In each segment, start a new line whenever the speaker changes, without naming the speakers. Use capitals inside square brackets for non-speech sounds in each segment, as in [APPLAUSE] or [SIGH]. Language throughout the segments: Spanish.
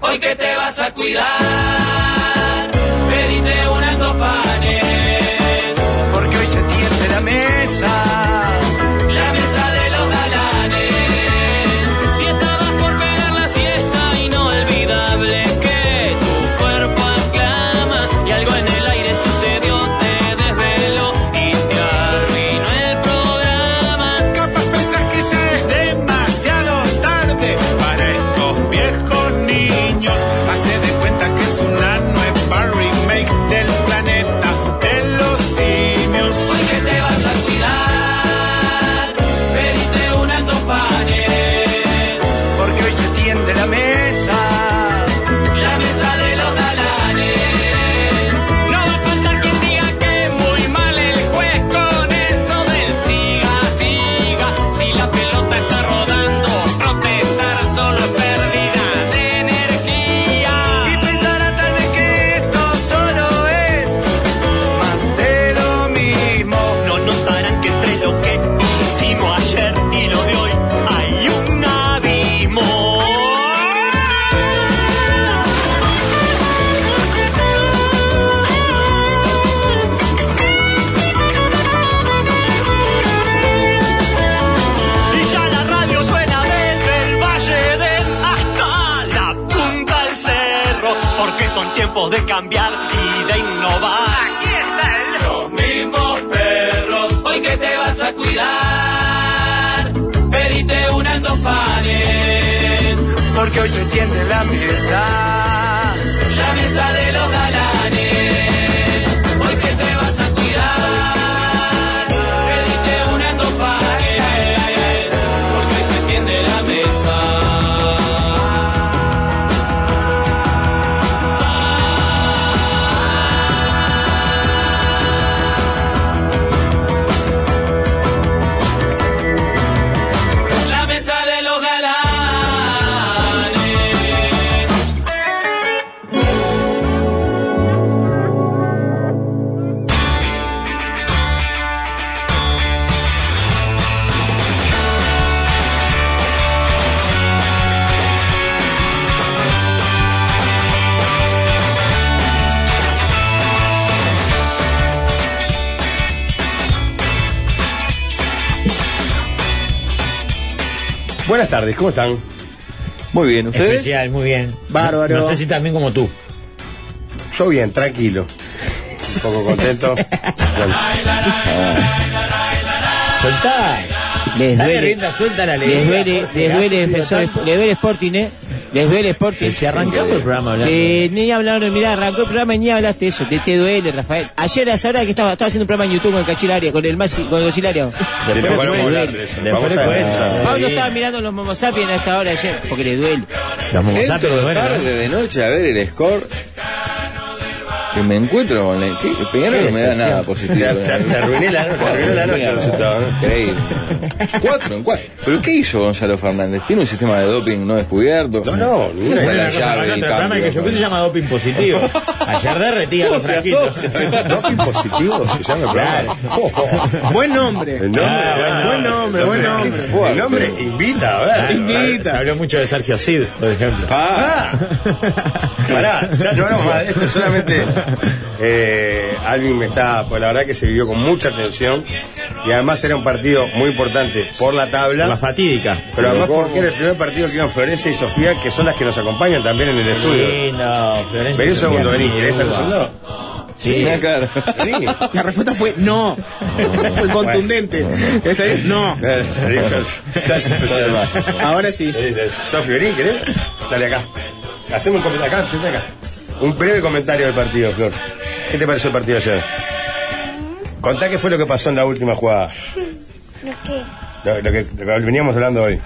Hoy que te vas a cuidar, pedite unas dos panes.
Porque hoy se tiende la mesa.
La mesa de los galanes. Si estabas por pegar la siesta, inolvidable que tu cuerpo aclama. Y algo en el aire sucedió, te desveló y te arruinó el programa.
Capaz pensás que ya es demasiado tarde para estos viejos niños. Hace de cuenta que es una nueva remake del planeta de los simios.
Hoy que te vas a cuidar, pedite unas dos panes.
Porque hoy se tiende la mesa.
La mesa de los galanes. No va a faltar quien diga que muy mal el juez con eso del siga, siga. Si la pelota está rodando, protestar solo es pérdida de
Y
energía.
pensará tal vez que esto solo es más de lo mismo.
No notarán que entre lo que hicimos ayer y lo de hoy hay un abismo. Y ya la radio suena desde el Valle del hasta la punta del cerro, porque son tiempos de cambiar y de innovar.
Aquí está el
Los mismos perros, hoy que te vas a cuidar, pedite unas dos panes.
Porque hoy se tiende la mesa.
La mesa de los galanes, hoy que te vas a cuidar, pediste una en dos pares, porque hoy se tiende la mesa. La mesa de los galanes.
Buenas tardes, ¿cómo están?
Muy bien, ¿ustedes?
Especial, muy bien.
Bárbaro.
No, sé si también como tú.
Yo bien, tranquilo. Un poco contento.
Soltá.
Les
Dale
duele,
rienda suelta a la
les
alegría,
duele,
Jorge,
les duele,
Gabriel,
Defensor
tanto.
Sp- les duele Sporting, ¿eh? Les duele Sporting.
Si arrancamos el programa hablando.
Sí, ni hablaron, mirá, arrancó el programa y ni hablaste de eso. Te, te duele, Rafael. Ayer a esa hora que estaba, estaba haciendo un programa en YouTube con el Cachilaria, con el Masi, con el Gocilario.
Pero
Después
bueno,
fue-
vamos a hablar de eso.
después
Vamos
fue
a-
eso.
Pablo
Sí.
estaba mirando los Momo Sapiens a esa hora ayer, porque le duele.
Los Homo sapiens,
Entro
bueno,
tarde de noche a ver el score. Que me encuentro con la. que Peñarol no me da nada positivo.
Te- te-
[LAUGHS]
te arruiné la- te
[LAUGHS]
arruiné la noche el resultado, ¿no?
Increíble. Cuatro en cuatro. ¿Pero qué hizo Gonzalo Fernández? ¿Tiene un sistema de doping no descubierto?
No, no,
Esa es
Una
la
cosa
llave
para
del
otra, el programa
cambio.
que yo vi se llama doping positivo. Ayer derretía los
Socia,
franquitos.
socia.
Doping positivo, se llama el programa. Oh, oh.
Buen nombre.
El nombre,
Ah,
ah,
buen
nombre,
el
buen
qué
nombre.
fuerte. El nombre invita, a ver.
Claro,
Invita.
Se habló mucho de Sergio Cid, por ejemplo.
Ah,
Pará, ya no hablamos más de esto, solamente eh, alguien me está, pues la verdad que se vivió con mucha tensión y además era un partido muy importante por la
La
tabla,
fatídica.
pero además porque era el primer partido que iban Florencia y Sofía, que son las que nos acompañan también en el estudio.
Lindo, Florencia.
Vení un segundo,
Sofía,
vení, ¿querés al
Cuba.
soldado?
Sí.
una cara. Ah,
Vení.
La respuesta fue no. Fue contundente. Esa es no.
Vení, Sol. Ya se empezó de más.
Ahora sí.
Vení, Sofi, vení, ¿querés? Dale acá. Hacemos un comentario acá, siéntate acá. Un breve comentario del partido, Flor. ¿Qué te pareció el partido ayer? Contá qué fue lo que pasó en la última jugada. Lo, lo que, lo que veníamos hablando hoy.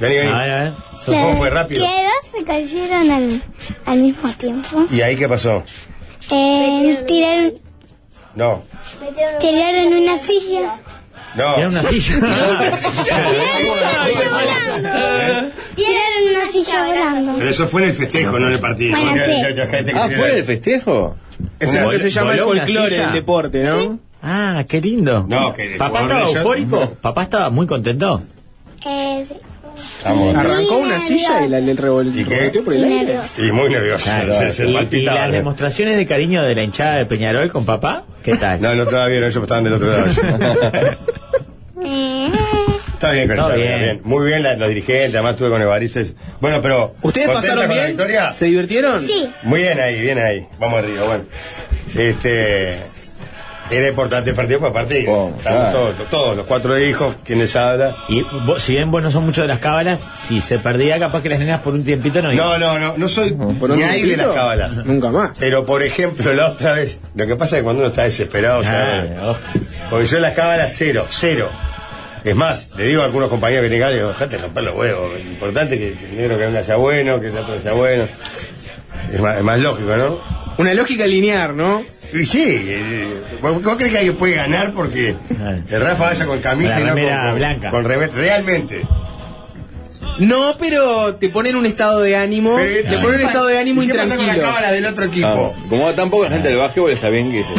Vení, vení.
A ver, a ver.
¿Cómo fue rápido?
Que dos se cayeron al, al mismo tiempo.
¿Y ahí qué pasó?
Eh, tiraron,
No.
tiraron una silla.
No.
Era una silla. [LAUGHS]
Tiraron una silla volando.
Pero eso fue en el festejo, no en el partido.
Bueno,
Porque
sí.
la- la gente que
Ah,
tiene-
¿fue el festejo?
Ese-
Eso se
ese-
llama el
voló una
folclore
silla.
del deporte, ¿no?
Ah, qué lindo.
No, que-
Papá
por
estaba
eso-
eufórico. Papá estaba muy contento.
Eh, sí.
Vamos.
Arrancó una silla y la, le revol- revoloteó por el aire.
Y muy nervioso.
Claro,
se, se
y- y,
palpitaba.
las demostraciones de cariño de la hinchada de Peñarol con papá, ¿qué tal?
No, no estaba bien, ellos estaban del [LAUGHS] otro lado.
Eh,
Está bien, Concha,
Todo
bien.
bien.
bien. Muy bien la, los dirigentes, además estuve con Evaristo. y- Bueno, pero.
¿Ustedes
¿contenta
pasaron
con la
bien?
victoria?
¿Se divirtieron?
Sí.
Muy bien ahí, bien ahí. Vamos arriba, bueno. Este. Era importante el partido para partido.
Oh,
Estamos
claro.
todos, todos, los cuatro hijos, quienes habla.
[LAUGHS] Y vos, si bien vos no son mucho de las cábalas, si se perdía, capaz que las nenas por un tiempito no iban.
No, no, no, no soy
¿Por
ni
un
ahí de
grupito?
las cábalas.
Nunca más.
Pero por ejemplo, la otra vez, lo que pasa es que cuando uno está desesperado,
Ah,
¿sabes?
Claro.
Porque yo en las cábalas cero, cero. Es más, le digo a algunos compañeros que tengan, digo, dejate de romper los huevos. Lo importante es que el negro que anda sea bueno, que el otro sea bueno. Es más, es más lógico, ¿no?
Una lógica lineal, ¿no?
Y sí, eh, ¿vos, vos crees que alguien puede ganar porque
Claro.
el Rafa vaya con camisa
Con la
y no con,
remera
con-
blanca.
con revés? Realmente.
No, pero te pone en un estado de ánimo.
Pero,
te pone en un estado de ánimo
¿y qué pasa con las
intranquilo.
cábalas del otro equipo?
Ah, como tampoco la gente del básquetbol está bien que ese,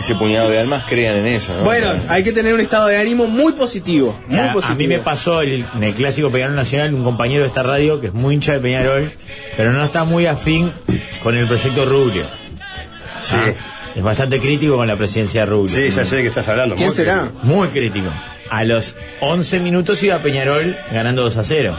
ese puñado de almas crean en eso. ¿no?
Bueno, hay que tener un estado de ánimo muy positivo.
O
Muy
sea,
positivo.
a mí me pasó el- en el clásico Peñarol Nacional un compañero de esta radio que es muy hincha de Peñarol, pero no está muy afín con el proyecto Rubio.
Sí,
Ah, Es bastante crítico con la presidencia de Rubio.
sí, ya sé de qué estás hablando.
¿Quién
muy
será?
Muy crítico. A los 11 minutos iba Peñarol ganando 2 a 0.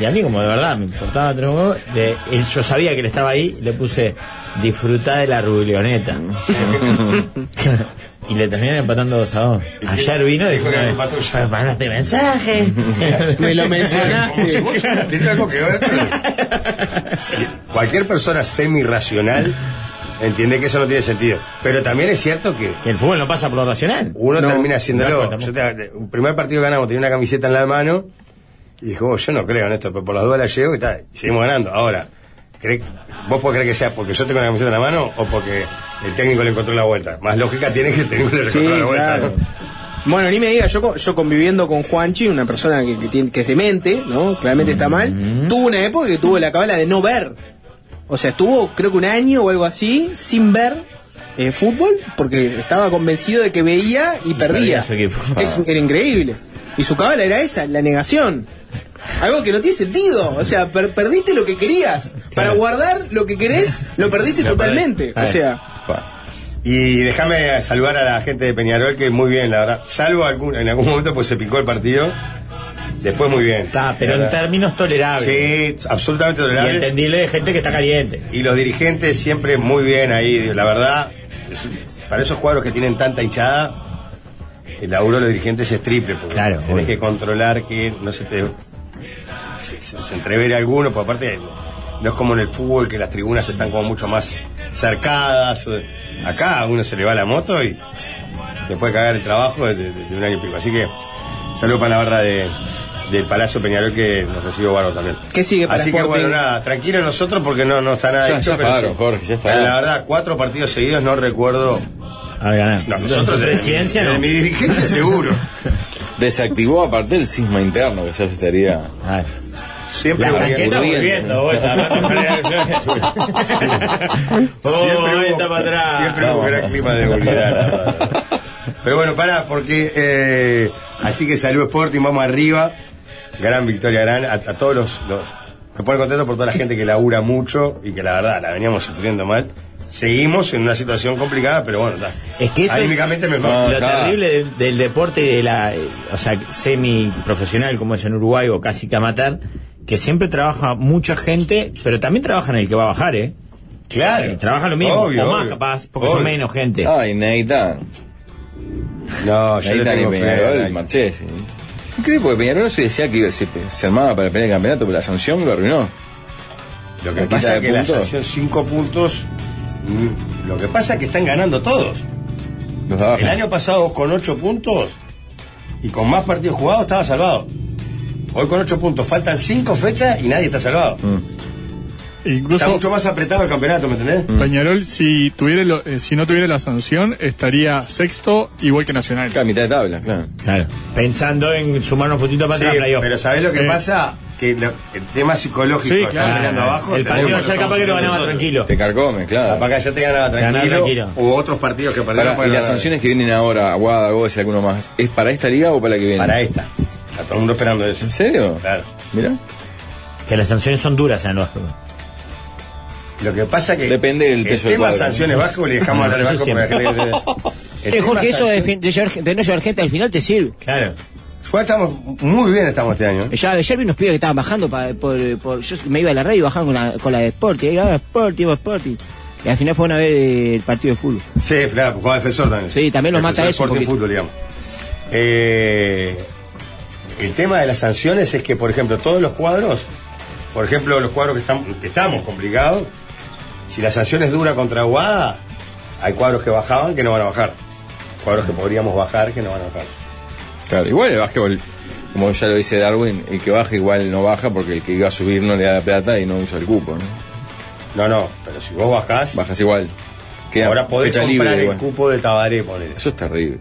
Y a mí, como de verdad, me importaba tres huevos, de- él- yo sabía que él estaba ahí, le puse, disfruta de la rublioneta. [LAUGHS] y le terminan empatando 2 a 2. Ayer vino y
Dijo
dijo,
que me empató ya.
me mandaste mensaje.
[LAUGHS] Me lo
Como si
mencionaste.
vos hubieras tenido algo que ver con- Sí, Cualquier persona semi-racional entiende que eso no tiene sentido. Pero también es cierto que
Que el fútbol no pasa por lo racional.
uno termina haciéndolo.
no,
Yo te- un primer partido que ganamos, tenía una camiseta en la mano y dijo, "Oh, yo no creo en esto, pero por las dudas la llevo y, tal, y seguimos ganando. Ahora, ¿cree- ¿vos podés creer que sea porque yo tengo la camiseta en la mano o porque el técnico le encontró la vuelta? Más lógica tiene que el técnico le
Sí,
encontró la vuelta.
claro.
¿no?
Bueno, ni me digas, yo, co- yo conviviendo con Juanchi, una persona que, que tiene, que es demente, ¿no? Claramente está mal. Tuvo una época que tuvo la cabala de no ver. O sea, estuvo creo que un año o algo así sin ver eh, fútbol porque estaba convencido de que veía y,
perdía
perdía.
su equipo.
Es- era increíble. Y su cabala era esa, la negación. Algo que no tiene sentido. O sea, per- perdiste lo que querías. Para guardar lo que querés, lo perdiste
Lo perdí.
totalmente.
Ah,
O sea...
Pa.
Y déjame saludar a la gente de Peñarol, que muy bien, la verdad. Salvo algún, en algún momento, pues se picó el partido. Después muy bien.
Está, pero
La
en
verdad.
términos tolerables.
Sí, absolutamente
Y
tolerable.
entendible de gente que está caliente.
Y los dirigentes siempre muy bien ahí, la verdad. es un- Para esos cuadros que tienen tanta hinchada, el laburo de los dirigentes es triple. Porque
Claro,
tenés
obvio.
que controlar que no se te. se, se- se entrevere alguno, porque aparte no es como en el fútbol que las tribunas están como mucho más cercadas. o- Acá a uno se le va la moto y te puede cagar el trabajo de, de- de un año y pico. Así que, saludo para la barra de. Del Palacio Peñarol que nos recibió Barro también.
¿Qué sigue para
Así que
Sporting?
bueno, nada, tranquilo nosotros porque no, no está nada
Ya-
hecho,
ya
pero
pagaron,
sí.
Jorge, ya está.
La verdad, cuatro partidos seguidos no recuerdo.
A ganar.
No, nosotros
de
de,
presidencia
de
no.
mi dirigencia seguro.
Desactivó aparte el cisma interno que ya se estaría.
A ver.
Siempre
La
hubo-
franqueta
Aburriendo.
volviendo, vos esa, ¿no?
[LAUGHS]
Oh,
siempre
está
hubo-
para atrás.
Siempre hubo gran clima de unidad. la verdad. [LAUGHS] Pero bueno, pará, porque eh, así que salud Sporting, vamos arriba. Gran victoria, gran a, a todos los, los- Me pone contento por toda la gente que labura mucho y que la verdad la veníamos sufriendo mal. Seguimos en una situación complicada, pero bueno, está.
Es que eso
Anímicamente
es
mejor.
No,
lo
ya.
terrible de- del deporte y de la, eh, o sea, semiprofesional como es en Uruguay o casi que amateur, que siempre trabaja mucha gente, pero también trabaja en el que va a bajar, ¿eh?
Claro.
Trabaja lo mismo,
Obvio,
o más
obvio.
capaz, porque son
Obvio. Ah.
menos
Este.
gente.
Ay, Neitán.
No, yo le
Neitán y
tengo fe,
Peñarol y
Neitan.
Marchesi. Increíble, porque Peñarol se decía que iba- se, se armaba para pelear el campeonato, pero la sanción lo arruinó.
Lo
¿Me
que
quita
pasa es
de
que la
puntos?
sanción 5 puntos. mm, Lo que pasa es que están ganando todos.
Los de abajo.
El año pasado con 8 puntos y con más partidos jugados estaba salvado. Hoy con 8 puntos, faltan 5 fechas y nadie está salvado.
Mm.
Está
Incluso
mucho más apretado el campeonato, ¿me entendés?
Mm.
Peñarol, si, tuviera lo- eh, si no tuviera la sanción, estaría sexto igual que Nacional.
Acá, mitad de tabla, claro.
Claro. Pensando en sumar unos puntitos para
Sí,
entrar a playoff.
pero ¿sabés lo que
Eh.
pasa? Que lo- el tema psicológico
Sí,
está
claro.
peleando abajo.
Ah, el
tenemos
partido ayer
estamos
capaz que lo ganaba
nosotros.
tranquilo.
Te carcome, claro.
Capaz que ayer te ganaba
Ganaba
tranquilo,
tranquilo.
O otros partidos que
Pará,
perdieron.
y
pero-
las sanciones que vienen ahora, Aguada, Gómez y alguno más, ¿es para esta liga o para la que viene?
Para esta. Está todo el mundo esperando eso. ¿En serio? Claro.
Mira.
Que las sanciones son duras en el básquetbol.
Lo que pasa que.
Depende del peso
El
del
tema
cuadro.
sanciones vasco le dejamos
No,
hablar
eso
vasco porque la
siempre.
gente que
[LAUGHS]
se- el
Eh,
tema
Jorge, eso de,
sanciones-
fin- de llevar- de no llevar gente al final te sirve.
Claro.
Igual estamos muy bien estamos este año. ¿eh?
Ya, ayer vi unos pibes que estaban bajando pa- por, por- yo me iba a la radio y bajaban con la, con la de Sporting, ahí grababa Sporting, iba Sporting. Y al final fueron a ver eh, el partido de fútbol.
Sí, claro, jugaba defensor también.
Sí, también los mata eso
Defensor
un
Sporting
poquito.
fútbol, digamos. Eh, el tema de las sanciones es que, por ejemplo, todos los cuadros, por ejemplo, los cuadros que, están, que estamos complicados, si la sanción es dura contra Aguada, hay cuadros que bajaban que no van a bajar. Cuadros que podríamos bajar que no van a bajar.
Claro, igual el básquetbol, como ya lo dice Darwin, el que baja igual no baja porque el que iba a subir no le da la plata y no usa el cupo, ¿no?
No, no, pero si vos bajás.
Bajas igual. Queda
Ahora podés
fecha
comprar el
libre, igual.
cupo de Tabaré, ponele.
Eso es terrible.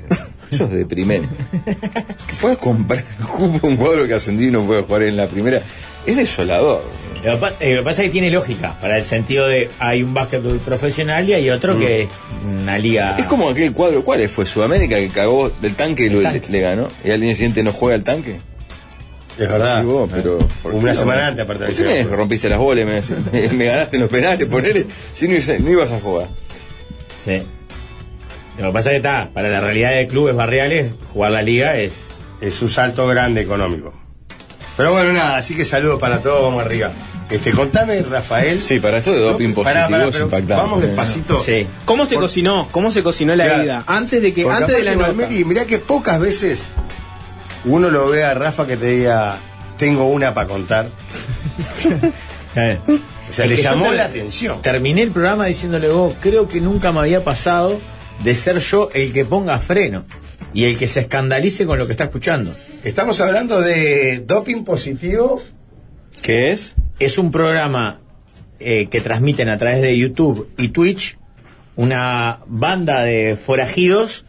Eso es deprimente. Que puedas comprar el cupo un cuadro que ascendí y no puede jugar en la primera. Es desolador.
Lo que, pa- eh, lo que pasa es que tiene lógica, para el sentido de hay un básquetbol profesional y hay otro que es una liga.
Mm. Es como aquel cuadro, ¿cuál fue? Sudamérica que cagó del tanque y lo- le, le ganó. Y al día siguiente no juega el tanque.
Es verdad. Eh,
Sí, vos, pero, ¿por qué
Una
no?
semana antes, aparte,
¿Por qué
había
me
jugado.
rompiste las bolas? Me, me ganaste en los penales, ponele. Si no, ibas a- no ibas a jugar.
Sí. Lo que pasa es que está, para la realidad de clubes barriales, jugar la liga es.
Es un salto grande económico. Pero bueno, nada, así que saludos para todos, vamos arriba. Este, contame, Rafael.
Sí, para esto de doping
Pará,
positivo
pará,
es
pero
impactante. ¿eh?
Vamos despacito.
¿Cómo se
Por-
cocinó? ¿Cómo se cocinó la
Claro.
vida? Antes de que,
Porque
antes de la
aparte,
nota.
Valmeri, mirá que pocas veces uno lo ve a Rafa que te diga, tengo una para contar. O sea,
Es
le
que yo
llamó
ter-
la atención.
Eh. Terminé el programa diciéndole vos, creo que nunca me había pasado de ser yo el que ponga freno y el que se escandalice con lo que está escuchando.
Estamos hablando de doping positivo.
¿Qué es?
Es un programa eh, que transmiten a través de YouTube y Twitch una banda de forajidos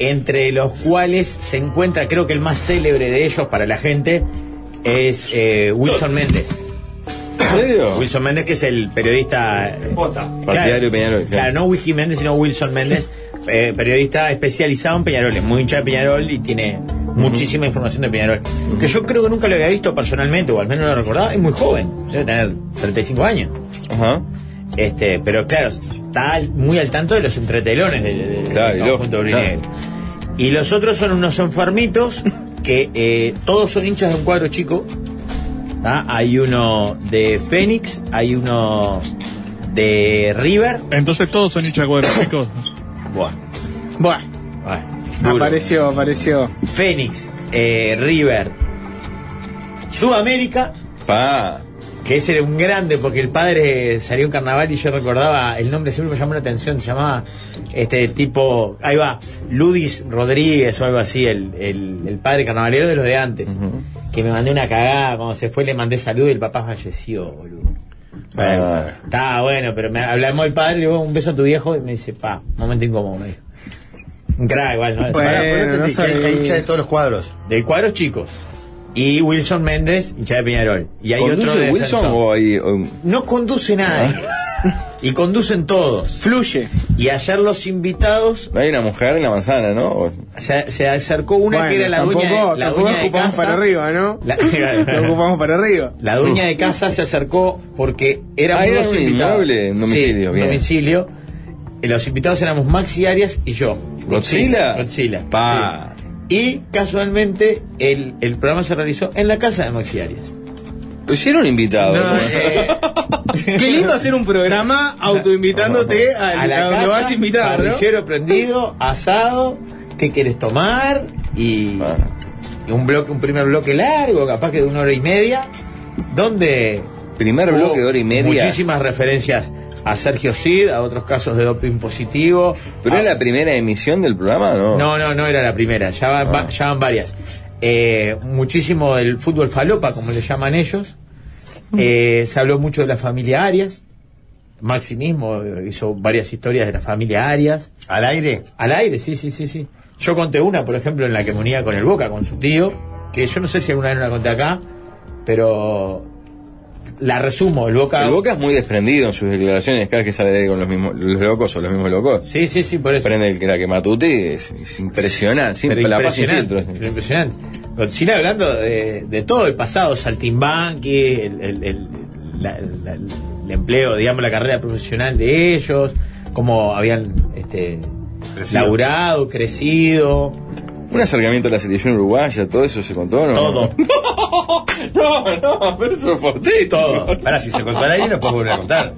entre los cuales se encuentra, creo que el más célebre de ellos para la gente es eh, Wilson Méndez.
¿En serio?
Wilson Méndez que es el periodista... eh,
Partidario de Peñarol, claro.
Claro, no Whisky Méndez, sino Wilson Méndez, eh, periodista especializado en Peñarol, es muy hincha de Peñarol y tiene muchísima información de Peñarol. Que yo creo que nunca lo había visto personalmente, o al menos no lo recordaba, es muy joven, debe tener 35 años.
Ajá.
Este, pero claro, está al- muy al tanto de los entretelones del, del-
Claro, y
del
lo-
conjunto aurinegro. Y los otros son
[LAUGHS]
unos enfermitos que eh, todos son hinchas de un cuadro chico. ¿tá? Hay uno de Fénix, hay uno de River.
Entonces todos son hinchas de cuadros, chicos.
Buah,
Buah,
buah, duro.
apareció, apareció.
Fénix, eh, River, Sudamérica,
Pa.
que ese era un grande porque el padre salió en carnaval y yo recordaba, el nombre siempre me llamó la atención, se llamaba este tipo, ahí va, Ludis Rodríguez o algo así, el, el- el padre carnavalero de los de antes, que me mandé una cagada, cuando se fue le mandé salud y el papá falleció, boludo.
Ah.
Está bueno, pero me hablamos del padre, le digo un beso a tu viejo y me dice, pa, momento incómodo, me dijo. Un crack igual, ¿no?
Bueno,
Pará, pero no
no
te dije,
sabía.
hay hincha de todos los cuadros.
de cuadros chicos y Wilson Méndez, hincha de Peñarol. Y hay otro
¿Conduce
de
Wilson
defensor.
o hay.? o-
No conduce nadie.
Ah.
[LAUGHS] y conducen todos.
[LAUGHS]
Fluye.
Y ayer los invitados
No hay una mujer en la manzana, ¿no? O-
se, se acercó una
Bueno,
que era la
tampoco,
dueña de, la
tampoco
dueña de
ocupamos
casa.
para arriba, ¿no? [LAUGHS]
[LAUGHS] La,
Lo ocupamos para arriba.
la dueña de casa se acercó porque éramos
Ah, era
dos
un
invitados.
inmueble, un domicilio,
Sí,
bien.
domicilio. Y los invitados éramos Maxi Arias y yo.
¿Godzilla?
Godzilla.
Pa.
sí. Y casualmente el, el programa se realizó en la casa de Maxi Arias.
Pero si era un invitado.
No,
¿no?
eh,
[LAUGHS]
Qué lindo hacer un programa autoinvitándote a,
a la
a donde
casa,
vas invitado, ¿no?
parrillero prendido, asado, ¿qué quieres tomar? Y,
Ah.
y un bloque, un primer bloque largo, capaz que de una hora y media, donde
Primer
hubo
bloque de hora y media.
Muchísimas referencias a Sergio Cid, a otros casos de doping positivo.
¿Pero
a-
es la primera emisión del programa no?
Ah. no, no, no era la primera, ya, va- va- ya van varias. Eh, muchísimo del fútbol falopa, como le llaman ellos. Eh, se habló mucho de la familia Arias. Maxi mismo eh, hizo varias historias de la familia Arias.
Al aire.
Al aire, sí, sí, sí, sí. Yo conté una, por ejemplo, en la que me unía con el Boca, con su tío, que yo no sé si alguna vez no la conté acá, pero la resumo, el Boca...
El Boca es muy desprendido en sus declaraciones, cada vez que sale de ahí con los mismos los locos o los mismos locos.
Sí, sí, sí, por eso.
Prende el crack Matute, es, es impresionante,
Pero
siempre la paz sin
impresionante,
filtros.
pero impresionante. Godzilla hablando de, de todo el pasado, Saltimbanqui, el, el- el- la- la- el empleo, digamos, la carrera profesional de ellos, cómo habían este, laburado, crecido.
Un acercamiento a la selección uruguaya, todo eso se contó, ¿no? [LAUGHS]
Todo.
no, no, pero eso fue
Todo.
Para, si se contó al aire, lo puedo volver a contar.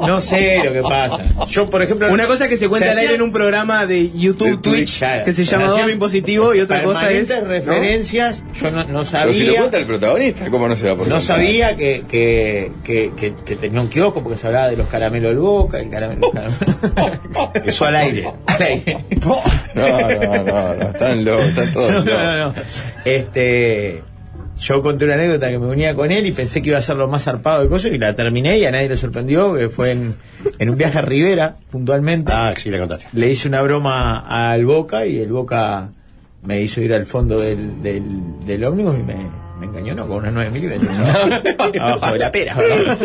No sé lo que pasa. Yo, por ejemplo.
Una cosa es que se cuenta
se
al aire
hacía-
en un programa de YouTube,
De
Twitch,
Claro.
que se llama
Hacían
Doble Impositivo, y otra cosa es.
permanentes referencias, yo no, no
Pero
sabía.
si lo cuenta el protagonista, ¿cómo no se va a poder
No
contar?
sabía que, que, que, que- que tenía un kiosco porque se hablaba de los caramelos del boca, el caramelo del caramelo. [LAUGHS]
Eso al aire.
Al aire.
No, no, no, no, están locos, están todos
[LAUGHS] No,
locos.
no, no. Este. Yo conté una anécdota que me unía con él y pensé que iba a ser lo más zarpado del coso y la terminé y a nadie le sorprendió, que fue en, en un viaje a Rivera, puntualmente.
Ah, sí, le contaste.
le hice una broma al Boca y el Boca me hizo ir al fondo del, del, del ómnibus y me, me engañó, ¿no? Con unas 9 milímetros.
[LAUGHS]
Abajo de la pera, ¿verdad?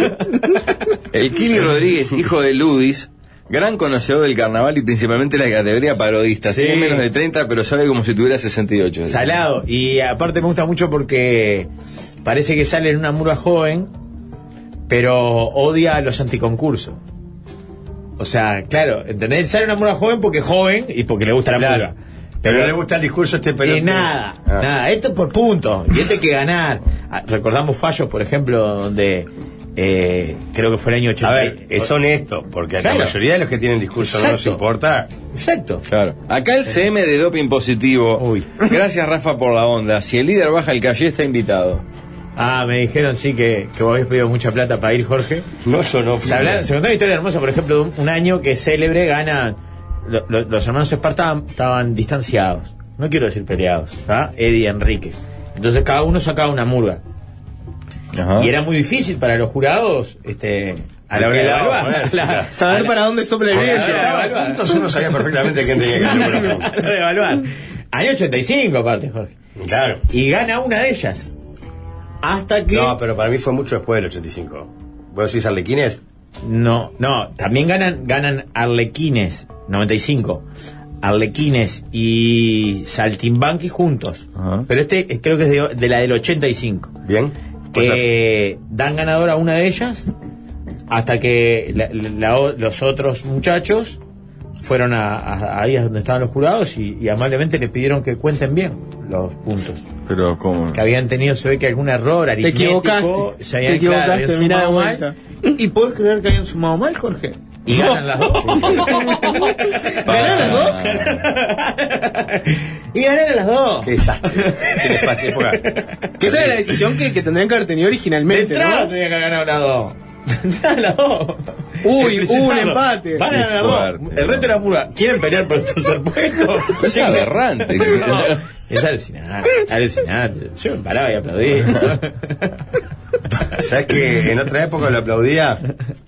El Kili Rodríguez,
[LAUGHS]
hijo de Ludis, gran conocedor del carnaval y principalmente la categoría parodista.
Sí.
Tiene menos de 30, pero sabe como si tuviera 68.
Salado. Y aparte me gusta mucho porque parece que sale en una murga joven, pero odia a los anticoncursos. O sea, claro, ¿entendés? Sale en una murga joven porque es joven y porque le gusta la
Claro.
murga.
Pero no le gusta el discurso este pero
Y nada, nada. Esto es por puntos. Y este hay que ganar. Ah, Recordamos fallos, por ejemplo, donde eh, creo que fue el año Eh,
A
80.
ver, es honesto, eh, porque a
Claro.
la mayoría de los que tienen discurso no nos
Exacto.
importa.
Exacto.
Claro. Acá el CM de doping positivo.
Uy.
Gracias Rafa por la onda. Si el líder baja el calle está invitado.
Ah, me dijeron, sí, que, que vos habéis pedido mucha plata para ir, Jorge.
No, eso no.
Se, habla- se contó una historia hermosa, por ejemplo, de un, un año que célebre gana. lo- lo- los hermanos Esparta estaban distanciados. No quiero decir peleados. ¿tá? Eddie y Enrique. Entonces cada uno sacaba una murga.
Ah.
Y era muy difícil para los jurados este, a la hora de
Porque
[LAUGHS]
era-
evaluar.
bueno, pues, sí,
La-
claro.
a
Saber
la-
para dónde sopla el
Ahora,
viento.
ahora,
Estaban
evaluar.
juntos, uno sabía perfectamente quién tenía que
a
ganar.
la hora de evaluar. Año 85, aparte, Jorge.
pero- Claro.
Y gana una de ellas. Hasta que.
[LAUGHS] No, pero para mí fue mucho después del 85. ¿Vos decís Arlequines?
No, no, también ganan, ganan Arlequines, 95. Arlequines y Saltimbanqui juntos.
Ajá.
Pero este eh, creo que es de, de la del 85.
Bien. Pues,
Que dan ganadora a una de ellas hasta que la- la o- los otros muchachos fueron a, a- ahí a donde estaban los jurados y, y amablemente le pidieron que cuenten bien los puntos.
Pero como
Que habían tenido, se ve que algún error aritmético.
equivocaste,
se habían-
te equivocaste,
claro, habían
mirá de
sumado mal.
vuelta.
¿Y podés creer que habían sumado mal, Jorge? Y ganan las [LAUGHS] dos. ¿Ganaron las dos? y ganaron las dos.
Qué desastre. Qué nefasta época.
Que esa era la decisión que, que tendrían que haber tenido
De
originalmente,
entrada
¿no?
tenía que ganar las dos. De entrada las dos.
Uy,
Felicitarlo.
hubo un empate.
Van a ganar
Qué
las dos.
fuerte,
El resto era pura. ¿Quieren pelear por el tercer puesto?
es aberrante.
No, es alucinante, alucinante. Yo me paraba y aplaudía.
¿Sabes que en otra época lo aplaudía?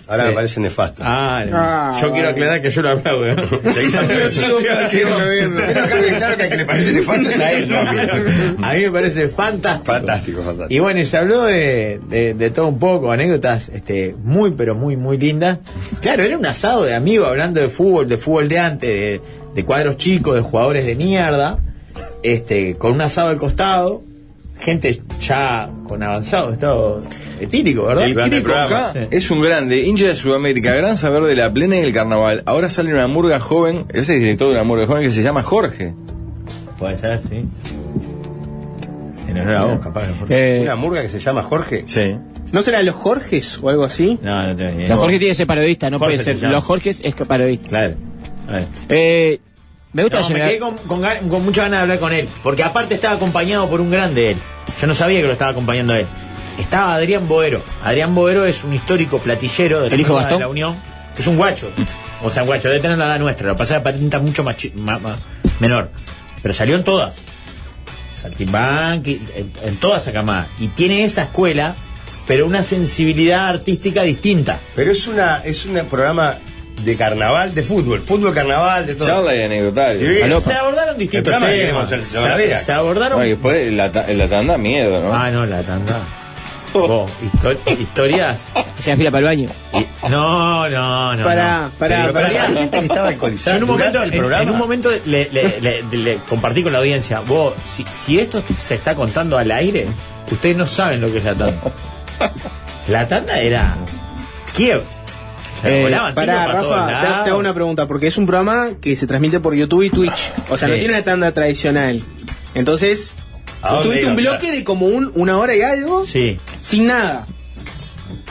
Ahora
Sí.
me parece nefasto.
Ah, no.
Ah,
yo quiero
vale.
aclarar que yo lo aplaudo. ¿eh?
Seguís aplaudiendo.
sigo- sigo aplaudiendo.
Quiero que me claro que al que le parece nefasto es a él, no a mí.
A mí me parece fantástico.
Fantástico, fantástico.
Y bueno, y se habló de, de- de todo un poco, anécdotas este, muy, pero muy, muy lindas. Claro, era un asado de amigos hablando de fútbol, de fútbol de antes, de, de cuadros chicos, de jugadores de mierda, este, con un asado al costado, gente ya con avanzado estado etílico, Eh. ¿verdad?
El
Durante
Kiri
programa,
Coca
sí.
es un grande, hincha de Sudamérica, gran saber de la plena y del carnaval. Ahora sale una murga joven, ese es el director de una murga joven que se llama Jorge.
Puede ser, sí. En honor a vos, capaz. ¿no?
Eh,
Una murga que se llama Jorge.
Sí.
¿No serán los Jorges o algo así?
No, no tengo ni idea.
Los Jorge tiene que ser parodista, no
Jorge
puede ser.
se llama.
Los Jorges es que parodista.
Claro. A ver.
Eh, me gusta
No,
la
me
general-
quedé con, con gan- con muchas ganas de hablar con él, porque aparte estaba acompañado por un grande él. Yo no sabía que lo estaba acompañando a él. Estaba Adrián Boero. Adrián Boero es un histórico platillero de, la
¿El hijo
Nueva
Gastón?
de la Unión, que es
[LAUGHS]
un guacho. O sea, un guacho, debe tener la edad nuestra. Lo que pasa es que patenta mucho más chi- ma- ma- menor. Pero salió en todas. Saltimbanqui, en, en toda esa camada. Y tiene esa escuela, pero una sensibilidad artística distinta.
Pero es una es un programa de carnaval, de fútbol. Fútbol, carnaval, de todo.
Charla y
Sí.
anecdotario.
Se abordaron distintos
programa
temas.
que queremos hacer,
se,
Gabriela.
se abordaron
No, y después la, ta- la tanda miedo, ¿no?
Ah, no, la Ah, tanda.
Oh.
Vos, histo- historias.
Se afila para el baño.
Y- no, no, no.
Pará,
no.
pará,
Pero,
pará.
pará.
Hay gente que estaba
alcoholizada
Yo en un momento,
durante el
en-
programa.
en un momento le, le- le- le compartí con la audiencia. Vos, si, si esto se está contando al aire, ustedes no saben lo que es
[LAUGHS]
la tanda. La tanda era Kiev.
Eh,
Se volaban tiros
Eh, pará,
para todos
Rafa, te,
lados.
te hago una pregunta, porque es un programa que se transmite por YouTube y Twitch. O sea, no
Sí.
tiene una tanda tradicional. Entonces,
¿A dónde
tuviste
iba?
un bloque de como un, una hora y algo,
Sí.
sin nada.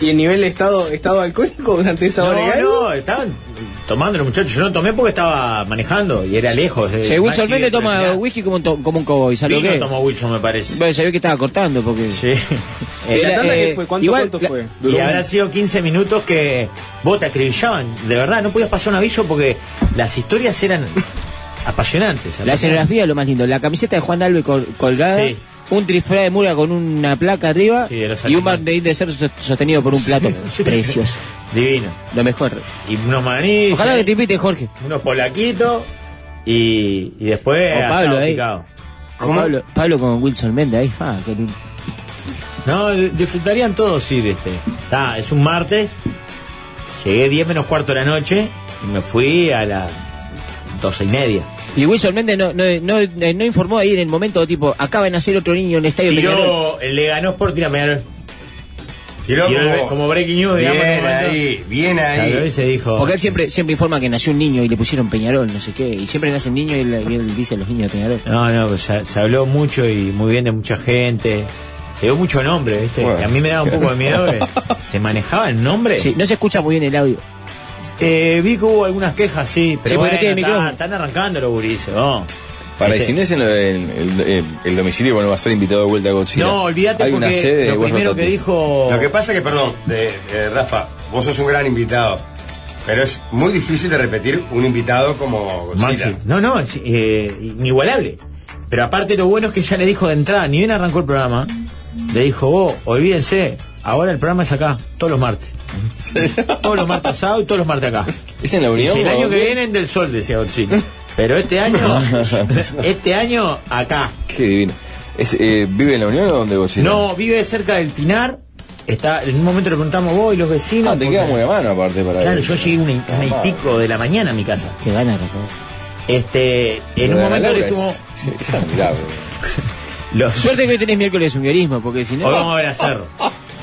Y el nivel de estado, estado alcohólico durante esa hora ¿eh? y
No,
algo.
no, estaban tomando los muchachos. Yo no tomé porque estaba manejando y era lejos. eh,
Según
Maxi,
Solvente toma
terminaba.
whisky como un, to- como un cowboy, ¿sabes lo
Vino
que?
tomó Wilson, me parece.
Bueno, sabía que estaba cortando porque...
Sí.
¿Y la
Era,
tanda
eh,
qué fue? ¿Cuánto,
igual,
cuánto
la-
fue?
Y habrán sido 15 minutos que vos te acribillaban. De verdad, no podías pasar un aviso porque las historias eran apasionantes.
La escenografía es lo más lindo. La camiseta de Juan Alves col- colgada,
Sí.
un trifra de mura con una placa arriba
Sí, de
y
los
un
animales.
banderín de ser so- sostenido por un plato. Precioso.
Divino.
Lo mejor.
Y unos manís, eh,
Ojalá que te invite Jorge.
unos polaquitos y, y después
O Pablo,
asado
ahí.
picado.
Con Pablo, Pablo con Wilson Méndez ahí. fa, qué lindo.
No, de- disfrutarían todos ir este. Está, es un martes. Llegué 10 menos cuarto de la noche y me fui a las 12 y media.
Y Wilson Méndez no, no, no- no informó ahí en el momento, tipo, acaba de nacer otro niño en el estadio Peñarol.
Tiró, le ganó Sporting a Peñarol.
Tiró
Tiró el-
como-
como breaking news,
Bien
digamos. en el momento.
ahí, bien
Salió y
ahí.
se dijo.
Porque él siempre, siempre informa que nació un niño y le pusieron Peñarol, no sé qué. Y siempre nacen niños y, él- y él dice los niños de Peñarol.
No, no, pues se, se habló mucho y muy bien de mucha gente. Se dio mucho nombre, ¿viste?
Bueno.
Que a mí me daba un poco de
[LAUGHS]
miedo. que ¿Se manejaban nombres?
Sí, no se escucha muy bien el audio.
Eh, vi que hubo algunas quejas, sí, pero
Sí, porque no
bueno,
tiene
está-
micrófono.
están arrancando los gurises, ¿no?
Para, y
Este-
si no es en lo del- el, el- el domicilio, bueno, va a estar invitado de vuelta a Godzilla.
No, olvídate
Hay
porque
una sede
lo
de
primero
Guarda
que
Tatu.
dijo...
Lo que pasa es que, perdón, de, de Rafa, vos sos un gran invitado, pero es muy difícil de repetir un invitado como Godzilla.
Maxi. No, no, es eh, inigualable. Pero aparte lo bueno es que ya le dijo de entrada, ni bien arrancó el programa, le dijo, vos, olvídense, ahora el programa es acá, todos los martes. todos los martes asado y todos los martes acá.
¿Es en la
Dice,
Unión?
el
o
año
dónde?
que viene en Del Sol, decía Orsini. Pero este año,
[LAUGHS]
este año acá.
Qué divino. ¿Es, eh, ¿Vive en la Unión o dónde Godzilla?
No, vive cerca del Pinar. Está, en un momento le preguntamos vos y los vecinos.
Ah, te
porque-
queda muy a mano aparte para
Claro,
ir.
yo llegué una, y- una y pico de la mañana a mi casa.
Qué ganas, Rafael.
Este, en
Pero
un
la
momento
Laura
le estuvo.
Es, es- es admirable.
Los,
Suerte que hoy tenés miércoles un guionismo, porque si no...
Hoy vamos a ver
[LAUGHS]
a Cerro.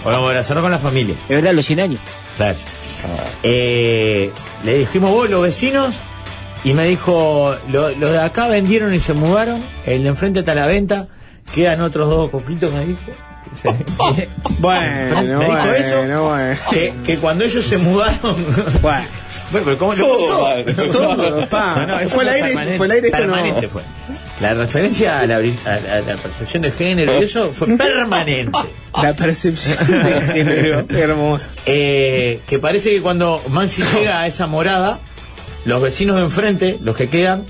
Hoy vamos a ver a Cerro con la familia.
Es verdad, los 100 años.
Claro. Eh, le dijimos vos, los vecinos, y me dijo, lo- los de acá vendieron y se mudaron, el de enfrente está a la venta, quedan otros dos coquitos, me
[LAUGHS]
dijo.
Bueno,
Me dijo
bueno,
eso.
bueno.
que, que cuando ellos se mudaron...
[LAUGHS] Bueno.
Bueno, pero ¿cómo lo contó?
Todo, pa.
eso
Fue al aire,
permanente,
fue al aire esto, no.
permanente fue. La referencia a la, bri- a- a la percepción de género y eso
[LAUGHS]
fue permanente.
[LAUGHS]
La percepción de género. Hermoso.
Eh, que parece que cuando Maxi llega a esa morada, los vecinos de enfrente, los que quedan,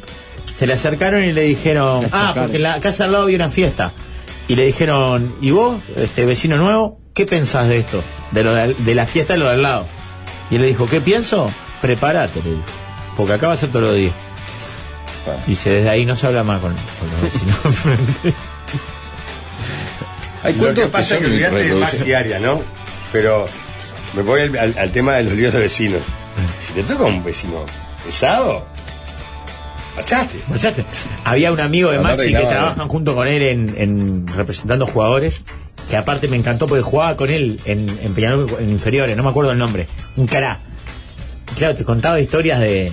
se le acercaron y le dijeron, ah, porque en la casa al lado había una fiesta. Y le dijeron, ¿y vos, este vecino nuevo, qué pensás de esto? De, lo de, al- de la fiesta de lo de al lado. Y él le dijo, ¿qué pienso? Prepárate, le dijo, porque acá va a ser todos los días. Dice, desde ahí no se habla más con, con los vecinos de enfrente.
Hay
Lo
cuentos
que pasa es
son
que olvidate de
reproducidos.
Max y Aria, ¿no? Pero me voy al, al- al tema de los líos de vecinos. Si te toca un vecino pesado, machaste.
Escuchaste, Había un amigo de
Aparte
Maxi que
bailaba,
trabajan junto con él en, en representando jugadores, que aparte me encantó porque jugaba con él en, en Peñarol en inferiores, no me acuerdo el nombre, un cará. Y Claro, te contaba historias de,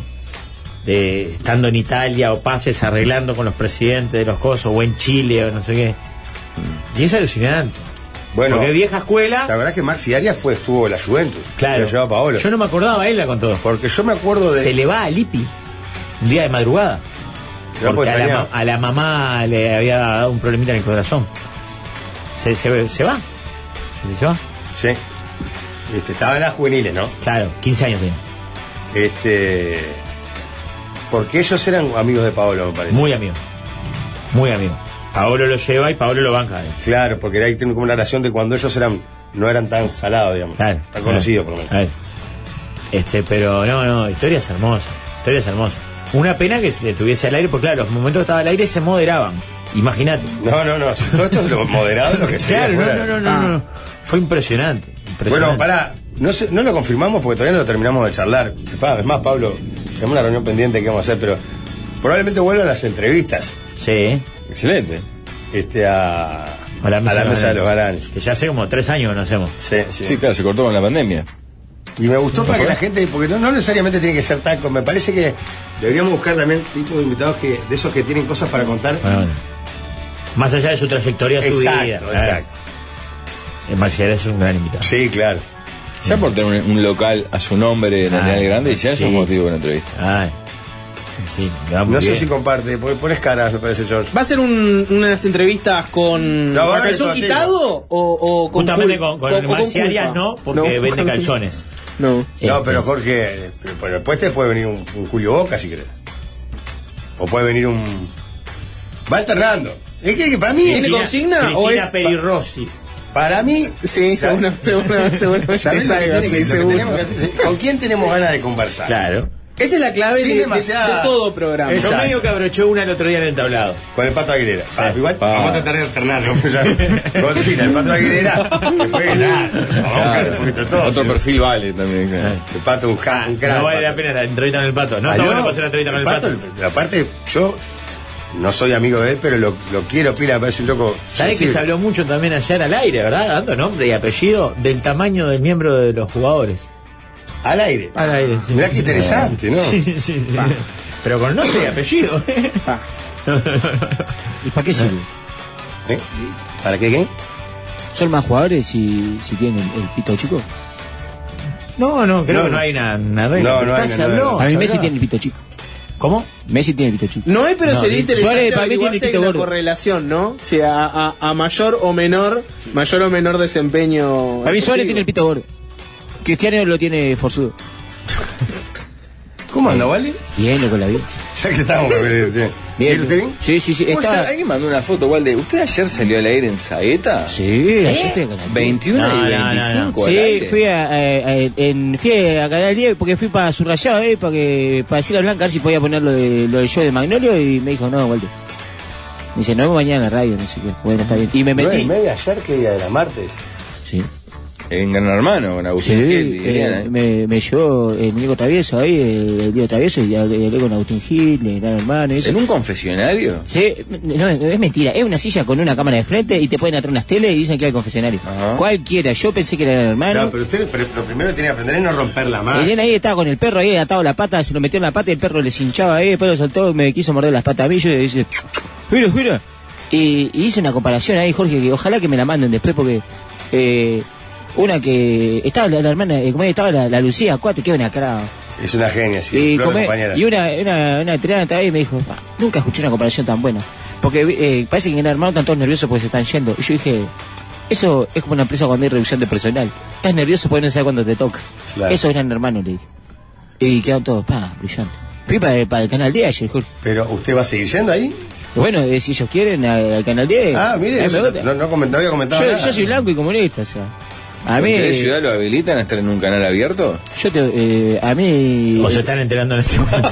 de estando en Italia o pases arreglando con los presidentes de los cosos o en Chile o no sé qué. Y es alucinante.
Bueno,
porque
la
vieja escuela,
verdad que Max y Aria fue, estuvo en la Juventus.
claro.
Lo llevaba Paolo.
Yo no me acordaba, él la contó.
Porque yo me acuerdo de.
Se le va a Lipi un día de madrugada. Porque
No, pues,
a la,
extrañaba.
ma- a la mamá le había dado un problemita en el corazón. Se, se, se va. ¿Se va?
Sí. Este, estaba en las juveniles, ¿no?
Claro, 15 años tenía.
Este. Porque ellos eran amigos de Paolo, me parece.
Muy amigo. Muy amigo. Paolo lo lleva y Paolo lo banca. eh.
Claro, porque ahí tienen como una relación de cuando ellos eran no eran tan salados, digamos.
Claro.
Tan conocidos, por lo menos.
Claro. Este, pero no, no, historias hermosas. Historias hermosas. Una pena que se tuviese al aire, porque claro, los momentos que estaba al aire se moderaban. Imagínate.
No, no, no. Todo esto es lo moderado, lo
[LAUGHS]
que sea.
Claro, no,
fuera- Ah.
no, no, no, no, no. Fue impresionante. impresionante.
Bueno, pará, no, sé- no lo confirmamos porque todavía no lo terminamos de charlar. Pa, Es más, Pablo, tenemos una reunión pendiente que vamos a hacer, pero probablemente vuelvan las entrevistas.
Sí.
Excelente. Este, a,
A la mesa, de
de los galanes.
Que ya hace como tres años que no hacemos.
Sí, sí.
Sí, claro, se cortó con la pandemia.
Y me gustó para que la gente, porque no, no necesariamente tiene que ser tan, con- me parece que deberíamos buscar también tipo de invitados que, de esos que tienen cosas para contar.
Bueno, bueno. Más allá de su trayectoria, su vida.
exacto,
claro.
exacto.
Eh, Maxi Ares es un gran invitado.
Sí, claro.
Ya por tener un, un local a su nombre en
Mm. Ah,
el grande, ya es
sí.
un motivo de una entrevista.
Ay. Sí, le va muy
No sé
bien.
si comparte, porque pones caras, me parece, George.
¿Va a ser un- unas entrevistas con
No, vale,
calzón
Totino.
quitado o, o con
Justamente con,
cul-
con,
o- o con
Maxi Arias
culpa?
no, porque
No,
vende
con-
calzones.
No.
No,
Este.
pero Jorge, eh, pero, pero después te puede venir un, un Julio Boca, si querés. O puede venir un... Va alternando. Es que, que para mí...
¿Tiene
es-
consigna o
Cristina
es-
Perirossi.
Para mí...
Sí,
sa-
seguro,
[LAUGHS]
seguro, seguro.
¿sabés lo que
salga,
tiene
sí,
que- lo que
seguro.
tenemos que hacer? ¿Con quién tenemos ganas de conversar?
Claro.
Esa es la clave
Sin
de, de-
demasiada-
de todo programa.
Es-
Yo
Exacto.
medio que abroché una el otro día en el tablado.
Con el Pato Aguilera. Ah, igual
Pa.
vamos a tratar de alternarlo. [LAUGHS] Godzilla, el Pato Aguilera.
[LAUGHS]
Después, nada, vamos a buscar un poquito de todo.
Otro perfil vale también. claro.
El Pato, un, ja- un crack,
no vale
Pato.
la pena la entrevista con el pato. No
Ah,
está bueno pasar la entrevista con el pato.
Aparte, yo no soy amigo de él, pero lo, lo quiero pila, me parece un loco.
Sabés que
sensible.
se habló mucho también ayer al aire, ¿verdad? Dando nombre y apellido del tamaño del miembro de los jugadores.
Al aire.
Al aire, sí.
Mirá qué interesante, ¿no?
[LAUGHS] Sí, sí, sí. Pero con nombre y apellido. [LAUGHS] ¿eh?
¿Y para qué sirve?
¿Eh? ¿Para qué qué?
¿Son más jugadores si, si tienen el, el pito chico?
No, no, creo
No,
que no
no.
hay una, una regla.
No,
pero
no
está,
hay una-
se
no,
habló,
no.
se
A mí
habló.
Messi tiene el pito chico.
¿Cómo?
Messi tiene el pito chico.
No es, pero
No,
sería
Luis
interesante
Suárez para mí tiene
averiguar si hay
pito
una
gordo.
correlación, ¿no? Si a, a- a mayor o menor, mayor o menor desempeño.
Para mí Suárez tiene el pito gordo. Cristiano lo tiene forzudo.
¿Cómo anda, vale?
Bien, lo con la vida.
[LAUGHS] Ya que
[LAUGHS]
estamos. eh, eh.
Bien.
¿Viste bien?
Sí, sí, sí.
Vos,
Está...
¿Alguien mandó una foto, Walde? ¿Usted ayer salió al aire en Saeta?
Sí, ayer fui a Canal
21
No,
y
no, no,
25
no.
al
Sí,
aire.
fui a, a- a- en, fui a Canal 10 porque fui para subrayado, eh, para, que, para decirle a Blanca a ver si podía poner lo, de, lo del show de Magnolio y me dijo, no, Walter. Me dice, nos vemos mañana en la radio, no sé qué. Bueno, está bien. Y me
Nueve y
metí.
media ayer, que día era martes.
Sí,
En Gran Hermano, con
sí.
Agustín Gil y Adriana,
eh,
¿eh?
me, me llevó el muñeco travieso ahí, eh, el, el Diego travieso, y hablé hablé con Agustín Gil, el gran hermano, y eso.
¿En un confesionario?
Sí, no, es mentira. Es una silla con una cámara de frente y te pueden atrás unas teles y dicen que hay confesionario.
Ajá.
Cualquiera. Yo pensé que era el
Ah,
hermano.
No, pero usted pero lo primero que tiene que aprender es no romper la mano.
Elena ahí estaba con el perro ahí atado la pata, se lo metió en la pata y el perro le cinchaba ahí, después lo soltó, me quiso morder las patas a mí y yo le dije, mira, mira. Y, y hice una comparación ahí, Jorge, que ojalá que me la manden después porque eh, una que estaba la, la hermana, eh, como estaba la, la Lucía, cuate, que una cara.
Es una genia, sí.
y,
flor de
comé-
compañera.
y una, una, una tirana estaba ahí y me dijo, "Pa, nunca escuché una comparación tan buena. Porque eh, parece que en el hermano están todos nerviosos porque se están yendo. Y yo dije, eso es como una empresa cuando hay reducción de personal. Estás nervioso porque no sabes cuándo te toca.
Claro.
Eso era en hermano, le dije. Y quedaron todos, pa, brillante. Fui para, para el canal 10 ayer, Jorge.
Pero usted va a seguir yendo ahí.
Y Bueno, eh, si ellos quieren, al, al canal 10.
Ah,
a
mire,
mí me
no,
gusta.
no, no coment- no había comentado.
yo,
nada.
yo soy blanco y comunista, o sea. A
¿En
mí.
qué ciudad lo habilitan a estar en un canal abierto?
Yo te. eh, a mí.
O se están enterando en
[LAUGHS]
este momento.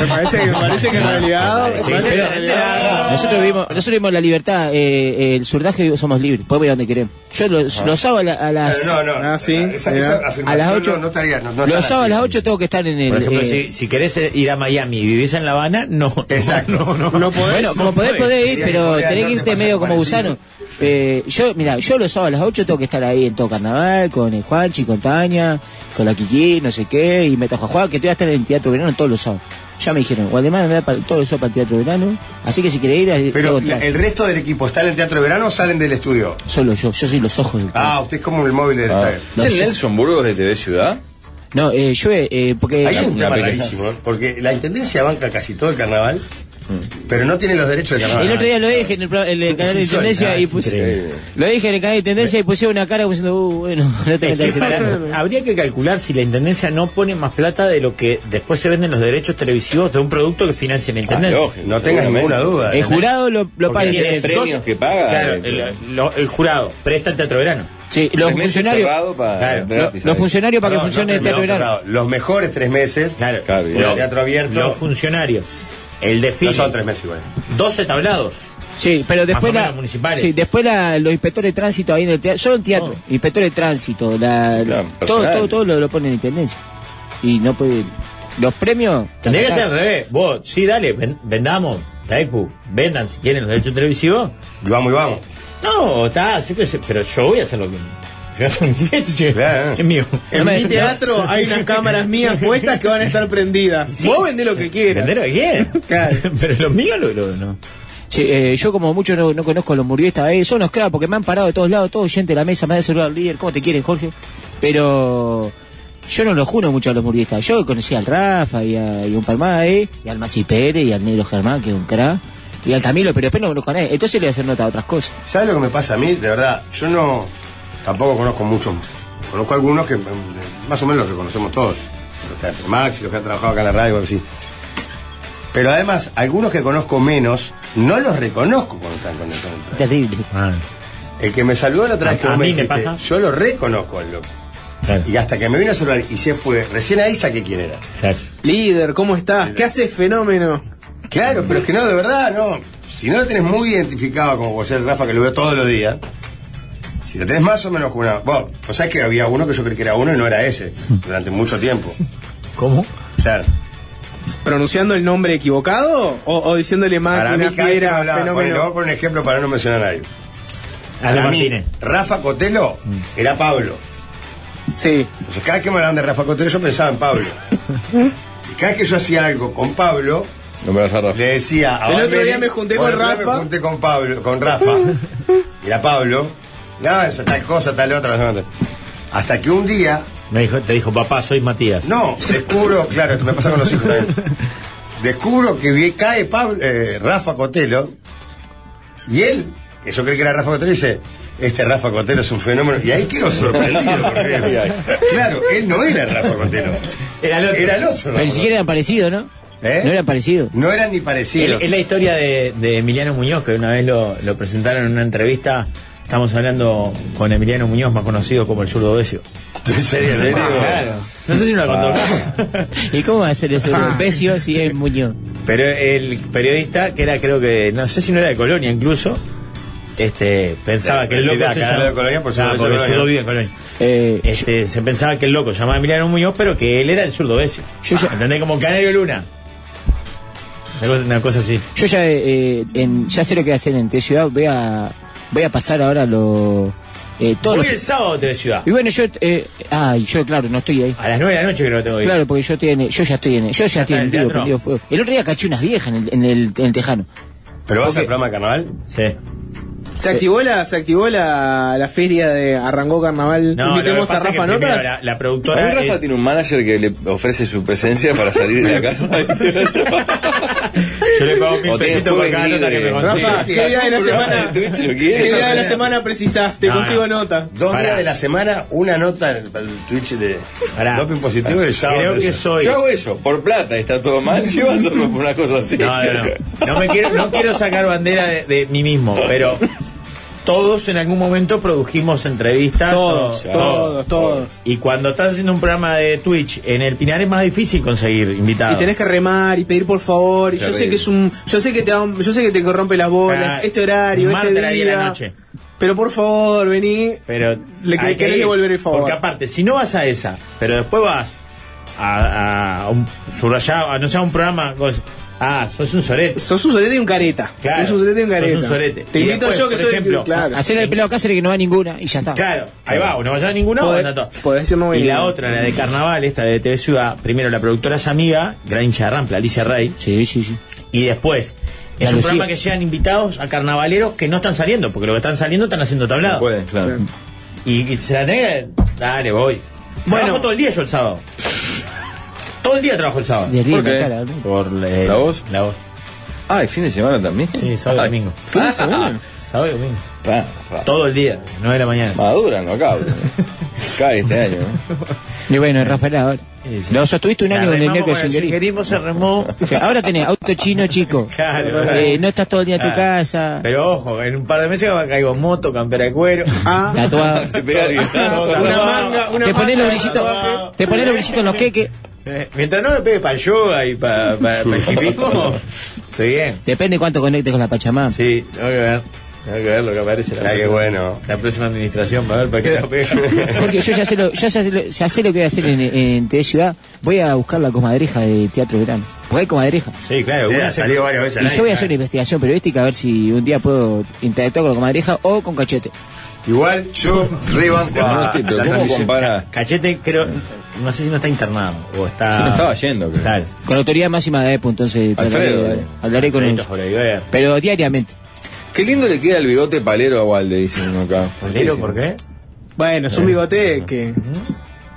Me parece, me parece que en realidad. me
[LAUGHS] Sí,
parece que en
sí.
realidad-
Nosotros vivimos, nosotros vivimos la libertad, eh, el surdaje somos libres, podemos ir a donde queremos. Yo
Ah.
los, los sábados a, la- a las.
Pero Eh, no, no.
Ah, sí,
Esa,
mira.
esa
A las
afirmación
ocho.
no, no estaría. No, no
los
tan
sábados a
así.
las 8 tengo que estar en el.
Por ejemplo,
eh,
si, si querés ir a Miami y vivís en La Habana, no.
[LAUGHS] Exacto.
No, no,
No podés.
Bueno, como podés, podés ir,
Tenés que
pero
volver al
tenés que
norte,
irte medio
pasar
como
parecido.
gusano. Eh, yo, mira, yo los sábados a las 8 tengo que estar ahí en todo carnaval, con el Juanchi, con Tania, con la Kiki, no sé qué, y Meta Juan, que te voy a estar en el Teatro Verano todos los sábados. Ya me dijeron, Guademar me da pa- todos los sábados para el Teatro Verano, así que si querés ir, ahí
Pero
tengo
la-
entrada.
el resto del equipo está en el teatro de verano o salen del estudio.
Solo yo, yo soy los ojos del
Ah, usted es como el móvil del estadio.
Ah. ¿Es el
sí.
Nelson Burgos de TV Ciudad?
No, eh, yo, eh, porque...
Ahí hay
yo-
un tema
una pena.
rarísimo, ¿eh? porque la intendencia banca casi todo el carnaval Pero no tiene los derechos de carnaval. Ah,
El otro día lo dije en el, pro- en el canal de
Sí, soy,
Tendencia
ah,
y
es
pues,
puse,
increíble.
lo dije en el canal de Tendencia y pusieron una cara como diciendo, uh, bueno, [LAUGHS] no te
Es que para- habría que calcular si la intendencia no pone más plata de lo que después se venden los derechos televisivos de un producto que financia la intendencia.
lógico, No tengas seguramente. ninguna duda.
El jurado lo- lo
Porque
paga.
tiene
Tiene
dos-
premios que paga. eh,
Claro, el, lo- el jurado presta el teatro verano.
Sí,
los Tres meses funcionarios- cerrado para-
Claro,
para-
lo-
los
funcionarios
No, no
este
terminamos cerrado. Los mejores tres meses.
Claro,
El teatro abierto.
Los funcionarios. El desfile.
No son tres meses igual.
12 tablados.
Sí, pero después
Más o
la-
menos municipales.
sí, después la- los inspectores de tránsito ahí en el teatro, solo en teatro, inspectores de tránsito,
Ah,
la, todo,
personal.
todo, todo lo, lo ponen en tendencia. Y no puede, los premios
Tendría que ser al revés. Vos, sí, dale, ven- vendamos. Taipu, vendan si quieren los derechos televisivos.
Y vamos, y vamos.
No, está, así que se- pero yo voy a hacer lo mismo. [LAUGHS] Yo voy a hacer mi derecho. Es mío.
En mi teatro hay
[LAUGHS]
unas cámaras mías puestas que van a estar prendidas. Vos vendés lo que quieras.
Vendés lo que quieras. [LAUGHS] Pero los míos lo, lo- no.
Sí, eh, yo como mucho no, no conozco a los murguistas, eh, son los cracks porque me han parado de todos lados, todo gente de la mesa, me han saludado al líder, ¿cómo te quieres, Jorge? Pero yo no los juro mucho a los murguistas. Yo conocí al Rafa y a, y a un palmada, eh, y al Masi Pérez y al Negro Germán, que es un crack, y al Camilo, pero después no conozco a nadie. Entonces le voy a hacer nota a otras cosas.
¿Sabes lo que me pasa a mí? De verdad, yo no. Tampoco conozco muchos. Conozco algunos que mm, más o menos los reconocemos todos. Los que han- Max y los que han trabajado acá en la radio, algo así. Pero además, algunos que conozco menos, no los reconozco cuando están con el con el programa.
Terrible.
Ah,
El que me saludó la otra vez
A-
que
a
vos
mí me
dijiste,
pasa.
Yo lo reconozco al loco. Y hasta que me vino a saludar y se fue, recién ahí saqué quién era.
Líder, ¿cómo estás? ¿Qué haces, fenómeno?
Claro, pero es que no, de verdad, no. Si no lo tenés muy identificado como vos el Rafa, que lo veo todos los días, si lo tenés más o menos jurado. Bueno, pues sabés que había uno que yo creí que era uno y no era ese, durante mucho tiempo.
¿Cómo?
Claro.
¿Pronunciando el nombre equivocado? ¿O, o diciéndole más
Para
que
mí,
una
cada vez que me
Ah, fiera,
hablaba, bueno, le voy a
fenómeno?
poner un ejemplo para no mencionar a nadie.
Aldo
Para mí,
Martínez. Mm.
Rafa Cotelo era Pablo.
Sí.
Entonces, cada vez que me hablaban de Rafa Cotelo, yo pensaba en
[LAUGHS]
Pablo. y cada vez que yo hacía algo con Pablo, le decía a
El otro
Valmeri,
día me junté
bueno,
con
el otro día
Rafa.
Me junté con Pablo, con
[LAUGHS]
Rafa. y era Pablo. No, esa tal cosa, tal otra. no sé cuánto. Hasta que un día,
Me dijo, te dijo, papá, soy Matías.
no, descubro, claro, esto me pasa con los hijos también. Descubro que vi- cae Pablo, eh, Rafa Cotelo. Y él, que yo creí que era Rafa Cotelo, dice. Este Rafa Cotelo es un fenómeno. Y ahí quedo sorprendido.
[LAUGHS]
Porque, [LAUGHS] claro, él no era Rafa Cotelo.
Era el otro.
Era el otro.
Pero ni siquiera eran parecidos, ¿no?
¿Eh?
No eran parecidos.
No eran ni parecidos.
Es, es la historia de, de Emiliano Muñoz, que una vez lo, lo presentaron en una entrevista. Estamos hablando con Emiliano Muñoz, más conocido como el Ah, zurdo Besio.
[LAUGHS] ¿En serio?
¿En serio? Ah. No sé si no lo contó.
¿Y cómo va a ser eso?
Ah.
Un becio si es Muñoz.
Pero el periodista, que era creo que, no sé si no era de Colonia incluso, este pensaba
Sí,
que el loco
sí, acá
llamaba-
era de Colonia, por
Ah,
supuesto,
porque el
Colonia.
zurdo vive en Colonia.
Eh,
Este, se pensaba que el loco llamaba Emiliano Muñoz, pero que él era el zurdo Besio.
Yo ya-
¿Entendés? Como Canario Luna. Una cosa, una cosa así.
Yo ya, eh, en- ya sé lo que voy a hacer en T Ciudad. Voy a, voy a pasar ahora los. Eh, todos
Hoy
los-
el sábado te de ciudad.
Y bueno, yo. Eh, ay, yo, claro, no estoy ahí.
A las 9 de la noche creo que lo tengo que ir.
Claro, porque yo, estoy en- yo ya estoy en. Yo ya estoy
en
en
el
vivo,
teatro?
prendido fuego. El otro día caché unas viejas en el, en el, en el tejano.
¿Pero vas al programa de carnaval?
Sí.
¿Se activó la, se activó la, la feria de Arrancó Carnaval?
No, lo que
¿Invitemos a
pasa es que
Rafa
primero
Notas?
La, la
A
productora
mí Rafa
es-
tiene un manager que le ofrece su presencia para salir de la casa. [LAUGHS]
Yo le pago mil
O tiene
pesitos por
jueves
cada nota que
libre.
me consigue.
Rafa, Ah, ¿qué día de
[LAUGHS]
la semana?
¿Lo
¿Qué
quieres?
día de la semana precisás? Te
No,
consigo
no.
nota.
Dos
Pará.
días de la semana, una nota en el Twitch de
Pará.
doping positivo y el sábado.
Creo que
preso.
soy.
Yo hago eso, por plata, está todo mal, [LAUGHS] llevándome por una cosa así.
No, no, no. No, me quiero, no quiero sacar bandera de, de mí mismo, pero todos en algún momento produjimos entrevistas.
Todos,
o-
todos, todos.
Y cuando estás haciendo un programa de Twitch en el Pinar es más difícil conseguir invitados.
Y tenés que remar y pedir por favor. Y yo sé que es un, yo sé que te, da un- yo sé que te corrompe las bolas.
Ah,
este horario,
martes a
este
las 10 de
día.
la noche.
Pero por favor, vení.
Pero
Le que-
hay
querés
ir,
devolver el favor.
Porque aparte, si no vas a esa, pero después vas a, a un subrayado, a, no sé, a un programa. cos- Ah, sos un sorete.
Sos un solete y un careta.
Claro,
sos un solete y un
sos
careta.
un sorete.
Te
Y
invito
después,
yo que
por
soy
ejemplo,
claro.
Hacer el pelado Cáceres que no va a ninguna y ya está.
Claro, ahí va, o no vaya a ninguna o
Podés-
van a todas.
podés decirme,
Y
bueno,
la
no.
otra, la de carnaval, esta de TV Ciudad, primero la productora es amiga, gran hincha de Rampla, Alicia Rey,
Sí, sí, sí.
y después es
La
un
Lucía.
programa que llegan invitados a carnavaleros que no están saliendo, porque los que están saliendo están haciendo tablado.
Pueden, claro.
Y, y se la tenés que- Dale, voy.
Bueno.
Trabajo todo el día yo el sábado. Todo el día trabajo el sábado.
De río en la
qué?
cara, ¿no?
Por eh,
¿La voz?
La voz.
Ah, ¿el fin de semana también?
Sí, sábado y domingo.
¿Fin de
[LAUGHS]
semana?
Sábado y domingo. Todo el día, 9 de la mañana.
Maduran, no cabrón. Cae este año, ¿no?
Y bueno, Rafael, ahora. Lo sostuviste un
La
año con el
remamos
miércoles
con el singuerismo, se remó.
Ahora tenés auto chino chico.
[LAUGHS] Claro.
Eh, no estás todo el día en tu
Claro.
casa.
Pero ojo, en un par de meses caigo en moto, campera de cuero. [LAUGHS]
Ah,
Tatuado.
[LAUGHS] Te pega el guitarra.
una
Ah,
manga, una
Te pones
manga
los
de
brillitos,
tatuaje.
te pones los brillitos en los queques.
Eh, Mientras no me pegue para el yoga y para el [LAUGHS] hipismo, estoy bien.
Depende cuánto conectes con la Pachamama.
Sí, tengo que ver. Tengo que ver lo que aparece la
Ah, qué
próxima-
bueno.
La próxima administración, va a ver para [LAUGHS] qué la pega.
Porque yo ya sé lo, yo ya sé lo, ya sé lo que voy a hacer en, en TV Ciudad. Voy a buscar la comadreja de Teatro Verano. Porque hay comadreja.
Sí, claro,
Sí,
una
ha
se-
salido varias veces.
Y
al
yo voy a
aire.
hacer una investigación periodística a ver si un día puedo interactuar con la comadreja o con cachete.
Igual yo rebanco
No,
a
tío,
la
pero ¿cómo
transmisión.
compara?
Cachete, creo, no sé si no está internado o está.
Yo no estaba yendo, creo.
Claro.
Con la autoridad máxima de EPO, entonces trataré
Alfredo,
de-
eh.
hablaré con ellos.
Alfredito Joraiver.
Pero diariamente.
Qué lindo le queda el bigote palero a Walde, dice uno acá.
¿Lero por qué?
Bueno,
Eh.
es un bigote que.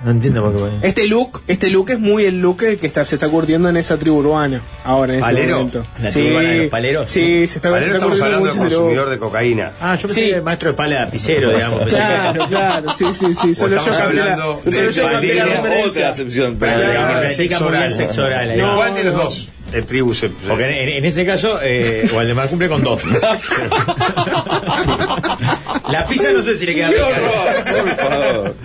No entiendo por qué. bueno.
Este look, este look es muy el look que está, se está curtiendo en esa tribu urbana ahora en este
¿Palero?
momento.
La tribu urbana de los paleros.
Sí, se está,
Valero,
se está
estamos
curtiendo
hablando de
mucho ese look.
consumidor de cocaína.
Ah, yo pensé
Sí.
que era el maestro de pala de [LAUGHS] lapicero, digamos. Pensé que-
Claro, claro, sí, sí,
[LAUGHS]
sí. Solo yo
estamos
cambié la,
hablando
solo
de
yo cambié la
Valdivia,
Otra
referencia.
acepción,
Pero
pero-
la política
sexo
mundial
oral.
sexo oral, ahí.
No, ¿Cuál de eh, los dos? El tribu se.
Porque en, en ese caso, eh, Waldemar cumple con dos. la pizza no sé si le queda
¡Qué
pizza.
horror! Por favor.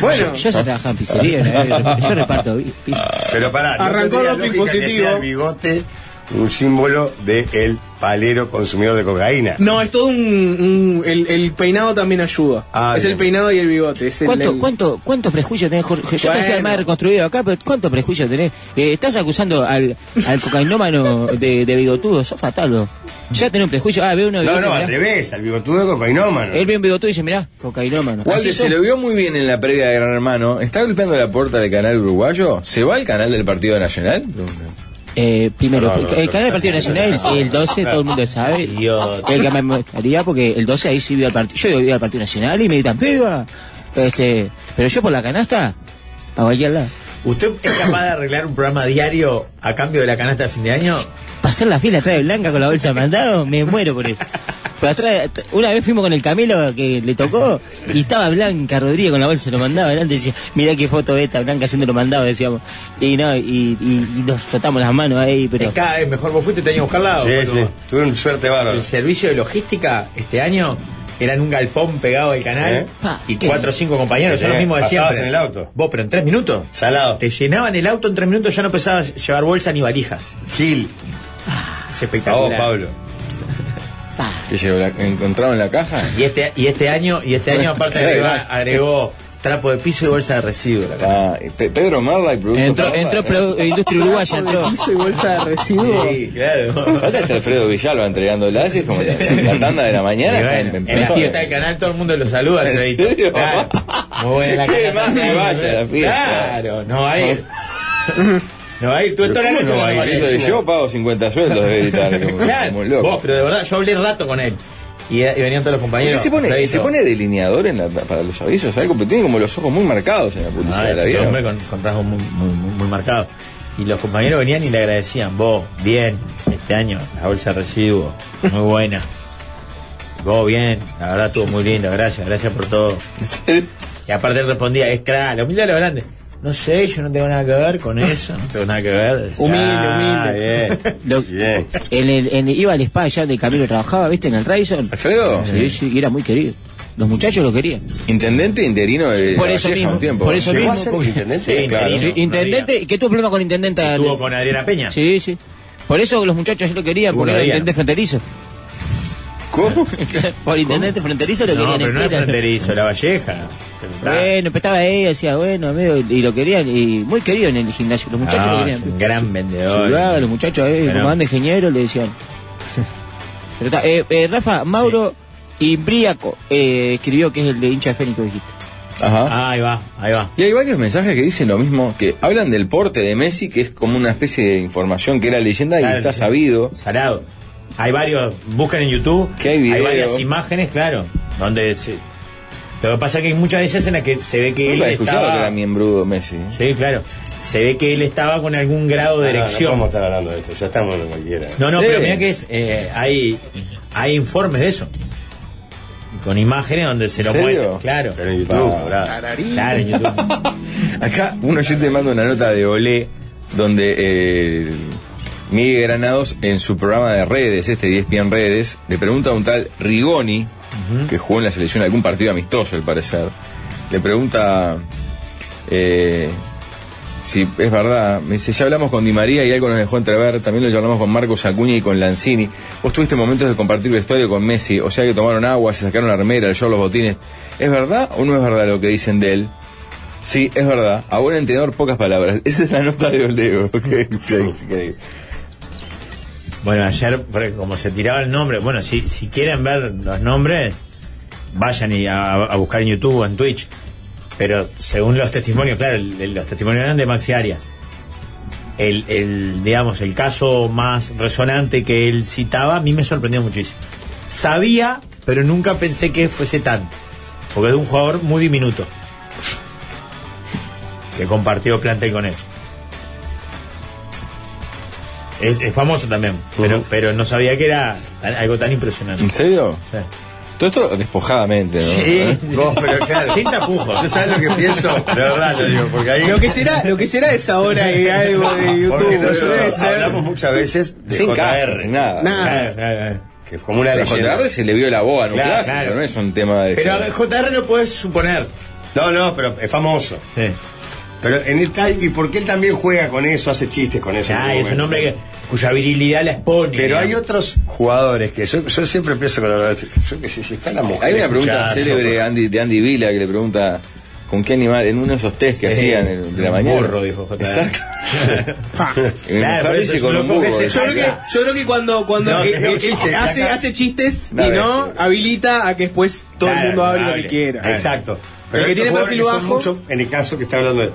Bueno. Yo, yo sé trabajar en pizzería, ¿no? yo reparto vi- pizza.
Pero pará, no
Arrancó
tendría
doping
lógica que
positivo.
sea el bigote un símbolo de el palero consumidor de cocaína.
No, es todo un. un- el, el peinado también ayuda.
Ah,
es
bien.
el peinado y el bigote. Es el-
¿Cuánto,
el-
cuánto, ¿Cuántos prejuicios tenés, Jorge? Yo
Bueno.
pensé además de reconstruido acá, pero ¿cuántos prejuicios tenés? Eh, estás acusando al, al cocainómano de, de bigotudo, sos fatal, vos. Ya tenés un prejuicio. Ah, ve uno
No,
bigotudo,
no, al
mirá.
revés, al bigotudo de cocainómano.
Él ve un bigotudo y dice, mirá, cocainómano.
Walde
Así sos.
se lo vio muy bien en la previa de Gran Hermano. ¿Está golpeando la puerta del canal uruguayo? ¿Se va al canal del Partido Nacional?
Eh, primero,
No, no, no,
el
no,
canal del
no,
Partido
no,
Nacional,
no, no,
el 12,
no,
todo el mundo sabe.
Idiota.
El que
[LAUGHS]
me gustaría, porque el 12 ahí sí vio al partido. Yo vivo al Partido Nacional y me gritan, ¡Viva! Este, pero yo por la canasta, a bailarla.
¿Usted es capaz de arreglar un programa diario a cambio de la canasta de fin de año?
Para hacer la fila atrás de Blanca con la bolsa de mandado, me muero por eso. Pero atrás, una vez fuimos con el Camilo que le tocó y estaba Blanca Rodríguez con la bolsa, lo mandaba adelante y decía, mirá qué foto de esta Blanca haciendo lo mandado, decíamos. Y no, y, y- y nos frotamos las manos ahí, pero
Es cada vez mejor. ¿Vos fuiste este año a buscarla? o
Sí,
fue
sí,
como-
tuve un suerte bárbaro.
El servicio de logística este año era en un galpón pegado al canal
Sí.
Pa,
y
¿qué?
cuatro o cinco compañeros.
Sí,
Yo lo mismo decía.
pasabas en el auto.
Vos, pero en tres minutos.
Salado.
Te llenaban el auto en tres minutos, ya no pensabas llevar bolsa ni valijas.
Gil,
Es
a vos,
espectacular.
Pablo.
pa,
¿Que llegó la- encontraron la caja?
Y este, y este año, y este
[LAUGHS]
año aparte
Qué
agregó,
gran-
agregó trapo de piso y bolsa de residuos. la cara.
Ah, Pe- Pedro Marla y Producto
entró, entró pro- industria
[LAUGHS]
uruguaya, entró.
Piso y eh. bolsa de residuos.
Sí, [LAUGHS] claro.
Falta este Alfredo Villalba entregando las es como la, la tanda de la mañana.
Y bueno,
en- en
en la
persona.
fiesta del canal todo el mundo lo saluda,
¿En
Alfredito.
serio?
Claro. Muy buena
[LAUGHS]
la
¿Qué
canasta
más me
de año,
vaya
¿no?
la fiesta?
Claro, no va a ir. No va a ir, tú
Pero
toda la
¿cómo
noche
no va a ir?
vas a ir.
Entonces Yo pago 50 sueldos de editar, como,
[LAUGHS] Claro,
como un loco.
vos, pero de verdad, yo hablé rato con él. Y, eh, y venían todos los
¿Por qué
compañeros.
se pone,
Alfredito.
se pone delineador en la- para los avisos? Algo, pero tiene como los ojos muy marcados en la publicidad.
Ah,
¿la
es un
vieron?
hombre con, con rasgos muy, muy, muy- muy marcados. Y los compañeros venían y le agradecían, vos, bien, este año, la bolsa de residuos, muy buena. Vos, bien, la verdad estuvo muy lindo, gracias, gracias por todo. Y aparte él respondía, es crack, la humildad de los grandes. No sé, yo no tengo nada que ver con eso, no tengo nada
[LAUGHS]
que ver. Ah,
Humilde,
humilde.
Lo-
Bien.
en el- en el- iba al spa allá donde Camilo trabajaba, ¿viste? En el Radisson.
Alfredo,
Sí, sí, y era muy querido. Los muchachos lo querían.
intendente interino de
Por eso
Valleja
mismo,
un tiempo.
por eso
Llegó
¿Llegó
mismo.
a ser intendente?
Sí,
claro.
Sí, intendente, que tuvo problemas con intendente.
Estuvo con Adriana Peña.
Sí, sí. Por eso los muchachos yo lo querían,
Estuvo
porque
con
era
Adriana.
intendente
[LAUGHS]
fronterizo.
a- ¿Cómo?
Por intendente fronterizo lo
No,
querían.
pero no es
espera.
fronterizo, la Valleja.
Bueno, pero estaba ahí, decía, bueno, amigo, y lo querían, y muy querido en el gimnasio. Los muchachos
Ah,
lo
es un
querían.
gran
Saludaba a
vendedor.
los muchachos, eh,
Pero-
como anda ingeniero, le
[LAUGHS]
decían. Pero está, eh, eh, Rafa, Mauro Imbriaco eh, escribió que es el de hincha de Fénix, dijiste.
Ajá.
Ah, ahí va, ahí va.
Y hay varios mensajes que dicen lo mismo, que hablan del porte de Messi, que es como una especie de información que era leyenda y
Claro,
está
sí.
sabido.
Salado. Hay varios, buscan en YouTube,
Que hay video.
varias imágenes, claro, donde se- Lo que pasa es que hay muchas veces en las que se ve que él
Nunca he escuchado
estaba...
que era miembrudo Messi.
Sí, claro. Se ve que él estaba con algún grado de
Ah, no,
erección.
No,
No,
podemos estar hablando de esto, ya estamos en cualquiera.
no,
Sí.
pero mira que es, eh, hay, hay informes de eso. Con imágenes donde se lo
¿En serio?
muestra. Claro.
Pero en YouTube, habrá.
[LAUGHS] Claro, en YouTube.
Acá un oyente manda una nota de Olé donde eh, Miguel Granados en su programa de redes, este 10 en redes, le pregunta a un tal Rigoni, que jugó en la selección algún partido amistoso al parecer, le pregunta eh, si es verdad, me dice, ya hablamos con Di María y algo nos dejó entrever, también lo hablamos con Marcos Acuña y con Lanzini. Vos tuviste momentos de compartir vestuario con Messi, o sea que tomaron agua, se sacaron la remera, le llevaron los botines. ¿Es verdad o no es verdad lo que dicen de él? Sí, es verdad. A buen entendedor, pocas palabras. [LAUGHS] Esa es la nota de Olego. [LAUGHS] que- que- que-
Bueno, ayer, porque como se tiraba el nombre, bueno, si, si quieren ver los nombres, vayan y a, a buscar en YouTube o en Twitch. Pero según los testimonios, claro, el- el- los testimonios eran de Maxi Arias. El, el, digamos, el caso más resonante que él citaba, a mí me sorprendió muchísimo. Sabía, pero nunca pensé que fuese tanto. Porque es de un jugador muy diminuto. Que compartió plantel con él. Es, es famoso también, pero, pero no sabía que era tan- algo tan impresionante.
¿En serio?
Sí.
Todo esto despojadamente, ¿no? ¿Eh?
Vos, pero [LAUGHS] claro.
Sin tapujos.
¿Tú sabes lo que pienso? De verdad lo digo, porque ahí.
Eh, Lo que será, lo que será es ahora que algo
[LAUGHS]
de
Porque
YouTube.
no,
boludo, debe
no,
ser.
hablamos muchas veces de
Sin
JR,
caer, nada.
Nada.
Claro, claro, claro.
que es como una
De
leyenda.
JR se le vio la boa en un
Claro,
clásico,
claro.
no es un tema de...
Pero a ver, JR lo puedes suponer.
No, no, pero es famoso.
Sí.
Pero en el tal- y porque él también juega con eso, hace chistes con eso. en
Ah,
algún
es un
momento.
hombre que, cuya virilidad la expone.
Pero hay
digamos.
otros jugadores que yo, yo siempre pienso cuando hablo de- yo que sé, si está la mujer.
Hay una pregunta
escuchá,
célebre
yo-
Andy- de Andy Vila que le pregunta con qué animal, en uno de esos test que
Sí.
hacían el- de la
Un
mañana.
burro, dijo JR. [LAUGHS]
Exacto. Y mi
Claro,
mujer
por
dice
eso es
con
un
un
loco que
burro.
se-
Yo creo que, yo creo que cuando, cuando
No,
eh,
es un
eh,
chiste,
hace,
acá.
hace chistes
Dale.
y no habilita a que después todo el
Claro,
mundo hable lo
hable.
que quiera.
Exacto.
Pero el que
estos
tiene perfil
jugadores que son
bajo-
mucho- en el caso que está hablando él,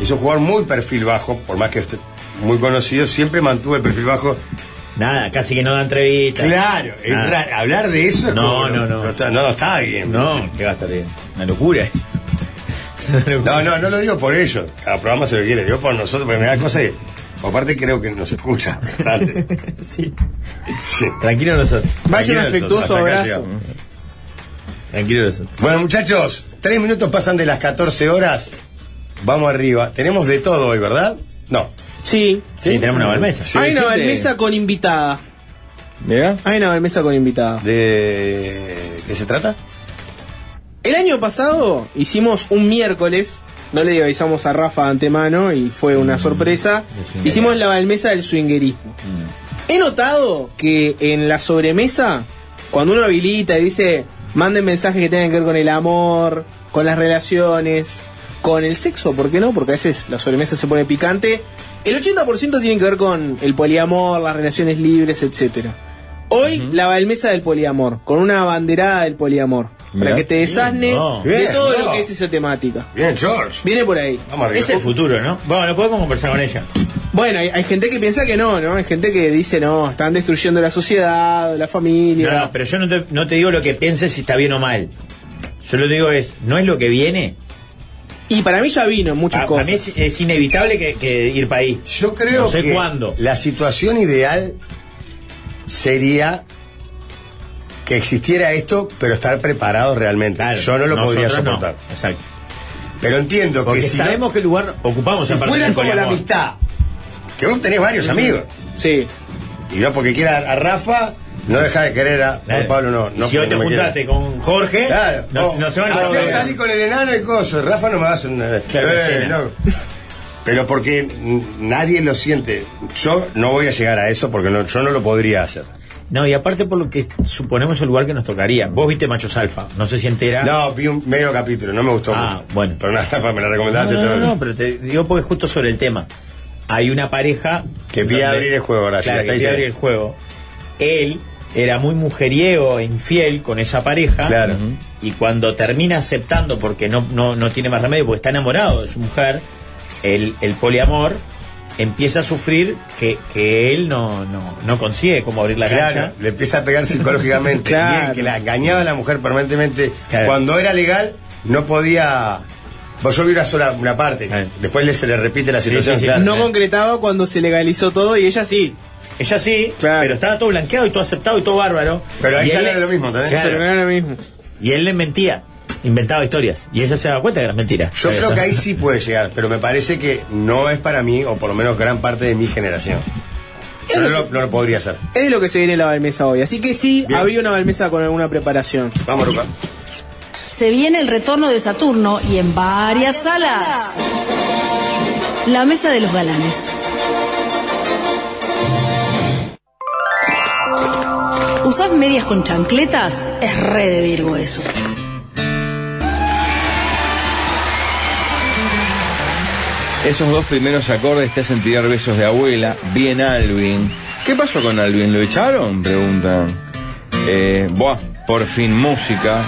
es un jugador muy perfil bajo, por más que esté muy conocido, siempre mantuvo el perfil bajo.
Nada, casi que no da entrevistas.
Claro, es
Ah.
raro. hablar de eso es
No,
como-
no, no.
está, no, está bien.
No, qué va a estar bien. Una locura. Es [LAUGHS] una locura.
No, no, no lo digo por ellos. Cada programa se lo quiere, digo por nosotros, porque me da cosa y aparte creo que nos [LAUGHS] escucha bastante.
Sí.
Sí.
Tranquilo nosotros.
Vaya un
Tranquilo, hasta
afectuoso
acá
abrazo.
llegamos.
Tranquilo nosotros.
Bueno, muchachos, tres minutos pasan de las 14 horas. Vamos arriba. Tenemos de todo hoy, ¿verdad? No.
Sí.
Sí, tenemos una balmesa.
Hay una
gente-
balmesa con invitada.
Mirá.
Hay una balmesa con invitada.
¿De qué se trata?
El año pasado hicimos un miércoles, no le avisamos a Rafa de antemano y fue
Mm,
una sorpresa.
swingerismo.
Hicimos la balmesa del swingerismo. He notado que en la sobremesa, cuando uno habilita y dice, manden mensajes que tengan que ver con el amor, con las relaciones, con el sexo, ¿por qué no? Porque a veces la sobremesa se pone picante. El 80% tiene que ver con el poliamor, las relaciones libres, etcétera. Hoy la balmesa del poliamor, con una banderada del poliamor.
Mirá.
Para que te desasne
no.
de
Bien,
todo
no.
lo que es esa temática.
Bien, George.
Viene por ahí.
Vamos arriba.
Es el futuro, ¿no? Bueno, podemos conversar con ella.
Bueno, hay, hay gente que piensa que no, ¿no? Hay gente que dice, no, están destruyendo la sociedad, la familia.
No, no, pero yo no te, no te digo lo que pienses si está bien o mal. Yo lo que digo es, ¿no es lo que viene?
Y para mí ya vino en muchas
A, a
cosas.
mí es, es inevitable que, que ir para ahí.
Yo creo
No sé
que
cuándo.
la situación ideal sería que existiera esto, pero estar preparados realmente.
Claro,
Yo no lo podría
nosotros no.
soportar.
Exacto.
Pero entiendo
Porque
que si no-
sabemos qué lugar ocupamos
si
aparte
fuera
del
como la
poliamor.
amistad, que vos tenés varios amigos,
Sí.
y yo porque quiera a Rafa, no deja de querer a Juan
Claro.
Pablo, no. no
si hoy
porque
te
no me
juntaste
quiere.
con Jorge,
Claro,
no,
vos,
no se van a
Eh, ayer
encontrar.
salí con el enano y coso, Rafa no me hace una. Eh,
Claro, escena.
Pero porque mm, nadie lo siente. Yo no voy a llegar a eso porque no- yo no lo podría hacer.
No, y aparte por lo que suponemos el lugar que nos tocaría. Vos viste Machos Alfa, no sé si entera.
No, vi un medio capítulo, no me gustó
Ah,
mucho.
bueno.
Pero nada, Rafa, me
no,
la
no,
recomendaste
no,
todo.
no, pero te digo porque justo sobre el tema. Hay una pareja
Que pide abrir el juego, ahora sí,
Claro,
la
que
está
pide abrir el
diciendo.
juego. Él era muy mujeriego e infiel con esa pareja.
Claro.
Y cuando termina aceptando, porque no, no, no tiene más remedio, porque está enamorado de su mujer, el, el poliamor empieza a sufrir que, que él no, no, no consigue como abrir la
Claro,
cancha. [LAUGHS]
le empieza a pegar psicológicamente.
Claro.
Y él que la engañaba a la mujer permanentemente
Claro.
cuando era legal, no podía. Vos yo vi una sola una parte, después le- se le repite la
Sí,
situación.
sí, sí.
claro. eh.
No concretaba cuando se legalizó todo y ella sí.
Ella sí, pero estaba todo blanqueado y todo aceptado y todo bárbaro.
Pero ahí
Y
ya
él le-
no era lo mismo también.
Claro.
Pero no
Y él le mentía, inventaba historias. Y ella se daba cuenta que eran mentiras.
Yo creo que ahí sí puede llegar, pero me parece que no es para mí, o por lo menos gran parte de mi generación. Yo no lo, no lo podría hacer.
Es de lo que se viene la balmesa hoy. Así que sí,
Bien.
había una balmesa con alguna preparación.
Vamos, Luca.
Se viene el retorno de Saturno y en varias salas. La mesa de los galanes. ¿Usás medias con chancletas? Es re de Virgo eso.
Esos dos primeros acordes te hacen tirar besos de abuela. Bien, Alvin. ¿Qué pasó con Alvin? ¿Lo echaron? Preguntan. Eh, buah, por fin música.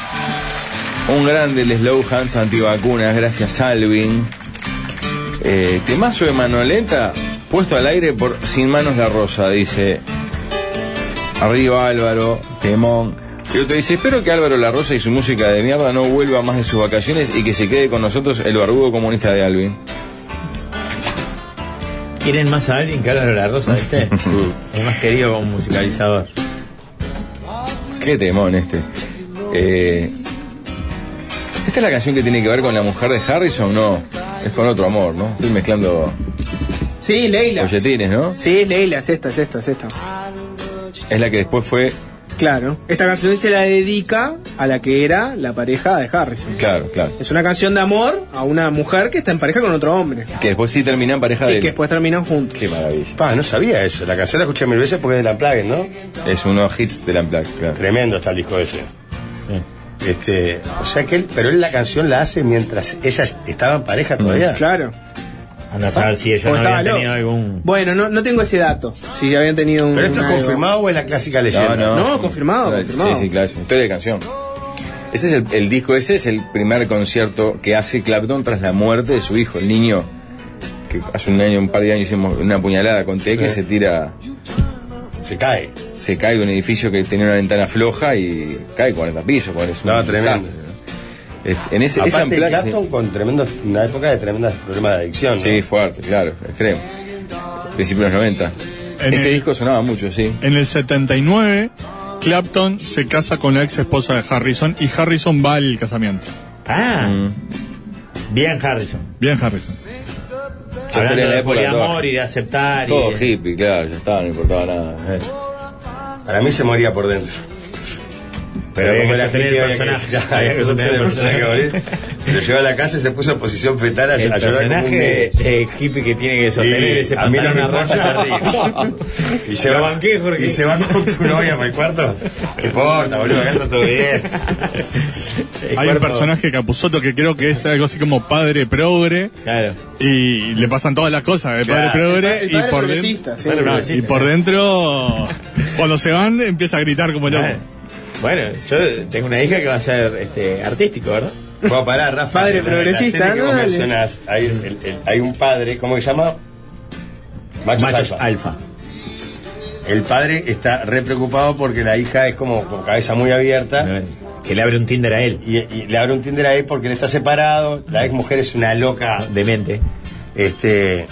Un grande el Slow Hans antivacunas. Gracias, Alvin. Eh, temazo de Manolenta puesto al aire por Sin Manos la Rosa, dice. Arriba Álvaro, temón. Y otro dice, espero que Álvaro La Rosa y su música de mierda no vuelva más de sus vacaciones y que se quede con nosotros el barbudo comunista de Alvin.
Quieren más a alguien que habla de la rosa,
[LAUGHS]
¿viste? es más querido como musicalizador.
Qué temón este. Eh, ¿Esta es la canción que tiene que ver con la mujer de Harrison? No, es con otro amor, ¿no? Estoy mezclando
Sí, Leila.
bolletines, ¿no?
Sí, es Leila, es esta, es esta, es esta.
Es la que después fue...
Claro. Esta canción se la dedica a la que era la pareja de Harrison.
Claro, claro.
Es una canción de amor a una mujer que está en pareja con otro hombre.
Que después sí terminan pareja
Y
de...
que después terminan juntos.
Qué maravilla.
Pa, no sabía eso. La canción la escuché mil veces porque es de la Plague, ¿no?
Es uno hits de la Unplugged, claro.
Tremendo está el disco ese. Este, o sea que él, pero él la canción la hace mientras ellas estaban pareja todavía.
Mm, Claro.
Anda a saber si ellos
O
Pues
no
estaba
habían
loco.
tenido algún.
Bueno, no, no tengo ese dato. Si ya habían tenido un.
Pero esto es
algo.
confirmado o es la clásica leyenda.
No, confirmado,
No,
confirmado.
Sí, sí, claro, es una historia de canción. Ese es el, el disco, ese es el primer concierto que hace Clapton tras la muerte de su hijo, el niño que hace un año, un par de años hicimos una puñalada con T que se tira,
Se cae.
se cae de un edificio que tenía una ventana floja y cae 40 pisos, cuál es un
No, tremendo.
desastre. Es- En ese, esa
Aparte,
Unplugged,
Clapton con tremendos, una época de tremendos problemas de adicción. ¿no?
sí, sí, fuerte, claro, extremo. Principio de los 90.
En
ese
el-
disco sonaba mucho, sí.
En el 79, Clapton se casa con la ex esposa de Harrison y Harrison va al casamiento.
Ah,
Mm.
bien Harrison.
Bien, Harrison.
Yo
Hablando
estaría en la
de
época de
poliamor
todo-
y de aceptar.
Todo
y
eh.
de-
hippie, claro, ya estaba, no importaba nada. eh.
Para mí se moría por dentro.
Pero había
como
que
era
sostener
hippie,
el
había que-
personaje.
ya, [LAUGHS] había que sostener el personaje. morir. Pero llegó a la casa y se puso en posición fetal a, a
El
llorar como un
personaje
nene.
eh, hippie que tiene que sostener
Sí,
ese
a mí no me
pantalón
importa
arrollado.
[LAUGHS]
[LAUGHS]
Y se,
Lo
va,
banqué, Jorge.
y se va con su novia por el cuarto. No importa, boludo, acá está todo bien.
El
Hay un
cuerpo-
personaje Capuzoto que creo que es algo así como padre progre
Claro.
y le pasan todas las cosas de
Claro,
padre
El
progre
padre- el
y
padre
por dentro.
progresista, sí.
Bueno, pero-
Y por dentro, cuando se van, empieza a gritar como loco.
Ah, Bueno, yo tengo una hija que va a ser este, artístico, ¿verdad?
Bueno, pará, Rafa.
Padre
de la-
progresista,
la serie que vos
dale.
mencionás, hay, el- el- hay un padre, ¿cómo se llama? Machos
Machos
Alfa.
alfa.
El padre está re preocupado porque la hija es como con cabeza muy abierta.
Que le abre un Tinder a él.
Y, y le abre un Tinder a él porque él está separado. La ex mujer es una loca.
Demente.
Este.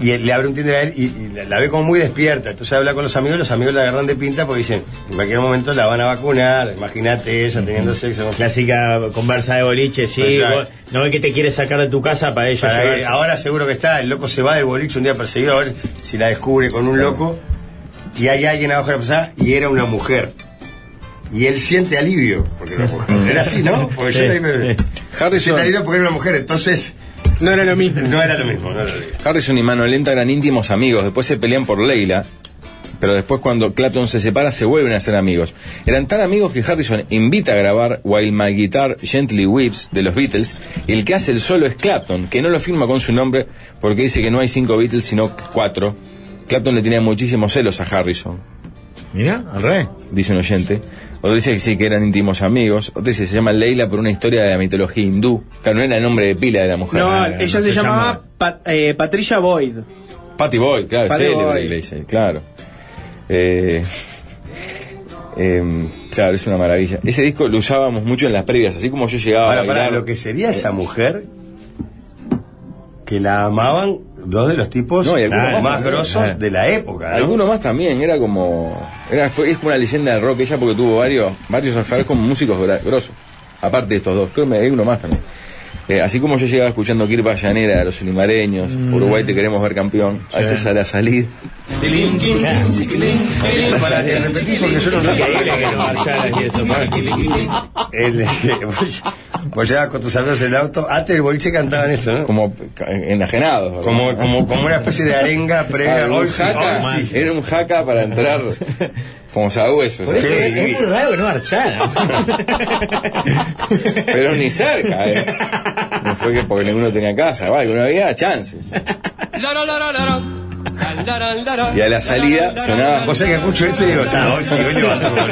Y él- le abre un Tinder a él y, y la, la ve como muy despierta. Entonces habla con los amigos, los amigos la agarran de pinta porque dicen, en cualquier momento la van a vacunar. Imagínate ella teniendo sexo. con-
Clásica conversa de boliche, sí.
Exacto.
vos- no ve que te quiere sacar de tu casa para ellos
Para
llevarse.
que- ahora seguro que está, el loco se va del boliche un día perseguido a ver si la descubre con un loco y hay alguien abajo de la pasada y era una mujer. Y él siente alivio,
[LAUGHS]
porque era una mujer. Era así, ¿no? Porque yo
Sí.
también me-
Harrison.
siente alivio porque era una mujer, entonces
No era lo mismo.
no era lo mismo. no era lo mismo.
Harrison y Manolenta eran íntimos amigos, después se pelean por Leila, pero después cuando Clapton se separa se vuelven a ser amigos. Eran tan amigos que Harrison invita a grabar While My Guitar Gently Weeps de los Beatles, y el que hace el solo es Clapton, que no lo firma con su nombre porque dice que no hay cinco Beatles sino cuatro. Clapton le tenía muchísimos celos a Harrison,
Mirá, al revés.
dice un oyente. Otro dice que sí, que eran íntimos amigos. Otro dice que se llama Leila por una historia de la mitología hindú. Claro, no era el nombre de pila de la mujer.
No,
Ah,
ella
no
se,
se
llamaba
llama.
Pat- eh, Patricia Boyd.
Patty Boyd, claro,
Patty
célebre
Boyd.
Iglesias, claro. Eh, Eh, claro, es una maravilla. Ese disco lo usábamos mucho en las previas, así como yo llegaba
Ahora,
a
pará,
bailar.
lo que sería esa mujer que la amaban dos de los tipos
No, y algunos
más,
más,
grosos
eh.
de la época. ¿no?
Algunos más también, era como. Era, fue, es como una leyenda del rock ella porque tuvo varios, varios alfares como músicos gra- grosos. Aparte de estos dos, creo que hay uno más también. Eh, así como yo llegaba escuchando Kirpa Llanera, los limareños,
Mm.
Uruguay te queremos ver campeón, a veces a la salida.
Para de repetir, porque yo no sé.
Increíble que no marcharas y eso,
[LAUGHS] El, eh, vos- vos llevabas con tus amigos en el auto, antes del boliche cantaban esto, ¿no?
Como enajenados.
Como, como, como una especie de arenga previa.
Ah, un
hoy sí,
jaca,
hoy sí.
Era un jaca para entrar como sabueso.
Por eso es, es muy raro que no marchara.
Pero ni cerca, eh. No fue que porque ninguno tenía casa, va, que no había chance. Y a la salida sonaba.
Vos sabés que escucho esto y digo, "Ah, hoy sí, hoy le va a tocar".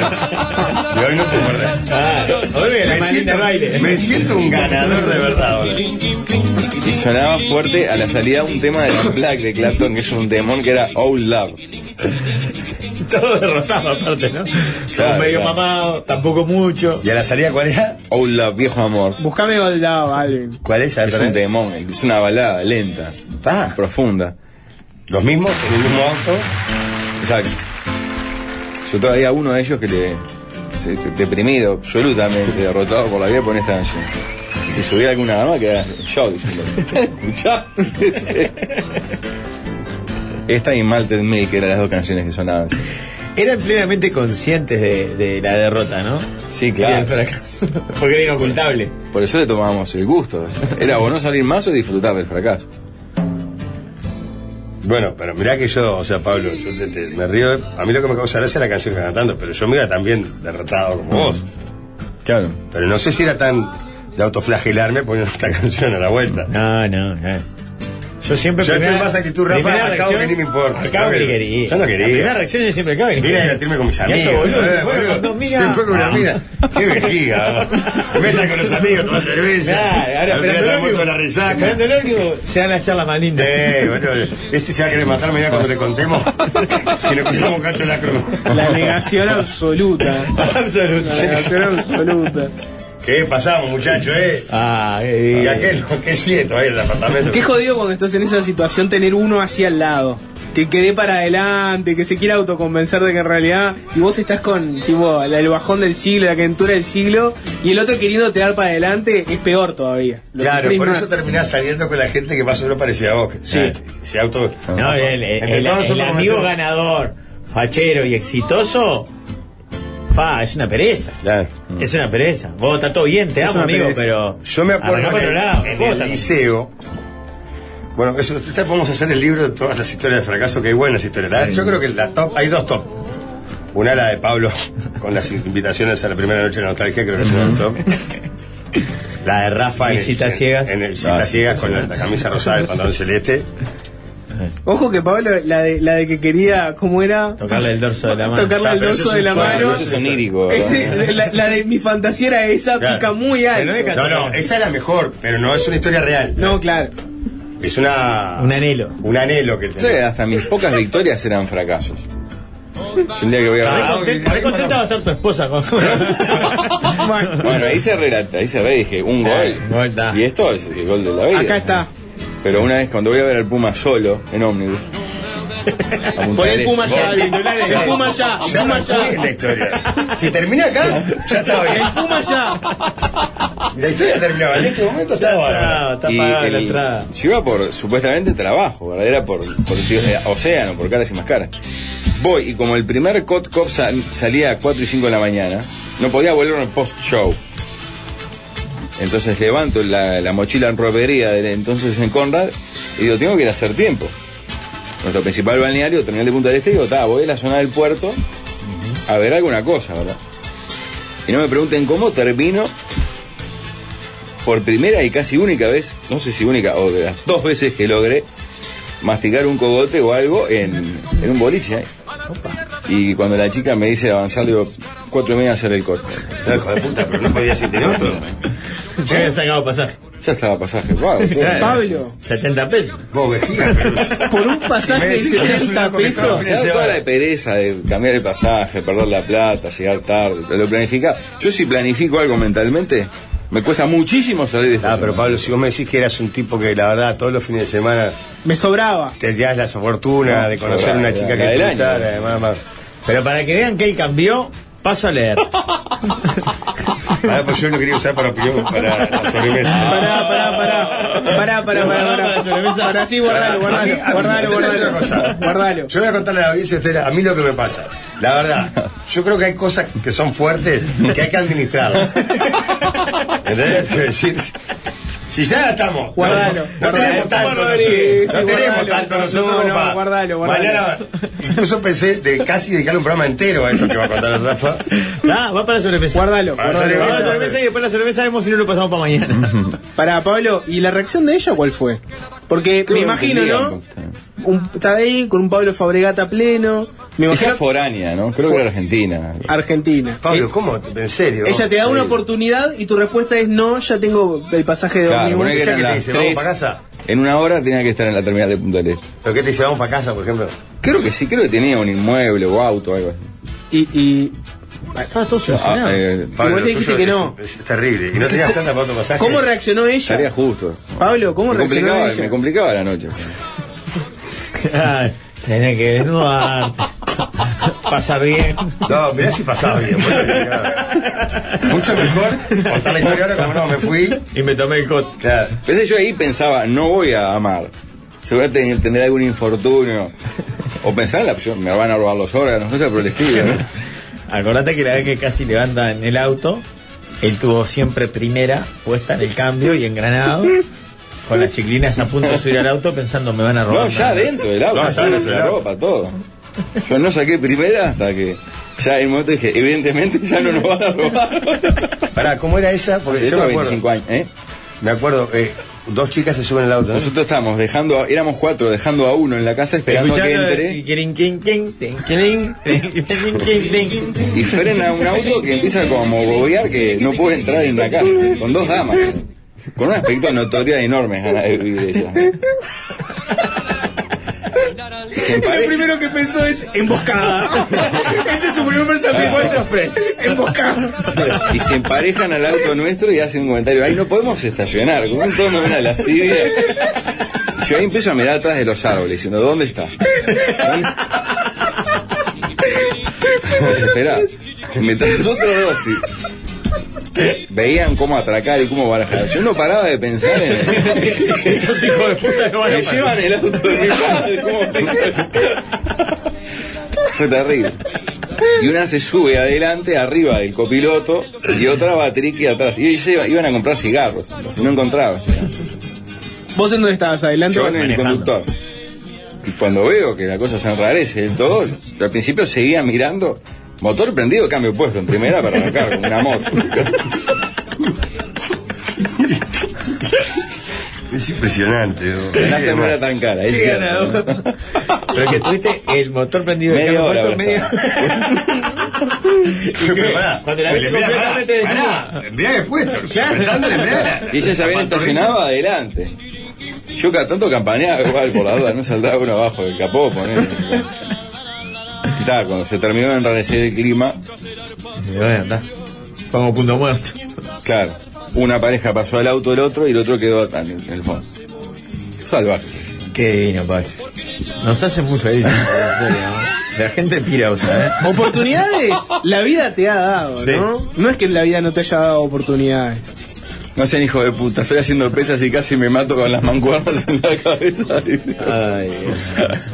Y hoy no puedo perder. me, siento, me siento un ganador de verdad ahora.
Y sonaba fuerte a la salida un tema de la Black de Clapton, que es un demon que era Old Love.
Todo derrotado aparte, ¿no? Somos medio
claro.
mamado, tampoco mucho.
¿Y a la salida cuál era?
Old Love, viejo amor.
Buscame Goldado, Alvin.
¿Cuál es?
Es un demon, es una balada lenta, profunda.
¿Los mismos? ¿En el mismo auto?
Exacto. Yo todavía uno de ellos que le. se- deprimido, absolutamente derrotado por la vida por esta canción. Y si subiera alguna dama queda en shock. ¿Escuchá? [LAUGHS] Esta y Malted Milk que eran las dos canciones que sonaban.
Eran plenamente conscientes de, de la derrota, ¿no?
Sí,
Y
claro.
el fracaso. [LAUGHS] Porque era inocultable.
Por eso le tomábamos el gusto. Era o no salir más o disfrutar del fracaso.
Bueno, pero mirá que yo, o sea, Pablo, yo te- te- me río. A mí lo que me causa gracia es la canción que cantando, pero yo me iba también derrotado como vos.
Claro.
Pero no sé si era tan de autoflagelarme poniendo esta [LAUGHS] canción a la vuelta.
No, no, no. Yo siempre
Yo
primera-
estoy más actitud, Rafa,
primera
al cabo
reacción-
que ni me importa.
al cabo
Yo
que
no-
quería.
yo no
La
quería.
primera reacción es siempre al cabo que
Ir a divertirme con mis
Y
amigos.
esto, boludo,
eh,
fue
boludo.
con dos
Se
minas.
fue con una
Ah.
mina. Qué vejiga. [LAUGHS] Meta con los amigos, toma cerveza.
Claro, ahora,
Al
pero
día
el
de la
ómnibus-
muerte de la resaca.
pero en el ómnibus se dan las charlas más lindas.
Eh, bueno, este se va a querer matar mañana cuando le contemos que le pusimos un cacho en la cruz.
La negación absoluta. La negación absoluta.
¿Qué pasamos, muchachos, eh?
Ah, eh.
Y aquel, qué siento ahí en el apartamento.
Qué jodido cuando estás en esa situación tener uno así al lado. Que quede para adelante, que se quiera autoconvencer de que en realidad. Y vos estás con, tipo, la- el bajón del siglo, la calentura del siglo. Y el otro queriendo te dar para adelante es peor todavía. Lo
Claro,
sufrís
por
más.
eso terminás saliendo con la gente que más o menos parecía a vos. Sí. Se auto.
No, el, el-
Entre
el-
todos
el
nosotros
amigo
conocemos-
ganador, fachero y exitoso, fa, es una pereza. Es una pereza. Vos está todo bien, te
Es
amo,
una
amigo,
pereza.
pero.
Yo me acuerdo
arrancá
que
para otro lado.
en
Vos
el
está-
liceo. Bueno, eso, ahorita podemos hacer el libro de todas las historias de fracaso, que hay buenas historias. La- Yo creo que la top, hay dos top. Una la de Pablo, [LAUGHS] con las invitaciones a la primera noche de la nostalgia, creo que es una top. La de Rafa en
Mis
el-
citas
en-
ciegas.
En el citas
Ah,
ciegas
sí,
con la,
sí.
la camisa rosada, el
[LAUGHS]
pantalón celeste.
Ojo que Pablo, la de, la de que quería, ¿cómo era?
Tocarle el dorso de la mano.
Tocarle el dorso de la mano.
Eso es onírico.
eh,
¿verdad?
Ese- la, la de mi fantasía era esa,
Claro.
pica muy alto.
No, no, esa es la mejor, pero no es una historia real.
No, claro.
Es una.
Un anhelo.
Un anhelo que
Sí, hasta mis pocas victorias eran fracasos. Yo el día que voy a
Ah,
Ah,
Re contenta, re contenta va a estar tu esposa
[LAUGHS]
con.
Bueno, ahí se relata, ahí se ve, dije, un gol. Y esto es el gol de la vida.
Acá está.
Pero una vez cuando voy a ver al Puma solo, en
[LAUGHS]
ómnibus.
Pon el Puma allá, el titular es, el Puma allá, el Puma allá.
Es la historia. Si termina acá, ya está
[LAUGHS]
bien.
El Puma allá.
La historia terminaba. En este momento está bárbara.
está pagada la entrada.
Yo iba por, supuestamente, trabajo, ¿verdad? Era por, por eh, océano, por caras y más caras. Voy, y como el primer Cot Cop sal- salía a 4 y 5 de la mañana, no podía volver al post-show. Entonces levanto la, la mochila en ropería del entonces en Conrad y digo, tengo que ir a hacer tiempo. Nuestro principal balneario, terminal de Punta del Este, digo, "Ta, voy a la zona del puerto a ver alguna cosa, ¿verdad? Y no me pregunten cómo termino por primera y casi única vez, no sé si única o de las [LAUGHS] dos veces que logré masticar un cogote o algo en, en un boliche. ¿eh? Y cuando la chica me dice avanzar, digo, cuatro y media hacer el corte.
hijo de puta, pero no podía decirte otro.
Ya había sacado pasaje.
Ya estaba pasaje.
[LAUGHS]
Wow,
Claro. Pablo. 70 pesos.
Vos, vejiga,
Por un pasaje de 70 pesos.
¿Sabes toda la pereza de cambiar el pasaje, perder la plata, llegar tarde? Lo planificás. Yo si planifico algo mentalmente, me cuesta muchísimo salir de esta
Ah, pero Pablo, si vos me decís que eras un tipo que la verdad todos los fines de semana
me sobraba.
Tendrías la fortuna
No,
de conocer
sobraba,
una
la-
chica
la
que
del
te
año.
gustara, además. más.
Pero para que vean que él cambió, paso a leer.
Ahora, pues yo lo quería usar para opinión, para [LAUGHS] la sobremesa.
Pará, pará, pará. Pará, pará, pará, pará. Ahora sí, guardalo, guardalo, guardalo,
Yo te voy a decir una cosa.
guardalo. [LAUGHS] Guardalo.
Yo voy a contarle a la audiencia a ustedes a mí lo que me pasa. La
[LAUGHS]
verdad, yo creo que hay cosas que son fuertes que hay que
[LAUGHS]
administrar. ¿Entendés? Es decir, si ya estamos.
Guardalo,
No,
guardalo.
tenemos tanto.
Sí, sí,
nosotros, no tenemos
guardalo,
tanto nosotros.
no, no,
pa-
guardalo, guardalo.
Mañana, incluso pensé de casi dedicarle un programa entero a esto que va a contar Rafa.
Ah, va para la sobremesa.
Guardalo,
Va para
guardalo.
la sobremesa y después la sobremesa vemos si no lo pasamos para mañana.
Pará, Pablo, ¿y la reacción de ella cuál fue? Porque me imagino, ¿no? Un, está ahí con un Pablo Fabregata pleno. Me
Ella
imagino
es foránea, ¿no? Creo que era argentina.
Argentina. Eh,
Pablo, ¿cómo? ¿En serio?
Ella te da una
Sí.
oportunidad y tu respuesta es no, ya tengo el pasaje de
Claro,
ómnibus.
poné que
¿Qué
eran
te
las
dice? ¿Vamos
tres.
para casa?
En una hora tenía que estar en la terminal de Punta del Este.
¿Pero qué te dice? ¿Vamos para casa, por ejemplo?
Creo que sí, creo que tenía un inmueble o auto o algo así.
Y, y
Estaba todo
Ah, eh,
Pablo,
Igual
lo
dijiste
tuyo
que
es-
no.
Es, terrible. Y no tenías tanta para otro pasaje.
¿Cómo reaccionó
Estaría
ella?
justo.
Pablo, ¿cómo
Me
reaccionó
complicaba, me
ella?
complicaba la noche.
Ay, Tenés que desnudar. Pasa bien.
No, mirá si pasaba bien. boludo. [LAUGHS] Mucho mejor contar la historia ahora como no, me fui.
Y me tomé el cot.
Claro.
Pensé yo ahí pensaba, no voy a amar. Seguramente tendré algún infortunio. O pensar en la opción, me van a robar los órganos, cosas por el estilo. ¿no?
Acordate que la vez que casi levanta en el auto, él tuvo siempre primera puesta en el cambio y engranado. Con las chiclinas a punto de subir al auto pensando me van a robar.
No, ya
nada".
dentro del auto,
No,
ya
estaba
dentro
dentro
de la
del auto.
ropa, todo. Yo no saqué primera hasta que ya en un momento dije, evidentemente ya no nos van a robar.
Pará, ¿cómo era esa? Porque
Hace
yo me acuerdo.
25 años, ¿eh?
Me acuerdo, eh, dos chicas se suben al auto. ¿no?
Nosotros estábamos dejando, a- éramos cuatro, dejando a uno en la casa esperando que
Escuchando
entre.
el quirin, quin, quin, tin, quirin, tin, quirin, quin, tin.
y frena un auto que empieza como a bobear que no puede entrar en una casa, con dos damas, con un aspecto notorio enorme a la de de ella. Y se
Lo
empare-
primero que pensó es emboscada. Ese es su primer pensamiento. [LAUGHS] Emboscada.
Y se emparejan al auto nuestro y hacen un comentario, ay, no podemos estacionar, con un tono de una lascivia. Y Yo ahí empiezo a mirar atrás de los árboles, diciendo, ¿dónde está? ¿Dónde-?" Desesperada. Mientras nosotros dos sí, veían cómo atracar y cómo barajar. Yo no paraba de pensar en
Estos hijos de puta no van a
Me
parar.
llevan el auto de mi padre, ¿cómo tengo? Fue terrible. Y una se sube adelante, arriba del copiloto, y otra va triqui atrás. Y ellos iba- iban a comprar cigarros, y no encontraban.
¿Vos en dónde estabas? Adelante.
Yo en el
manejando.
conductor. Y cuando veo que la cosa se enrarece del todo, yo al principio seguía mirando, motor prendido, cambio puesto, en primera para arrancar con una moto. [LAUGHS]
Es impresionante. boludo.
La casa no era tan cara, es
Qué
cierto.
ganador. Pero que tuviste el motor prendido
Media
el cambio
hora,
puesto,
verdad.
medio- ¿Y qué?
[LAUGHS] Pero pará,
Cuando la
pero
viste
mirá,
completamente
pará,
desnuda.
pará, mirá que puesto.
Claro.
apretándole, mirá la-
Y ella se había
la
estacionado adelante. Yo cada tanto campaneaba igual por la duda, no saltaba uno abajo del capó, poner. Y ta, cuando se terminó de enrarecer el clima,
Y bueno, está. Pongo punto muerto.
claro, una pareja pasó al auto del otro y el otro quedó atrás, en el fondo. Salvaje.
Qué divino, Pablo. Nos hace muy felices. en serio, ¿no? La gente pira, o sea, ¿eh?
Oportunidades, la vida te ha dado, ¿no? No es que la vida no te haya dado oportunidades.
No sean hijo de puta, estoy haciendo pesas y casi me mato con las mancuernas en la cabeza.
[LAUGHS]
Ay, Dios.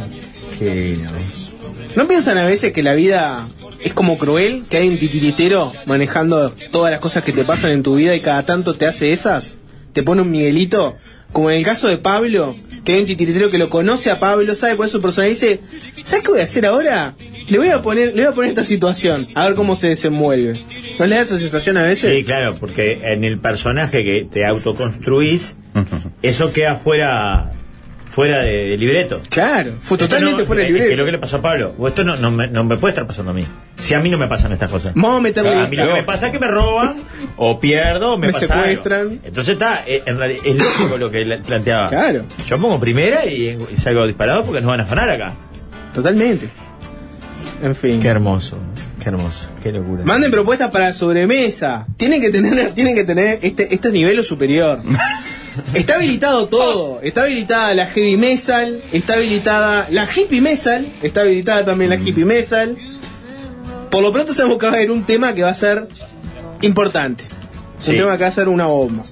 Qué divino. ¿eh?
¿No piensan a veces que la vida es como cruel? Que hay un titiritero manejando todas las cosas que te pasan en tu vida y cada tanto te hace esas? ¿Te pone un Miguelito? Como en el caso de Pablo, que hay un titiritero que lo conoce a Pablo, sabe cuál es su personalidad y dice, ¿sabes qué voy a hacer ahora? Le voy a poner, le voy a poner esta situación, a ver cómo se desenvuelve. ¿No le da esa sensación a veces?
Sí, claro, porque en el personaje que te autoconstruís, eso queda fuera fuera de libreto.
Claro, fue
Esto
totalmente fuera de
es que
libreto.
lo que le pasó a Pablo, o esto no, no me, no me puede estar pasando a mí. Si a mí no me pasan estas cosas.
Vamos a meterle
A mí lo que Ah, me pasa es que me roban, [LAUGHS] o pierdo, o me,
Me
pasa algo.
secuestran.
Entonces está, eh, en realidad, es lógico lo que la- planteaba.
Claro.
Yo pongo primera y, y salgo disparado porque nos van a afanar acá.
Totalmente. En fin.
Qué hermoso, qué hermoso, qué locura.
Manden propuestas para sobremesa. Tienen que tener, [LAUGHS] tienen que tener este, este nivel
[LAUGHS]
o superior. Está habilitado todo. Está habilitada la heavy metal, está habilitada la hippie metal, está habilitada también la hippie metal. Por lo pronto sabemos que va a haber un tema que va a ser importante.
Sí.
Un tema que va a ser una bomba.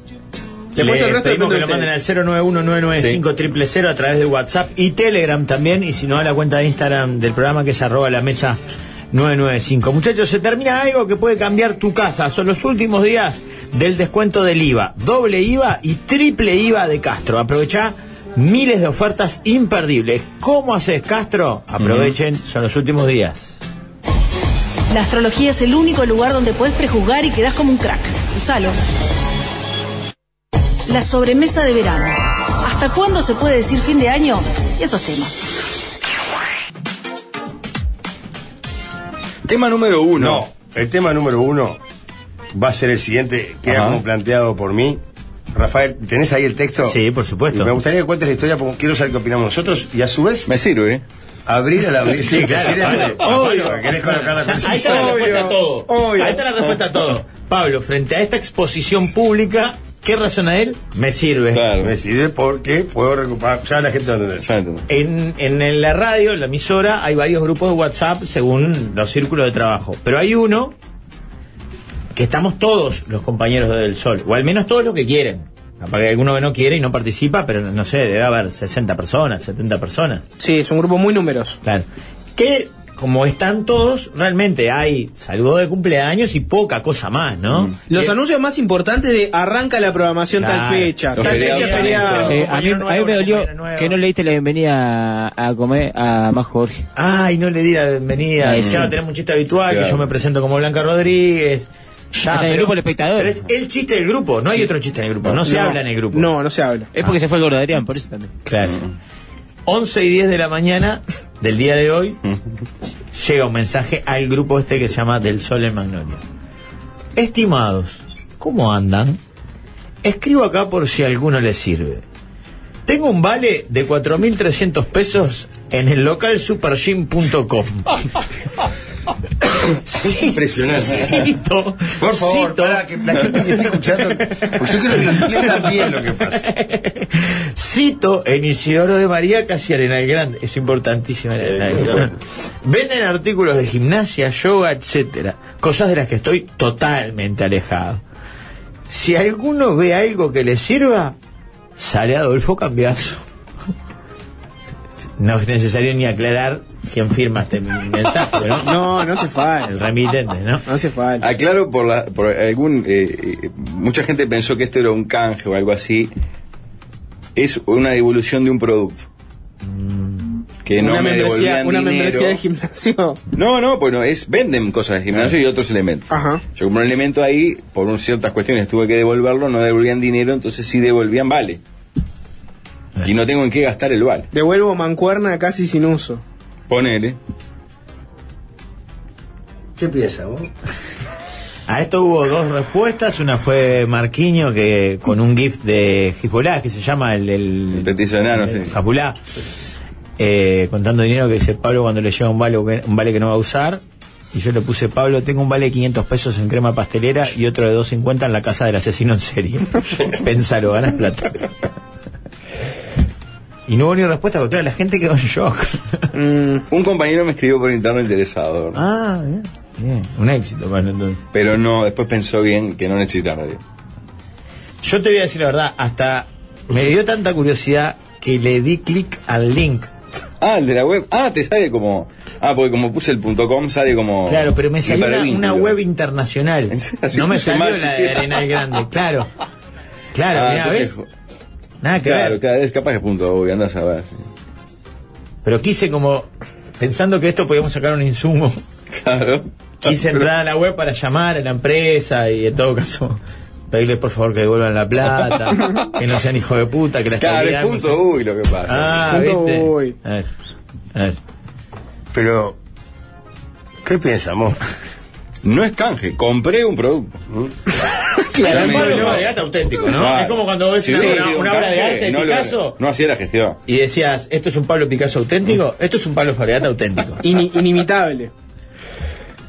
Después
Le
el resto
pedimos que
depende
lo
de
manden al 091995000 a través de WhatsApp y Telegram también, y si no a la cuenta de Instagram del programa que es arroba la mesa 995. Muchachos, se termina algo que puede cambiar tu casa. Son los últimos días del descuento del IVA, doble IVA y triple IVA de Castro. Aprovecha miles de ofertas imperdibles. ¿Cómo haces, Castro? Aprovechen, son los últimos días.
La astrología es el único lugar donde puedes prejuzgar y quedás como un crack. Usalo. La sobremesa de verano. ¿Hasta cuándo se puede decir fin de año? Y esos temas.
Tema número uno. No, el tema número uno va a ser el siguiente, que
Ajá.
era como planteado por mí. Rafael, ¿tenés ahí el texto?
Sí, por supuesto.
Y me gustaría que cuentes la historia porque quiero saber qué opinamos nosotros y a su vez. Me sirve. Abrir a la
Sí,
[LAUGHS]
claro, Pablo, Pablo.
Obvio, querés colocar la
Ya,
cosa.
Ahí está la respuesta a todo.
obvio.
Ahí está la respuesta a todo. Pablo, frente a esta exposición pública, ¿qué razona él? Me sirve.
Me sirve porque puedo recuperar. Ya la gente va a entender.
En, en la radio, en la emisora, hay varios grupos de WhatsApp según los círculos de trabajo. Pero hay uno que estamos todos los compañeros del Sol, o al menos todos los que quieren. Capaz que hay alguno que no quiere y no participa, pero no sé, debe haber 60 personas, 70 personas.
Sí, es un grupo muy numeroso.
Claro. Que, como están todos, realmente hay saludo de cumpleaños y poca cosa más, ¿no?
Los
Que-
anuncios más importantes de arranca la programación tal
Claro.
fecha,
Los
tal
feriados Ah,
fecha
también,
feriado.
Sí, a, mí, a mí me dolió que no le diste la bienvenida a, a comer a Majo Jorge.
Ay, no le di la bienvenida.
Ay,
ya
sí.
no tenemos un chiste habitual,
Claro.
que yo me presento como Blanca Rodríguez. Ya,
Hasta en el
pero-
grupo del espectador.
pero es el chiste del grupo, no hay otro chiste en el grupo, no, se habla en el grupo.
No, no se habla.
Es
Ah.
porque se fue el gordo Adrián, por eso también.
Claro. 11 Mm. y 10 de la mañana del día de hoy llega un mensaje al grupo este que se llama Del Sol en Magnolia. Estimados, ¿cómo andan? Escribo acá por si a alguno les sirve. Tengo un vale de 4.300 pesos en el local supergym.com.
Es [LAUGHS] impresionante.
[LAUGHS] Cito,
Por favor,
cito.
para que la gente que esté escuchando. Porque [LAUGHS] yo quiero que entiendan bien lo que pasa.
Cito en Isidoro de María casi Arenal Grande. Es importantísimo Arenal
Eh,
Grande. Venden artículos de gimnasia, yoga, etcétera. Cosas de las que estoy totalmente alejado. Si alguno ve algo que le sirva, sale Adolfo Cambiazo. No es necesario ni aclarar quién firma este mensaje, ¿no?
No, no hace falta.
El remitente, ¿no?
No hace falta.
Aclaro por, la, por algún. eh, eh, mucha gente pensó que esto era un canje o algo así. Es una devolución de un producto. Que no
una
me
membresía,
devolvían
una membresía
dinero.
de gimnasio.
No, no, bueno, es venden cosas de gimnasio y otros elementos.
Ajá.
Yo compré un elemento ahí, por un- ciertas cuestiones tuve que devolverlo, no devolvían dinero, entonces sí devolvían vale. Y no tengo en qué gastar el vale.
Devuelvo mancuerna casi sin uso.
Ponele.
¿Qué piensas vos?
A esto hubo dos respuestas. Una fue Marquiño, que con un GIF de Gipolá, que se llama el. El,
peticionario,
el-
sí.
el Japulá. Eh, contando dinero que dice Pablo cuando le lleva un vale, que- un vale que no va a usar. Y yo le puse, Pablo, tengo un vale de 500 pesos en crema pastelera y otro de 250 en la casa del asesino en [LAUGHS] serie. Pensalo, ganas plata. Y no hubo ni respuesta, porque claro, la gente quedó en shock.
Un compañero me escribió por interno interesado. ¿no?
ah, bien. bien. Un éxito, bueno, entonces.
Pero no, después pensó bien que no necesita radio.
Yo te voy a decir la verdad, hasta me dio tanta curiosidad que le di clic al link.
Ah, el de la web. Ah, te sale como. Ah, porque como puse el punto .com sale como.
Claro, pero me salió una,
hipervínculo.
una web internacional.
[LAUGHS] Así
No me
que se
salió
mal
la de
sistema. [LAUGHS]
Arenal Grande, claro. Claro,
Ah,
mirá,
entonces-
¿ves? Nada que
Claro,
ver.
claro, es capaz que es punto .uy, andás a
[LAUGHS]
ver.
Pero quise como, pensando que esto podíamos sacar
[LAUGHS]
un insumo,
Claro.
quise entrar a la web para llamar a la empresa y en todo caso [LAUGHS] pedirle por favor que devuelvan la plata, que no sean hijos de puta, que la
Claro, es
estabilidad-
punto uy lo que pasa.
Ah,
Punto
¿viste?
uy.
A ver, a ver.
Pero, ¿qué pensamos?
No es canje, compré un producto.
Claro,
Claramente.
es un valor agregado auténtico, ¿no?
Claro.
Es como cuando ves
Si
una-
hubiera sido
una
un
obra de
canje,
arte este de
no lo-
Picasso.
No hacía la gestión.
Y decías, ¿esto es un Pablo Picasso auténtico? Esto es un Pablo Fabregat auténtico.
Ini- inimitable.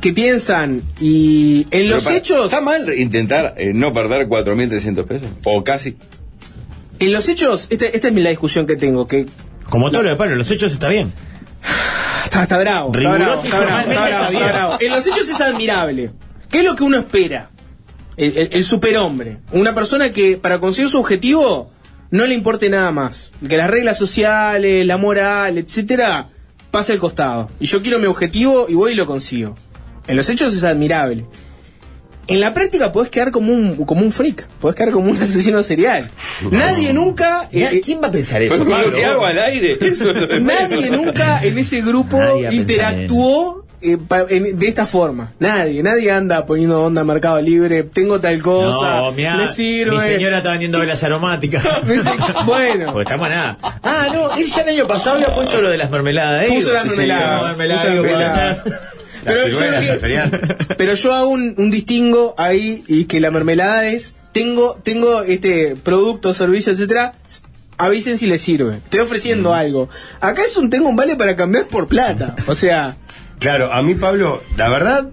¿Qué piensan? Y en
Pero
los
para-
hechos.
¿Está mal intentar eh, no perder 4.300 pesos? O casi.
En los hechos, esta, esta es la discusión que tengo, que
Como todo lo de Pablo, los hechos está bien.
está, está bravo. Está
Riguroso
bravo,
y
está bravo, está
formalmente
bravo,
está
está
bien.
bravo. En los hechos es admirable. ¿Qué es lo que uno espera? El, el- el superhombre. Una persona que para conseguir su objetivo no le importe nada más. Que las reglas sociales, la moral, etcétera, pase al costado. Y yo quiero mi objetivo y voy y lo consigo. En los hechos es admirable. En la práctica podés quedar como un, como un freak, podés quedar como un asesino serial. Nadie nunca. eh,
Mirá, ¿Quién va a pensar eso?
Pero con lo
Pablo?
que hago al
aire.
[LAUGHS]
Nadie nunca en ese grupo
Nadie va a pensar
interactuó eh, pa- en- de esta forma. Nadie, nadie anda poniendo onda Mercado Libre, tengo tal cosa,
No, mirá,
me sirve.
mi señora está vendiendo velas aromáticas. [LAUGHS]
bueno.
Porque estamos a nada. Ah, no, él ya el año pasado había puesto lo de las mermeladas. ¿eh?
Puso las
Sí, sí,
mermeladas,
la mermelada,
puso las
digo,
mermeladas. [LAUGHS] Pero yo
ciruelas,
creo
el ferial.
Pero yo hago un, un distingo ahí y que la mermelada es tengo tengo este producto, servicio, etcétera. s- Avisen si les sirve. Estoy
Mm.
ofreciendo algo. Acá es un tengo un vale para cambiar por plata. O sea,
Claro, a mí, Pablo, la verdad,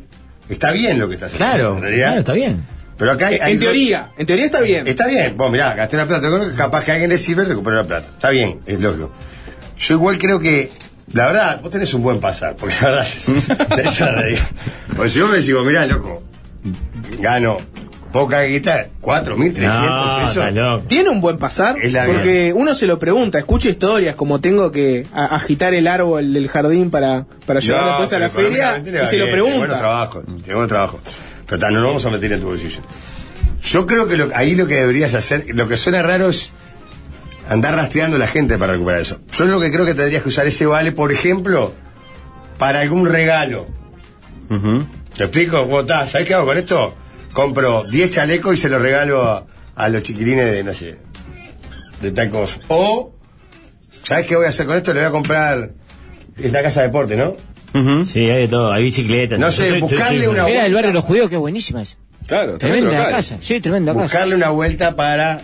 está bien lo que estás haciendo.
Claro,
en realidad.
claro, está bien.
Pero acá hay,
en
hay dos-
teoría, en teoría está bien.
Está bien, vos mirá, gasté la plata, creo que capaz que a alguien le sirve recuperar la plata. Está bien, es lógico. Yo igual creo que, la verdad, vos tenés un buen pasar, porque la verdad, [LAUGHS] es la realidad. Porque si vos me decís, vos, mirá, loco, gano poca guita, 4.300
No,
pesos.
está loco.
Tiene un buen pasar,
Es la
porque uno se lo pregunta, escucha historias como tengo que a- agitar el árbol del jardín para, para llevar
No,
después a la
pero
feria
económicamente le
y
va
se lo
bien, Tiene buen
pregunta.
trabajo, tiene buen trabajo. Pero ta, no nos vamos a meter en tu bolsillo. Yo creo que lo- ahí lo que deberías hacer, lo que suena raro es andar rastreando a la gente para recuperar eso. Yo lo que creo que tendrías que usar ese vale, por ejemplo, para algún regalo. ¿Te explico? ¿Cómo estás? ¿Sabes qué hago con esto? Compro 10 chalecos y se los regalo a, a los chiquilines de, no sé, de tal cosa. O, ¿sabes qué voy a hacer con esto? Le voy a comprar en la casa de deporte, ¿no?
Sí, hay de todo, hay bicicletas.
¿Mm? No
Yo
sé,
estoy- yo
buscarle
estoy-
Era
una
del
vuelta.
barrio de los judíos, que buenísima es.
Claro, tremendo
Tremenda
local.
casa. Sí, tremenda casa.
Buscarle una vuelta para,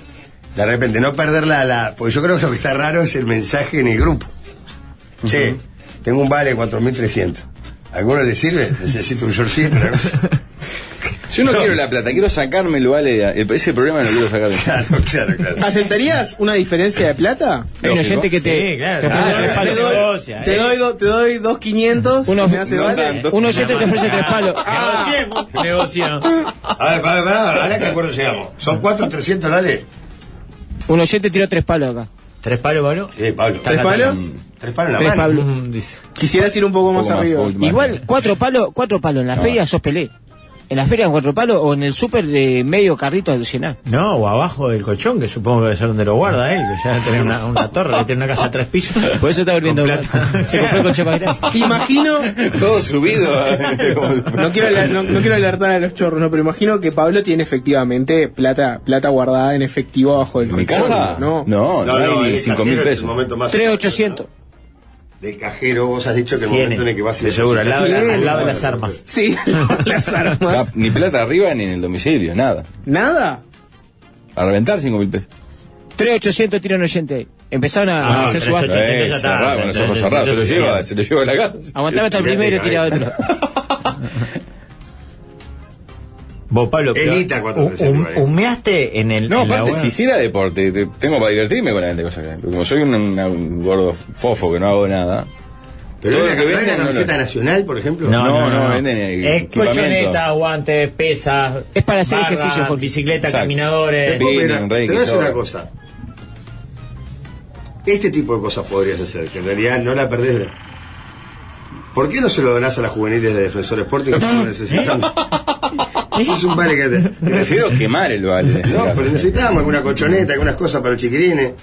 de repente, no perderla. La, porque yo creo que lo que está raro es el mensaje en el grupo. Che, tengo un vale de 4.300. ¿A ¿Alguno le sirve? Necesito un shortcito.
[LAUGHS]
una cosa.
Yo no, quiero la plata, quiero sacarme el vale. el- ese problema no quiero
[LAUGHS]
sacarme.
claro, claro, claro.
¿Aceptarías una diferencia de plata?
Hay un
Lógico.
oyente que te,
Sí, claro.
te ofrece
Ah,
tres
te
palos.
doy- negocia,
Te
eh.
doy, do- te doy dos 500
Unos-
me hace
no
vale. Ah.
tanto.
Un
Este
oyente te ofrece tres palos.
Negociemos, negocio. [LAUGHS]
A ver, pará, pará, ahora que acuerdo llegamos. ¿Son 4.300 vale?
Un oyente tiró tres palos acá.
¿Tres palos, Pablo?
Sí, Eh, Pablo.
¿Tres palos?
Tres palos en la
Tres
mano.
palos.
Mm, dice.
Quisieras ir un poco más
Poco más,
arriba.
poco más.
Igual, cuatro palos, cuatro palos. En la
No.
feria sos Pelé. En la feria cuatro palos o en el súper de medio carrito de llenar.
No, o abajo del colchón, que supongo que debe ser donde lo guarda él, que ya debe tener una, una torre, que tiene una casa a tres pisos.
Por eso está volviendo.
Con
[LAUGHS]
plata.
Se compró con
[LAUGHS]
chepa
Te imagino.
[LAUGHS] Todo subido. eh, Como-
No quiero, ala- no, no quiero alertar a los chorros, no, pero imagino que Pablo tiene efectivamente plata, plata guardada en efectivo abajo del
¿En mi
colchón,
casa?
No.
no, no hay
el
ni 5 mil
este cajero es el
pesos.
momento más-
3800.
De cajero, vos has dicho que el
Tiene,
momento en el que vas y
de
le-
seguro, al lado, de la-
Tiene.
al lado de las armas.
Sí, [LAUGHS] las
Ah,
armas.
Ni plata arriba ni en el domicilio, nada.
Nada.
A reventar 5 mil pesos.
3800 tiró un oyente ahí. Empezaron a, a
Ah,
hacer
pero
su
eso-
Eh,
ya está,
cerrado, con los ojos cerrados.
entonces,
Se lo
entonces,
lleva,
bien.
se lo lleva a la casa.
Aguantaba hasta el
Mirá
primero y
que
tiraba otro.
Vos, Pablo, pero
Elita cuatro
hum-
veces,
hum-
igual.
humeaste en el.
No,
en la
aparte,
web.
si hiciera deporte, te- tengo para divertirme con la gente. Cosa que, como soy un, una- un gordo fofo que no hago nada.
Pero
todo
no
lo que
hay una, no hay una
venden, no lo-
camiseta nacional, por ejemplo.
No, no,
No,
no,
no,
no.
venden el
Es
equipamiento.
colchoneta, Eh, guantes, pesas.
Es para hacer
barra,
ejercicio, Jorge.
Bicicleta,
Exacto.
caminadores.
Bien.
Mira,
Tienen, Reiki,
te voy a decir
todo.
una cosa. Este tipo de cosas podrías hacer, que en realidad no la perdés. ¿Por qué no se lo donás a las juveniles de Defensor Sporting que están lo necesitan? Eso es un vale que te... que te-
Prefiero quemar el vale. este
No, pero necesitamos alguna colchoneta, algunas cosas para los chiquirines,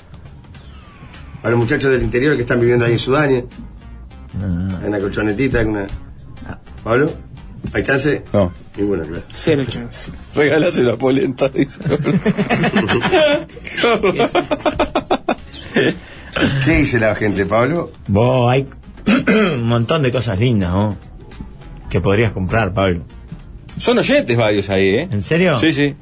para los muchachos del interior que están viviendo ahí en Sudania. Una colchonetita, alguna... ¿Pablo? ¿Hay chance?
No.
Ninguna, claro.
Cero chance.
Regalase la polenta, dice.
¿Qué dice la gente, Pablo?
Vos, hay [CLEARS THROAT] un montón de cosas lindas, ¿no? Que podrías comprar, Pablo.
[LAUGHS] Son oyentes varios ahí, ¿eh?
¿En serio?
Sí, sí.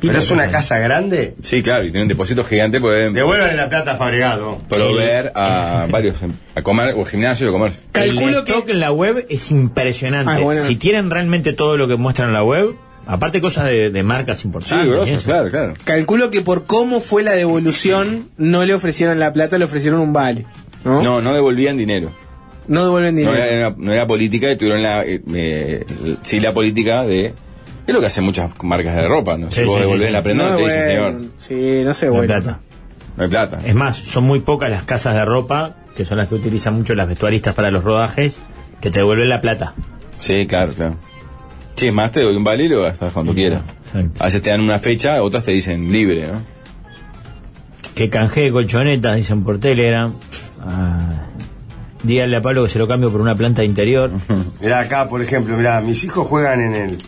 ¿Pero es una casa grande?
Sí, claro, y tiene un depósito gigante. Pueden
Devuélvanle la plata a Fabregado.
proveer a varios, em, a comer, o gimnasio, o comercio.
el stock en la web es impresionante.
Ah, bueno.
Si tienen realmente todo lo que muestran en la web, aparte cosas de, de marcas importantes. y eso.
claro, claro.
Calculo que por cómo fue la devolución, no le ofrecieron la plata, le ofrecieron un vale. ¿No?
No, no devolvían dinero.
No devuelven
No eh,
dinero.
era, no era política y tuvieron la, eh, eh, sí la política de... Es lo que hacen muchas marcas de ropa, ¿no?
Sí,
si vos
sí, sí,
devolvés
sí.
la prenda, no,
No
te
es
dicen,
bueno.
señor,
Sí, no sé,
No hay
bueno.
plata.
no hay plata.
Es más, son muy pocas las casas de ropa, que son las que utilizan mucho las vestuaristas para los rodajes, que te devuelven la plata.
Sí, claro, claro. Sí, es más, te doy un vale y lo gastas cuando quieras. A veces te dan una fecha, otras te dicen libre, ¿no?
Que canjee colchonetas, dicen por Telegram. Ah, díganle a Pablo que se lo cambio por una planta
[LAUGHS]
de interior.
Mirá, acá, por ejemplo, mirá, mis hijos juegan en el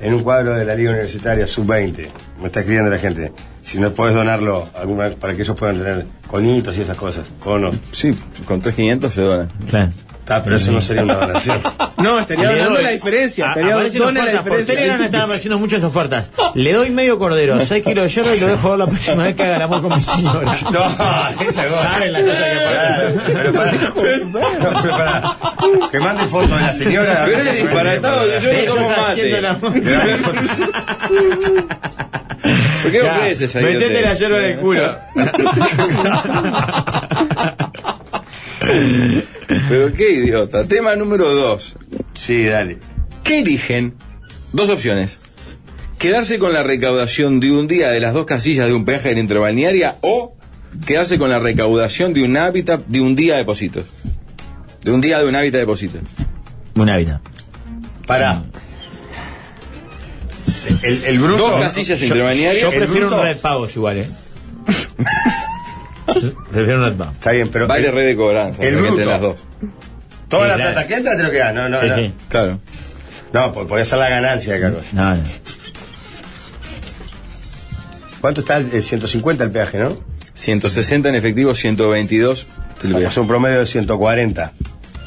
en un cuadro de la Liga Universitaria Sub-20. Me está escribiendo la gente. Si no podés donarlo alguna, para que ellos puedan tener conitos y esas cosas, conos.
Sí, con 3.500 se dona.
Claro.
Está, pero eso no sería una donación.
No, estaría
Ah, Le
donando
doy.
la diferencia.
A-
Estaría
aparecen
donando la
ofertas, por Telegram
diferencia.
están apareciendo muchas ofertas. Le doy medio cordero, 6 kilos de hierro y lo dejo la próxima vez que haga el amor con
[LAUGHS]
mi señora.
No, esa cosa.
Saben la cosa que pará.
Pero pará, no, pero pará. Que mande fotos de la señora.
Pero eres disparatado, yo no
Ellos
tomo
haciendo
mate.
el amor.
¿Por qué
Ya,
no creces ahí?
Metete la hierba en el culo.
Pero qué idiota. Tema número dos.
Sí, dale.
¿Qué eligen? Dos opciones. Quedarse con la recaudación de un día de las dos casillas de un peaje en interbalnearia o quedarse con la recaudación de un hábitat de un día de Positos. De un día de un hábitat de Positos.
Un hábitat.
Pará. El, el bruto.
Dos casillas
Yo,
interbalnearia.
yo
el
prefiero
bruto-
un red pagos igual, eh. Yo prefiero un red pagos.
Está bien, pero.
Vale red de cobranza.
El
porque entre
bruto.
las dos.
Toda
Sí,
la
claro.
plata que entra te lo queda. No, no,
Sí,
no.
sí.
Claro.
No, po- podía ser la ganancia de Carlos.
No, no.
¿Cuánto está el, el 150 el peaje, no?
160 en efectivo, 122. Te lo voy a-
Es un promedio de 140.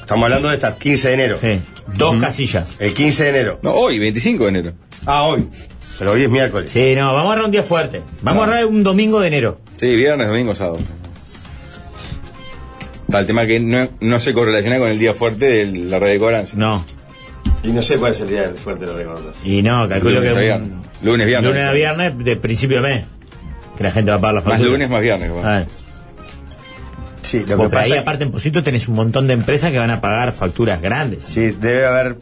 Estamos hablando de esta 15 de enero.
Sí. Dos casillas.
El 15 de enero.
No, hoy, 25 de enero.
Ah, hoy. Pero hoy es miércoles.
Sí, no, vamos a ahorrar un día fuerte. Vamos a ahorrar un domingo de enero.
Sí, viernes, domingo, sábado. Está el tema que no, no se correlaciona con el día fuerte de la red de cobranza.
No.
Y no sé cuál es el día fuerte de la recaudación.
Y no, calculo
Lunes
que.
a
un-
viernes. Lunes, viernes.
Lunes a viernes de principio de mes. Que la gente va a pagar las
Más
facturas.
lunes, más viernes. bueno.
A ver,
Sí, lo que
porque ahí,
pasa.
aparte, en Posito tenés un montón de empresas que van a pagar facturas grandes.
Sí, debe haber.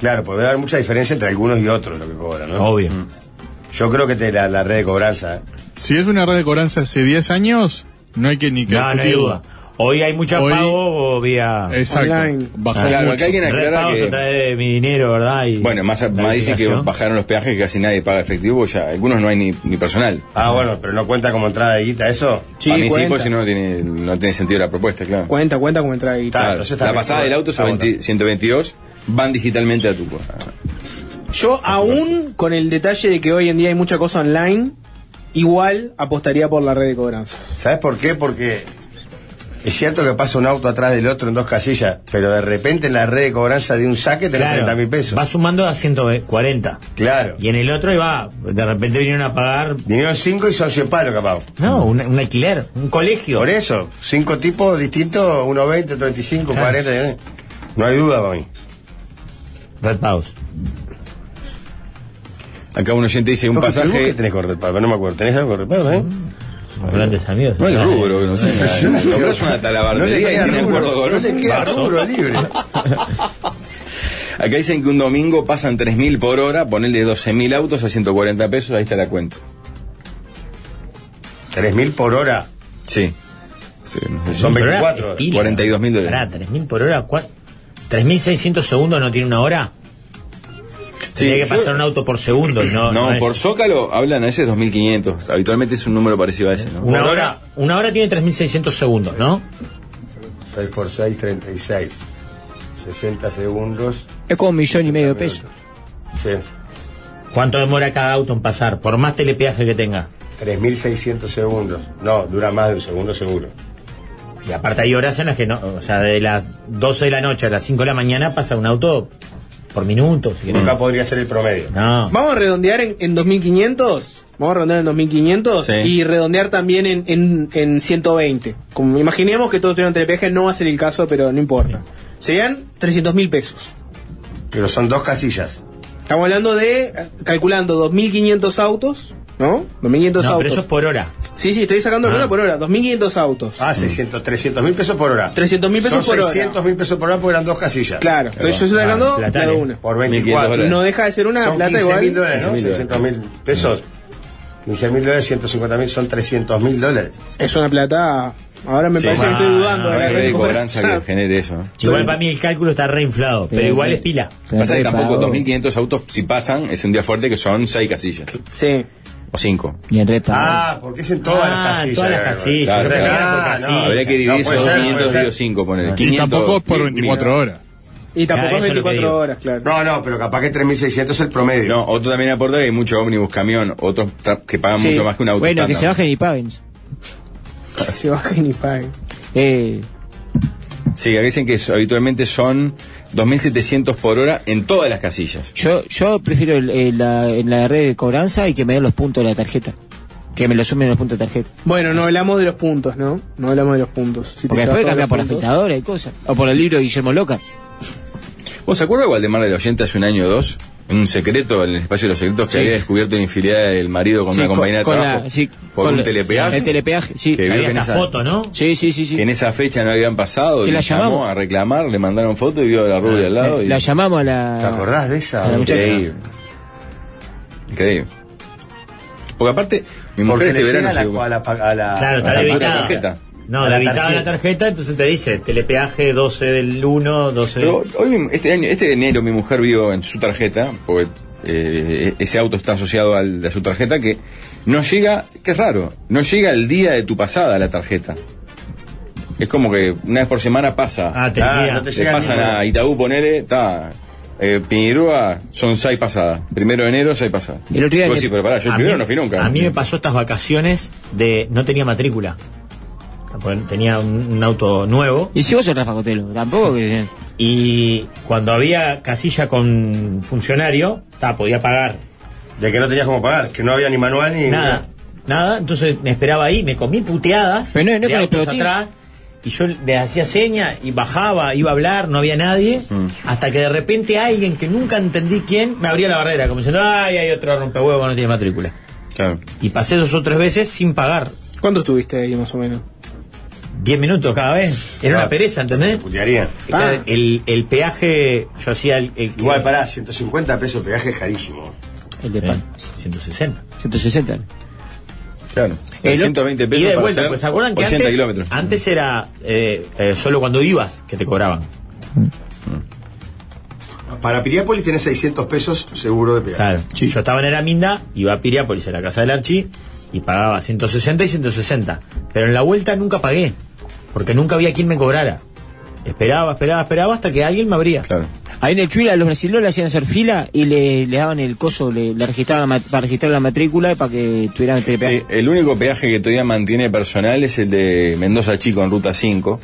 Claro, pues debe haber mucha diferencia entre algunos y otros lo que cobran, ¿no?
Obvio.
Yo creo que te- la, la red de cobranza. ¿eh?
Si es una red de cobranza hace 10 años, no hay que ni que
No, no hay
discutirlo.
duda. Hoy hay mucha
Hoy-
pago o vía.
Exacto.
Online.
Bajó
Claro,
mucho.
acá alguien
Red
aclara
pagos
que.
a través de mi dinero, ¿verdad? Y
Bueno, más,
la
más dicen que
aplicación.
bajaron los peajes que casi nadie paga efectivo. Ya, algunos no hay ni, ni personal.
Ah, bueno, pero no cuenta como entrada de guita eso.
Sí,
Para mí sí,
cuenta.
pues si no, no tiene, no tiene sentido la propuesta, claro.
Cuenta, cuenta como entrada de guitarra.
Claro,
entonces está
la
bien.
pasada del auto son
Ah, bueno.
20 122, van digitalmente a tu cuenta.
Yo aún con el detalle de que hoy en día hay mucha cosa online, igual apostaría por la red de cobranza.
¿Sabes por qué? Porque es cierto que pasa un auto atrás del otro en dos casillas, pero de repente en la red de cobranza de un saque tenés
Claro,
30 mil pesos.
Va sumando a 140.
Claro.
Y en el otro iba, de repente vinieron a pagar.
Vinieron cinco y son 100 palos, capaz.
No, un, un alquiler, un colegio.
Por eso, cinco tipos distintos, uno 20, 35,
Claro.
40. eh. No hay duda para mí.
Red Pagos.
Acá un oyente dice un
¿Vos qué- vos
pasaje.
¿Qué tenés con Red Pago? No me acuerdo. ¿Tenés algo con Red Pago, eh?
Grandes amigos.
No hay rubro, que no sé. Comprás una
No le
talabartería y
queda
tiene
rubro,
acuerdo con
no le queda
[LAUGHS]
rubro libre.
Acá dicen que un domingo pasan 3.000 por hora, ponerle 12.000 autos a 140 pesos, ahí está la cuenta.
3.000 por hora.
Sí. Sí, no sé.
Son
Por hora
24,
es pila.
42.000 dólares.
Pará, 3.000 por hora, cua- 3.600 segundos no tiene una hora.
Sí,
Tiene que
yo-
pasar un auto por segundo. y No,
No,
no es-
por Zócalo hablan a veces 2.500. Habitualmente es un número parecido a ese, ¿no?
una hora,
por hora.
Una hora tiene 3.600 segundos, ¿no?
6 por 6, 36. 60 segundos.
Es como un millón y medio de pesos.
¿Cuánto demora cada auto en pasar? Por más telepeaje que tenga.
3.600 segundos. No, dura más de un segundo seguro.
Y aparte hay horas en las que no. O sea, de las 12 de la noche a las 5 de la mañana pasa un auto por minuto. Si
Nunca podría ser el promedio.
No.
Vamos a redondear en, en 2500. Vamos a redondear en 2500
Sí.
y redondear también en, en, en 120. Como imaginemos que todos tuvieran telepeaje, no va a ser el caso, pero no importa. Serían 300 mil pesos.
Pero son dos casillas.
Estamos hablando de, eh, calculando 2500 autos, ¿no? 2500
No,
autos.
pero eso es por hora.
Sí, sí, estoy sacando la hora por hora. 2500 autos.
Ah, 600, 300 mil pesos por hora.
300 Mm. mil pesos
Son
por hora.
600 mil pesos por hora porque eran dos casillas.
Claro, entonces
Ah,
yo estoy sacando la de una.
Por 24.
No deja de ser una
Son
Ah, plata
15
igual.
mil dólares, ¿no? 600 mil pesos. 15 mil dólares, 150 mil, son 300 mil dólares.
Es una plata. Ahora me
Sí. Ah,
parece que estoy
No
dudando. de
hay
la
red de
recuperación.
cobranza que genere eso. ¿no?
Igual para mí el cálculo está reinflado, pero igual es pila.
Pasa que tampoco 2.500 autos, si pasan, es un día fuerte que son 6 casillas.
Sí.
O 5.
Y en red
Ah, porque es en todas
Ah,
las
en
casillas.
todas las casillas,
Claro,
yo pensé que era por
Ah,
casilla.
no,
Habría que dividir
puede
esos
ser,
500
puede
y los
ser.
5, ponele.
Y
500,
tampoco es por
mil,
24
mil.
horas.
Y tampoco es 24 horas, claro.
No, no, pero capaz que 3.600 es el promedio.
No, otro también aporta que hay mucho ómnibus, camión, otros tra- que pagan
Sí.
mucho más que un auto.
Bueno, que
estándar.
se bajen y paguen.
Que [LAUGHS] se bajen y paguen.
Eh,
Sí, acá dicen que es- habitualmente son 2.700 por hora en todas las casillas.
yo, yo prefiero el- el- la, en la red de cobranza y que me den los puntos de la tarjeta. Que me lo sumen los puntos de tarjeta.
Bueno, no hablamos de los puntos, ¿no? No hablamos de los puntos. Si
Porque
te
después
llevas
cambia
todos
por
los puntos-
afectadora y cosas. O por el libro de Guillermo Loca.
¿Vos se acuerdas de Waldemar del Oyente hace un año o dos? En un secreto, en el espacio de los secretos, que
Sí.
había descubierto la infidelidad del marido con
Sí,
una compañera de
con- con
trabajo.
la- sí,
por
con
un
la-
telepeaje.
El telepeaje, sí.
Que vio que en esa-
¿no?
Sí, sí, sí. sí.
que en esa fecha no habían pasado
Que
y
la
llamó
llamamos. Ah, eh,
a reclamar, le mandaron foto y vio a la rubia al lado.
La,
y...
la llamamos a la.
¿Te acordás
de esa?
A la muchacha.
Increíble. Increíble. Porque aparte, mi mujer
Porque
este
le llega
verano
a la,
se dio-
a la, a la-
Claro,
a
está
la
debitada.
tarjeta.
No,
A la
debitada la
tarjeta.
tarjeta, entonces te dice telepeaje 12 del 1, 12 del...
Pero hoy, mi- este año, este enero, mi mujer vio en su tarjeta, porque eh, ese auto está asociado al de su tarjeta, que no llega, que es raro, no llega el día de tu pasada la tarjeta. Es como que una vez por semana pasa.
Ah, te Ah, envía. no te
Le
llega
pasan
ninguna.
a Itaú, ponele, está. Eh, Piñerúa son seis pasadas. Primero de enero, seis pasadas.
El otro día
Vos
que-
sí, pero pará, yo el
a
primero
mí-
no fui nunca.
A mí me pasó estas vacaciones de no tenía matrícula. Porque Tenía un, un auto nuevo.
Y si vos sos Rafa Cotelo, tampoco que.
Y cuando había casilla con funcionario, ta, podía pagar.
De que no tenías cómo pagar, que no había ni manual ni
nada. Nada, entonces me esperaba ahí, me comí puteadas.
Pero no, no
de
con el
autos
pelotín.
atrás, y yo le hacía seña y bajaba, iba a hablar, no había nadie.
Mm.
Hasta que de repente alguien que nunca entendí quién me abría la barrera, como diciendo, ay, hay otro rompehuevo, no tiene matrícula. Y pasé dos o tres veces sin pagar.
¿Cuánto estuviste ahí más o menos?
Diez minutos cada vez. Era una pereza, ¿entendés? O sea,
Ah.
el, el peaje, yo hacía el. el
Igual, pará, 150 pesos de peaje es carísimo.
El de
Eh.
pan.
160.
160.
Claro.
El-
320 pesos
y de
para
vuelta,
hacer
pues, ¿se acuerdan que
80
antes,
kilómetros.
antes era eh, eh, solo cuando ibas que te cobraban.
Para Piriápolis tenés 600 pesos seguro de peaje. [LAUGHS]
Claro. Yo estaba en Eraminda, iba a Piriápolis a la casa del Archi y pagaba 160 y 160. Pero en la vuelta nunca pagué, porque nunca había quien me cobrara. Esperaba, esperaba, esperaba hasta que alguien me abría.
Ahí en el Chuila los brasileños le hacían hacer fila y le, le daban el coso, le, le registraban la mat- para registrar la matrícula para que tuvieran el telepeaje.
Sí, el único peaje que todavía mantiene personal es el de Mendoza Chico en Ruta 5.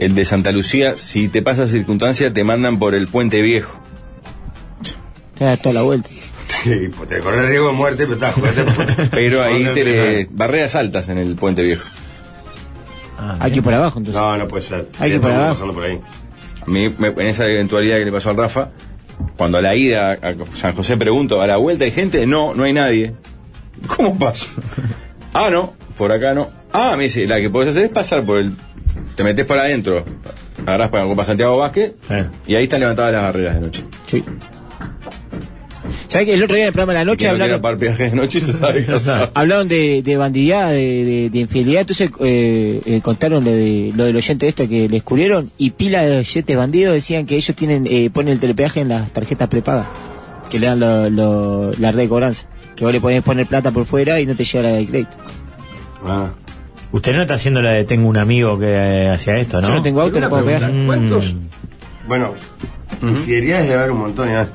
El de Santa Lucía, si te pasa circunstancia, te mandan por el puente
[LAUGHS]
viejo.
Te da toda la vuelta.
Sí, pues, te corres riesgo de muerte, pero estás jugando.
Pero ahí
¿Dónde
te
entrenar?
barreras altas en el puente viejo.
Hay que ir por abajo entonces.
No, no puede ser.
Hay que ir por
Tenemos
abajo.
pasarlo por ahí.
A mí, me- en esa eventualidad que le pasó al Rafa, cuando a la ida a San José pregunto, ¿a la vuelta hay gente? No, no hay nadie. ¿Cómo paso? Ah, no, por acá no. Ah, me dice, la que podés hacer es pasar por el... Te metes para adentro, agarrás para, para Santiago Vázquez y ahí están levantadas las barreras de noche.
Sí. ¿Sabés que el otro día en el programa de la
Que
noche
no
hablaron,
quiera par peaje de noche, se sabe que sabe.
hablaron de, de bandidad, de, de- de infidelidad? Entonces eh, eh, contaron lo, de, lo del oyente de esto que le descubrieron y pila de oyentes bandidos decían que ellos tienen eh, ponen el telepeaje en las tarjetas prepagas que le dan lo- lo- la red de cobranza. Que vos le podés poner plata por fuera y no te llega la de crédito.
Ah.
Usted no está haciendo la de tengo un amigo que eh, hacía esto, ¿no?
Yo no tengo auto, no
Tengo una
puedo pegar.
pregunta, ¿Cuántos? Bueno, Infidelidades debe haber un montón y demás.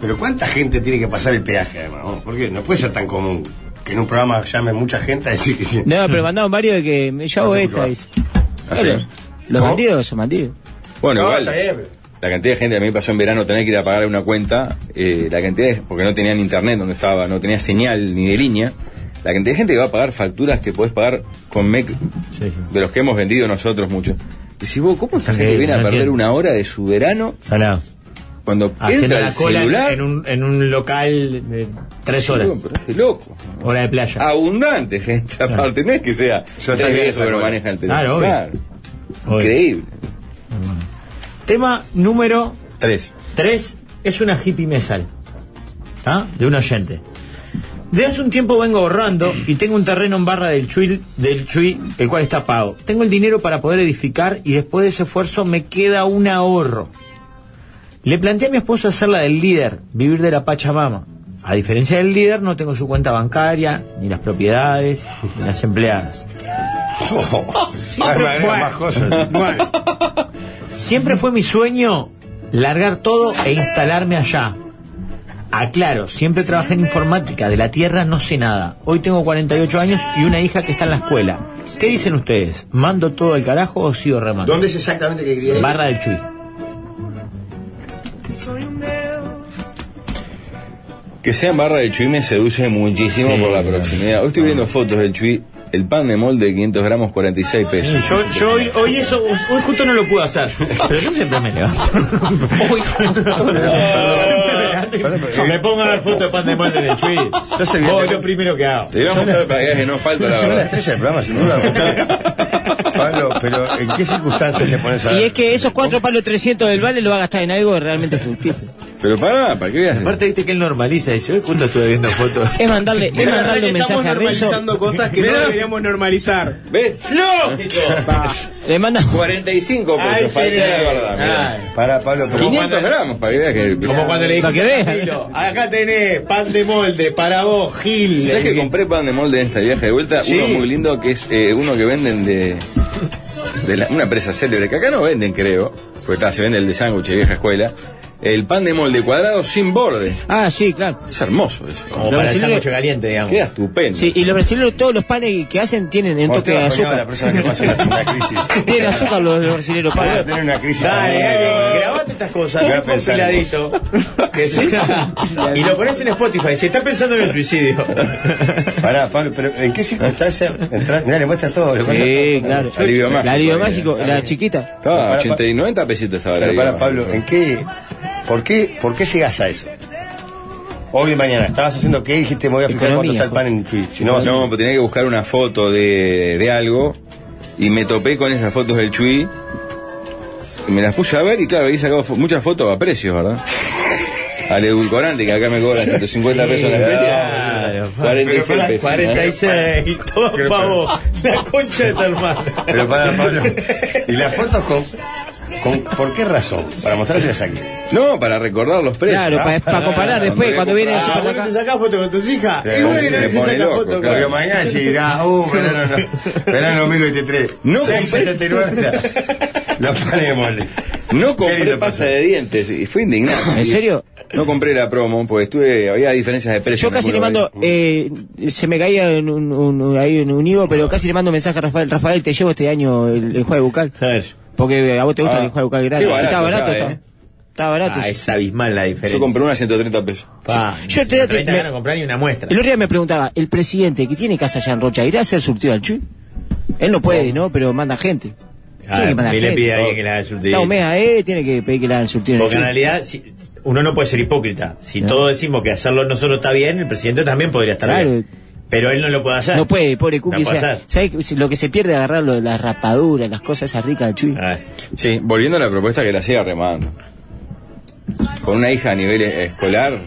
Pero ¿cuánta gente tiene que pasar el peaje además? no? Porque no puede ser tan común que en un programa llame mucha gente a decir que...
No, pero mandaron varios de que me- yo hago esta. dice.
Ah,
Claro,
Oh.
Los bandidos son bandidos.
Bueno,
No,
igual.
está bien, pero-
La cantidad de gente, a mí me pasó en verano tener que ir a pagar una cuenta, eh, la cantidad de, porque no tenían internet donde estaba, no tenía señal ni de línea, la cantidad de gente que va a pagar facturas que podés pagar con MEC, de los que hemos vendido nosotros mucho. Y si vos, ¿cómo esta gente
Sí,
viene a
no
perder
entiendo.
una hora de su verano
Salado.
cuando
Haciendo
entra
la
el
cola
celular?
en un, en un local de tres
Sí, Ah,
horas.
pero es loco.
Hora de playa.
Abundante gente, aparte, no es que sea
Yo
tres
también
viejos que
esa
lo
cola.
manejan el
Claro,
teléfono.
obvio. Obvio.
Increíble.
Tema número
Tres.
3 es una hippie mesal. ¿Está? De un oyente. De hace un tiempo vengo ahorrando y tengo un terreno en barra del Chuy, del Chuy, el cual está pago. Tengo el dinero para poder edificar y después de ese esfuerzo me queda un ahorro. Le planteé a mi esposo hacer la del líder, vivir de la Pachamama. A diferencia del líder, no tengo su cuenta bancaria, ni las propiedades, ni las empleadas.
Además, agrega más cosas.
Siempre fue mi sueño largar todo e instalarme allá. Aclaro, siempre trabajé en informática, de la tierra no sé nada. Hoy tengo 48 años y una hija que está en la escuela. ¿Qué dicen ustedes? ¿Mando todo al carajo o sigo remando?
¿Dónde es exactamente que quería ir?
Barra del Chuy.
Que sea en barra del Chuy me seduce muchísimo por la proximidad. Hoy estoy
Ah.
viendo fotos del Chuy, el pan de molde de 500 gramos, 46 pesos.
Yo, yo hoy, hoy eso, hoy justo no lo pude hacer. Pero yo siempre me levanto. [LAUGHS] Hoy justo no. Me pongo a dar fotos de pan de molde en el Chuy.
Sos el
Vos, lo primero que hago.
Te voy a mostrar para que veas que no falta la
Son las
verdad.
estrellas del programa, sin duda. Pablo, pero ¿en qué circunstancias te pones a
Y es que esos cuatro palos 300 del vale lo va a gastar en algo realmente fructífero.
Pero pará, ¿para qué veas?
Aparte, viste que él normaliza. Dice, hoy justo estuve viendo fotos.
Es mandarle, es mandarle un mensaje a Renzo.
cosas que no deberíamos normalizar.
¿Ves? Ah.
¡Lógico!
Le manda
45 pesos,
Ay,
falta
tenés.
la verdad. mirá.
Para, Pablo, pero-
500 gramos, para que veas que...
Como cuando le
Para que veas.
Tranquilo, acá tenés pan de molde para vos, Gil.
¿Sabes que compré pan de molde en este viaje de vuelta?
Sí.
Uno muy lindo que es eh, uno que venden de, de la- una empresa célebre, que acá no venden, creo, porque está, se vende el de sándwich de vieja escuela. El pan de molde cuadrado sin borde.
Ah, sí, claro.
Es hermoso eso.
Como para el sándwich caliente, digamos.
Queda estupendo.
Sí, y los brasileños, todos los panes que hacen tienen en
Vos
toque
te
de
vas a la
azúcar.
persona que pasa una, una
[LAUGHS]
crisis.
Tienen azúcar los, los brasileños,
Voy a
Pablo.
tener una crisis.
Dale,
ahora.
dale, grabate estas cosas,
Voy a
un
pensar en vos.
compiladito. que sea- y lo pones en Spotify. Si estás pensando en el suicidio.
Pará, Pablo, pero ¿en qué circunstancias entras? Mirá, le muestra todo. Le muestra
Sí,
todo.
claro.
Alivio mágico.
La alivio mágico, la chiquita.
Estaba a 80 y 90 pesitos estaba la
Pero
libra.
pará, Pablo, ¿en qué, por, qué, ¿por qué llegas a eso? Hoy y mañana, ¿estabas haciendo qué? Dijiste, me voy a fijar cuánto
Economía,
está el pan en Twitch. Si no, vas a-
No, pero tenía que buscar una foto de, de algo y me topé con esas fotos del Chuy. Y me las puse a ver y claro, había sacado fo- muchas fotos a precios, ¿verdad? Al edulcorante que acá me cobran 150 pesos la
Claro,
feria. 46
pero
pesos. ¿eh?
46. Todo pa' vos. La concha de tu hermano.
Pero pará, Pablo. [LAUGHS] ¿Y las fotos con, con- ¿Por qué razón? Para mostrárselas aquí.
No, para recordar los precios.
Claro, para comparar después, cuando viene el
Ah,
super
vos no te sacás foto con tus hijas.
Sí,
Y bueno,
me
no se
pone
saca
loco,
foto
claro.
Porque mañana decís, ah, uh, verano, no, verano 2023.
No
679. Los panes de molde.
No
Qué
compré
lindo
pasta de dientes y fui indignado.
¿En serio?
No compré la promo, porque estuve, había diferencias de precios.
Yo casi
me
le
acuerdo
mando, eh, se me caía en un, un- ahí en un higo, pero casi le mando mensaje a Rafael, Rafael, te llevo este año el, el juego bucal.
con-
Porque a vos te gusta
Ah,
el juego bucal
qué
grande.
barato
está barato,
está,
está.
eh.
Está barato.
Ah,
sí.
es abismal la
ahí. Yo
diferencia.
compré una 130 pesos.
Pa,
Yo te-
30
me-
ganas de comprar ni una muestra.
El otro día me preguntaba, el presidente que tiene casa allá en Rocha, ¿irá a ser surtido al Chuy? Él no puede, ¿no? Pero manda gente.
Ah,
Tiene que mandar
y le
gente.
pide a alguien que la haga el surtido.
Está Omega, eh, tiene que pedir que la hagan surtido en el
Porque en
Chuy.
realidad si- uno no puede ser hipócrita. Si todos decimos que hacerlo nosotros está bien, el presidente también podría estar
Claro.
bien. Pero él no lo puede hacer.
No puede, pobre Cookie.
[LAUGHS] No puede
o sea,
hacer.
¿Sabes lo que se pierde agarrar lo de las rapaduras, las cosas esas ricas del Chuy?
Ah,
Sí, volviendo a la propuesta que le hacía remando. Con una hija a nivel eh, escolar.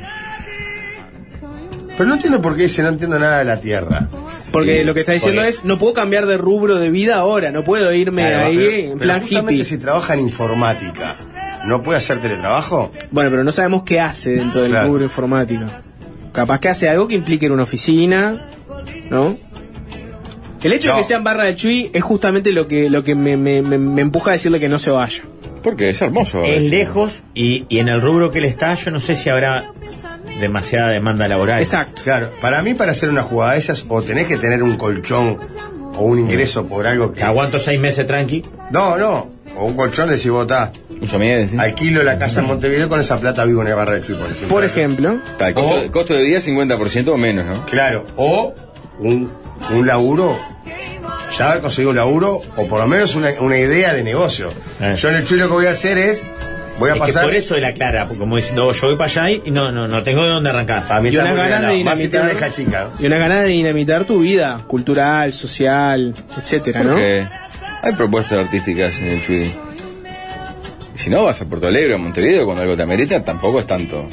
Pero no entiendo por qué dice, no entiendo nada de la tierra.
Porque lo que está diciendo es, no puedo cambiar de rubro de vida ahora, no puedo irme
Claro,
ahí
pero-
en
pero
plan
justamente
hippie.
si trabaja en informática, ¿no puede hacer teletrabajo?
Bueno, pero no sabemos qué hace dentro del
Claro.
rubro informático. Capaz que hace algo que implique ir a una oficina, ¿no? El hecho
No.
de que sean barra de Chuy es justamente lo que, lo que me, me- me- me empuja a decirle que no se vaya.
Porque es hermoso.
Es lejos y, y en el rubro que él está, yo no sé si habrá demasiada demanda laboral.
Exacto. Claro, para mí para hacer una jugada de esas o tenés que tener un colchón o un ingreso por algo que...
aguanto seis meses tranqui?
No, no. O un colchón de cibotá. Alquilo la casa en Montevideo con esa plata vivo en el barrio del fútbol.
Por ejemplo.
Oh.
Tal, costo, costo de vida 50% o menos, ¿no?
Claro, o un, un laburo, ya haber conseguido un laburo, o por lo menos una, una idea de negocio. Yo en el chulo que voy a hacer es, voy a
Eh. Es que
pasar...
por eso él aclara, porque como diciendo, yo voy para allá y no, no, no tengo de dónde arrancar.
mí
Y una ganas de dinamitar. Y una ganas de dinamitar tu vida cultural, social, etcétera, ¿no?
Porque hay propuestas artísticas en el Chuy. Y Si no, vas a Porto Alegre, a Montevideo, cuando algo te amerita, tampoco es tanto.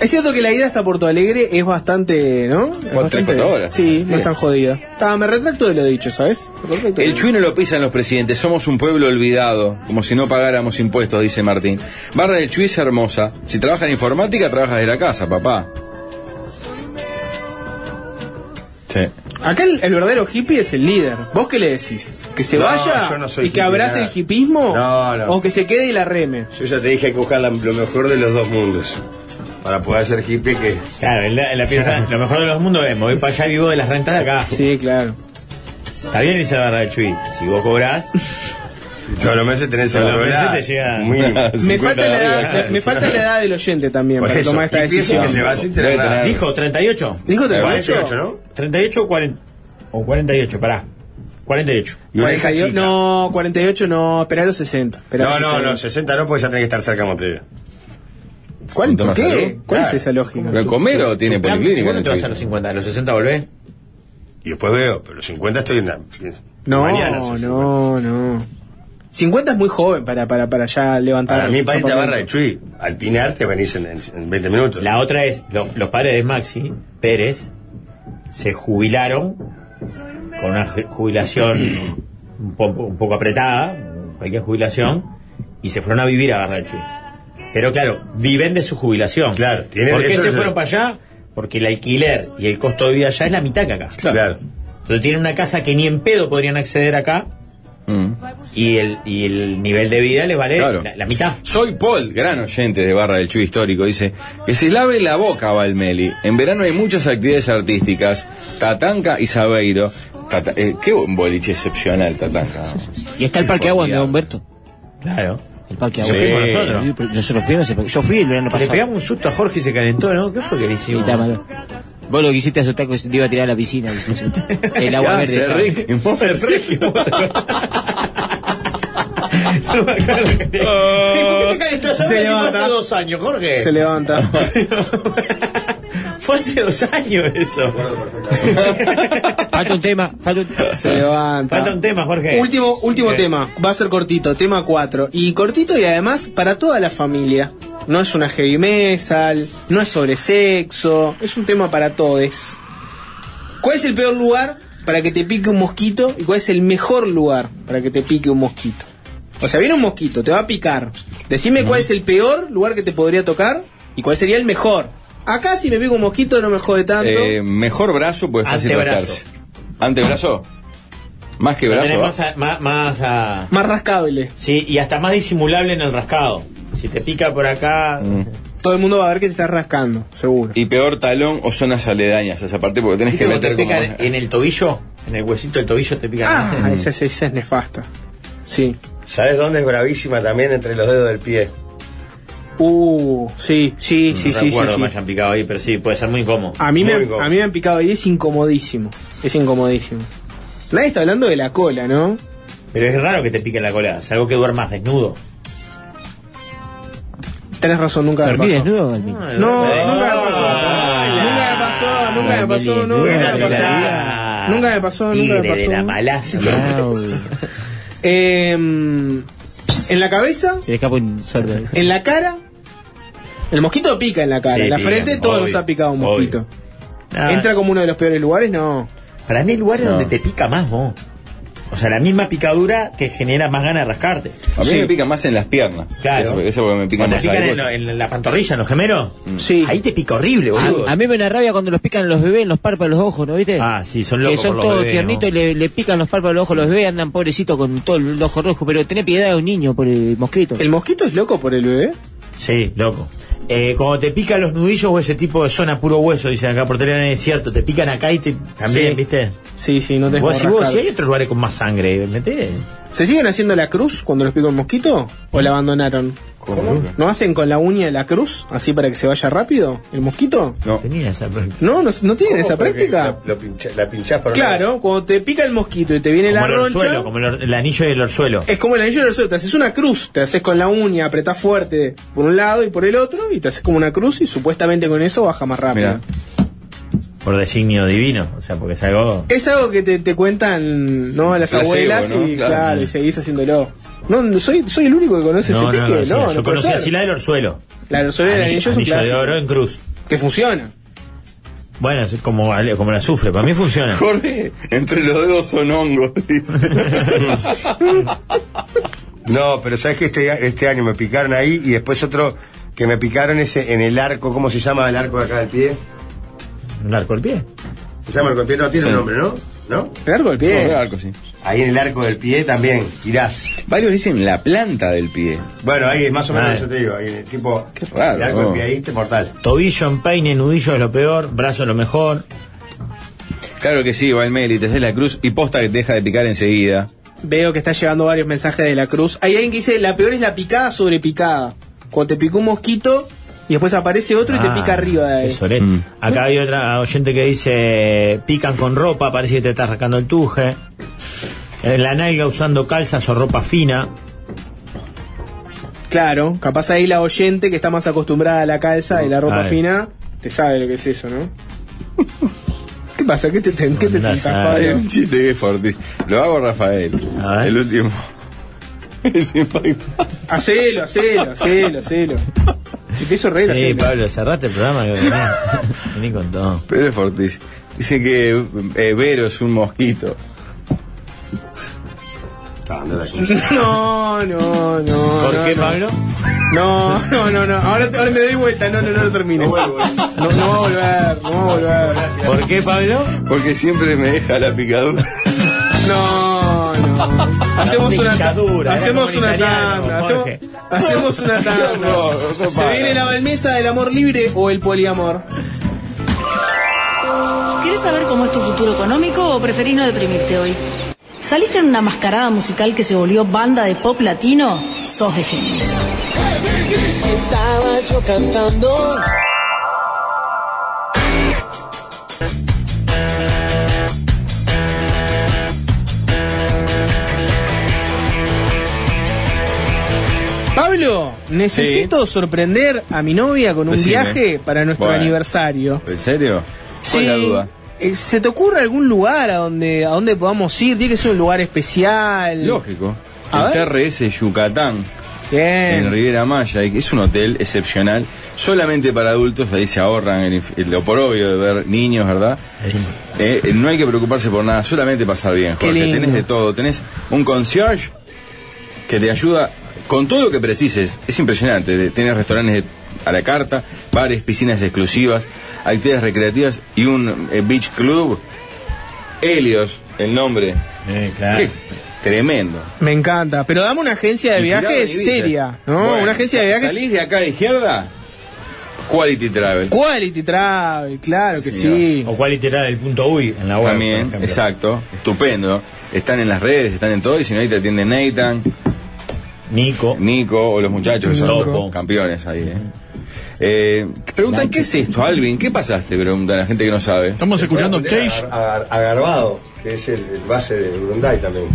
Es cierto que la ida hasta Porto Alegre es bastante, ¿no? Es
Cuatro,
bastante-
cuatro horas.
Sí, no
Sí.
es tan jodida. Ta, me retracto de lo dicho, ¿sabes? Me retracto de
El
lo-
Chuy no lo pisan los presidentes, somos un pueblo olvidado, como si no pagáramos impuestos, dice Martín. Barra del Chuy es hermosa. Si trabajas en informática, trabajas de la casa, papá. Sí.
Acá el, el verdadero hippie es el líder. ¿Vos qué le decís? ¿Que se
No,
vaya
yo no soy
y que
hippie,
abrace
nada.
el hipismo?
No, no.
¿O que se quede y la reme?
Yo ya te dije hay que buscar la- lo mejor de los dos mundos. Para poder ser hippie que...
Claro, él, la- él la piensa, lo mejor de los mundos es, me voy para allá y vivo de las rentas de acá.
Sí, claro.
Está bien, dice la verdad el Chuy. Si vos cobrás,
Todos los meses tenés el
Todos los
honorario
meses te llega-
mínimo. [LAUGHS]
Me falta, la edad, me, me falta la edad del oyente también
Por
para
eso,
tomar esta
hippie es el
decisión.
que se va sin tener
Debe
nada.
tener-
dijo 38.
Dijo
48,
38.
¿no?
38 o 40. O 48, pará. 48.
Y una hija
48,
chica.
No, 48 no, esperá los 60. esperá
No,
los
no,
60.
no, 60 no, porque ya tenés que estar cerca de Montevideo.
¿Cuál? ¿Por
Toma salud.
qué? ¿Cuál es
Claro.
esa lógica?
¿Pero Comero tiene
Plan, si
policlínica.
vos no
el
te vas a
Chuy.
los 50, a los 60 volvés.
Y después veo, pero los 50 estoy en la.
No,
mañana, sí, sí.
no, no. 50 es muy joven para, para, para ya levantar.
Para mí, para irte a
campamento.
barra de Chuy, al Pinar te venís en, en- en 20 minutos.
La otra es, lo- los padres de Maxi Pérez se jubilaron con una ju- jubilación un poco, un poco apretada, cualquier jubilación, y se fueron a vivir a Garrachuy. Pero claro, viven de su jubilación.
Claro, tienen-
¿Por qué
eso
se
es-
fueron para allá? Porque el alquiler y el costo de vida allá es la mitad que acá.
Claro.
Entonces tienen una casa que ni en pedo podrían acceder acá
Mm.
y el, y el nivel de vida les vale
Claro.
la, la mitad.
Soy Paul, gran oyente de Barra del Chuy Histórico, dice que se lave la boca Valmeli. En verano hay muchas actividades artísticas, Tatanca y Sabeiro. Tata- eh, qué buen boliche excepcional, Tatanca.
Y está el Parque Agua donde va Humberto.
Claro.
El Parque
Se
Agua.
fue con
Sí.
nosotros.
Nosotros fuimos, ese parque. yo fui el verano
Le
pasado.
pegamos un susto a Jorge y se calentó, ¿no? ¿Qué fue que le
Y
hicimos?
está malo. Vos lo quisiste asustar que se te iba a tirar a la piscina. quisiste asustar. El agua
Ya, Ah,
verde.
[LAUGHS] se
estaba.
ríe.
Se ríe. No me acuerdo que- ¿Por qué te calentás ahora?
Se
¿Qué fue
levanta.
Hace dos años, Jorge.
[LAUGHS] Se levanta.
Fue hace dos años eso.
Falta un tema. Falta un...
Se levanta.
Falta un tema, Jorge.
Último, último
Eh.
tema. Va a ser cortito, tema 4. Y cortito y además para toda la familia. No es una heavy metal, no es sobre sexo, es un tema para todos. ¿Cuál es el peor lugar para que te pique un mosquito y cuál es el mejor lugar para que te pique un mosquito? O sea, viene un mosquito, te va a picar. Decime cuál es el peor lugar que te podría tocar y cuál sería el mejor. Acá si me pica un mosquito no me jode tanto.
Eh, mejor brazo, pues fácil
Antebrazo.
rascarse. ¿Antebrazo? Más que
Lo
brazo. ¿ah?
tenés
¿va?
más a- más- más a...
Más rascable.
Sí, y hasta más disimulable en el rascado. Si te pica por acá...
Todo el mundo va a ver que te estás rascando, seguro.
Y peor talón o zonas aledañas, esa parte porque tenés que
¿Viste cuando
meter
te
como...
pican en el tobillo? En el huesito del tobillo te pican.
Ah,
¿no?
esa, esa- esa es nefasta. Sí.
¿Sabes dónde es bravísima también? Entre los dedos del pie.
Uh, sí, sí, sí,
no
sí, sí,
recuerdo
sí.
que me hayan picado ahí, pero sí, puede ser muy incómodo.
A mí, me,
Muy incómodo.
a mí me han picado y es incomodísimo. Es incomodísimo. Nadie está hablando de la cola, ¿no?
Pero es raro que te pique la cola, salvo que duermas desnudo.
Tenés razón, nunca me
¿Dormí
pasó.
desnudo, Balvin?
No,
Ah,
nunca me pasó.
la-
Ah, Nunca me pasó, nunca me
Balvin,
pasó, no, nunca
Buena
me
de la
pasó.
vida.
Nunca me pasó, nunca me
Tigre de la
pasó.
malacia.
Eh, en la cabeza,
Se le escapa un
[LAUGHS]
sordo. Eh, ahí.
en la cara. El mosquito pica en la cara,
Sí,
en la
pica,
frente todos
obvio,
nos ha picado un
obvio.
mosquito.
Ah,
¿Entra como uno de los peores lugares? No.
Para mí el lugar es donde te pica más, vos. O sea, la misma picadura te genera más ganas de rascarte.
A mí me pica más en las piernas.
Claro.
Eso, eso porque me pica
Cuando
más
te pican
algo.
en, lo- en la pantorrilla, en los gemelos. Sí. Ahí te pica horrible, boludo.
A, a mí me da rabia cuando los pican los bebés en los párpados de los ojos, ¿no viste?
Ah, sí, son locos
Que son
por los
todos
bebés,
tiernitos
¿no?
y le, le pican los párpados de los ojos. Los bebés andan pobrecitos con todo el ojo rojo, pero tené piedad de un niño por el mosquito.
¿El mosquito es loco por el bebé?
Sí, loco. Eh, cuando te pican los nudillos o ese tipo de zona puro hueso, dicen acá por teléfono es cierto, te pican acá y te también,
Sí.
¿viste?
Sí, sí, no te
Vos, si vos, si hay otros lugares con más sangre, meté.
¿Se siguen haciendo la cruz cuando los picó el mosquito? ¿O la abandonaron? ¿No hacen con la uña la cruz? ¿Así para que se vaya rápido? ¿El mosquito?
No.
Tenía esa
No, no, no tienen esa
Porque
práctica.
La, lo pincha- la pinchás por un lado.
Claro, cuando te pica el mosquito y te viene
Como
la
el
roncha. Eh.
orzuelo, como el, or- el anillo del orzuelo.
Es como el anillo del orzuelo, te haces una cruz, te haces con la uña, apretás fuerte por un lado y por el otro, y te haces como una cruz y supuestamente con eso baja más rápido.
Mirá. Por designio divino, o sea, porque es algo...
Es algo que te, te cuentan ¿no? las
Placebo,
abuelas
¿no?
y
Claro.
claro, y seguís haciéndolo. No, no, soy, soy el único que conoce
No, no,
ese
no,
pique, no,
sí,
no,
yo
puede
conocí
ser.
así la del orzuelo.
La del orzuelo y el anillo es un
de
clásico.
oro en cruz.
Que funciona.
Bueno, es como, como la azufre, para mí
[LAUGHS]
funciona.
Jorge, entre los dedos son hongos.
[LAUGHS]
No, pero sabes que este, este año me picaron ahí y después otro que me picaron ese en el arco, ¿cómo se llama el arco de acá del pie?
¿Un arco al pie?
Se llama el arco del pie, no tiene
Sí.
un nombre, ¿no? ¿No?
El arco del
No, el arco, sí.
Ahí en el arco del pie también, girás.
Varios dicen la planta del pie.
Bueno, ahí más o menos
Ah.
yo te digo, ahí en el tipo,
raro,
el arco del
no.
pie ahí te mortal.
Tobillo en peine, nudillo es lo peor, brazo es lo mejor.
Claro que sí, Valmeri, te haces la cruz y posta que te deja de picar enseguida.
Veo que está llegando varios mensajes de la cruz. Hay alguien que dice, la peor es la picada sobre picada. Cuando te picó un mosquito y después aparece otro y te
Ah,
pica arriba de
qué
ahí.
sorete. Acá hay otra ah, oyente que dice, pican con ropa, parece que te estás sacando el tuje. Eh, La nalga usando calzas o ropa fina.
Claro, capaz ahí la oyente que está más acostumbrada a la calza y la ropa
Ay.
fina, te sabe lo que es eso, ¿no? [LAUGHS] ¿Qué pasa? ¿Qué te, ten- qué te
Andás
pintas,
a-
Hay
Fabio?
un chiste que es fortísimo. Lo hago Rafael.
A ver.
El último. [LAUGHS] Es impactante.
Hacelo, hacelo, hacelo, hacelo. Si te hizo reír,
Sí,
hacelo.
Pablo, cerraste el programa. que venía. Vení con todo.
Pero es fortísimo. Dicen que eh, Vero es un mosquito.
No, no, no.
¿Por
no,
qué,
no.
Pablo?
No, no, no, no. Ahora, te- ahora me doy vuelta. No, no, no lo termines. No,
eh.
no va a volver, no va a volver.
¿Por qué, Pablo?
Porque siempre me deja la picadura.
No, no. Hacemos una
Picadura, era
tanda. Hacemos
como
una
italiano,
tanda. Hacemos,
Jorge.
hacemos una
[LAUGHS]
tanda. ¿Se viene la balmesa del amor libre o el poliamor?
¿Querés saber cómo es tu futuro económico o preferís no deprimirte hoy? ¿Saliste en una mascarada musical que se volvió banda de pop latino? Sos de Géminis.
Estaba yo cantando.
Pablo, necesito sorprender a mi novia con un
Decime.
viaje para nuestro
Bueno.
aniversario.
¿En serio? ¿Cuál es la duda?
Eh, ¿Se te ocurre algún lugar a donde a donde podamos ir? Tiene que ser un lugar especial.
Lógico.
A
el
ver.
TRS Yucatán, en
Bien.
Riviera Maya, y que es un hotel excepcional, solamente para adultos, ahí se ahorran el inf- el- lo por obvio de ver niños, ¿verdad? Eh, eh, no hay que preocuparse por nada, solamente pasar bien,
Qué
Jorge.
lindo.
Tenés de todo, tenés un concierge que te ayuda con todo lo que precises. Es impresionante, de- tenés restaurantes de- a la carta, bares, piscinas exclusivas, actividades recreativas y un eh, beach club. Helios, el nombre.
Ah.
Qué Tremendo.
Me encanta. Pero dame una agencia de
Y tirado en
viaje
Ibiza.
seria, ¿no?
Bueno,
una agencia de viaje.
Salís de acá a la izquierda, Quality Travel.
Quality Travel, claro que
señor.
sí.
¿O cuál literal? El punto uy en la web.
También,
por ejemplo.
exacto, estupendo. Están en las redes, están en todo, y si no, ahí te atienden Nathan,
Nico.
Nico o los muchachos que son
Topo.
campeones ahí. ¿eh? Eh, preguntan, ¿qué es esto, Alvin? ¿Qué pasaste? Preguntan la gente que no sabe.
Estamos escuchando Cage.
Agar- agar- agarbado, que es el, el base de Brunday también,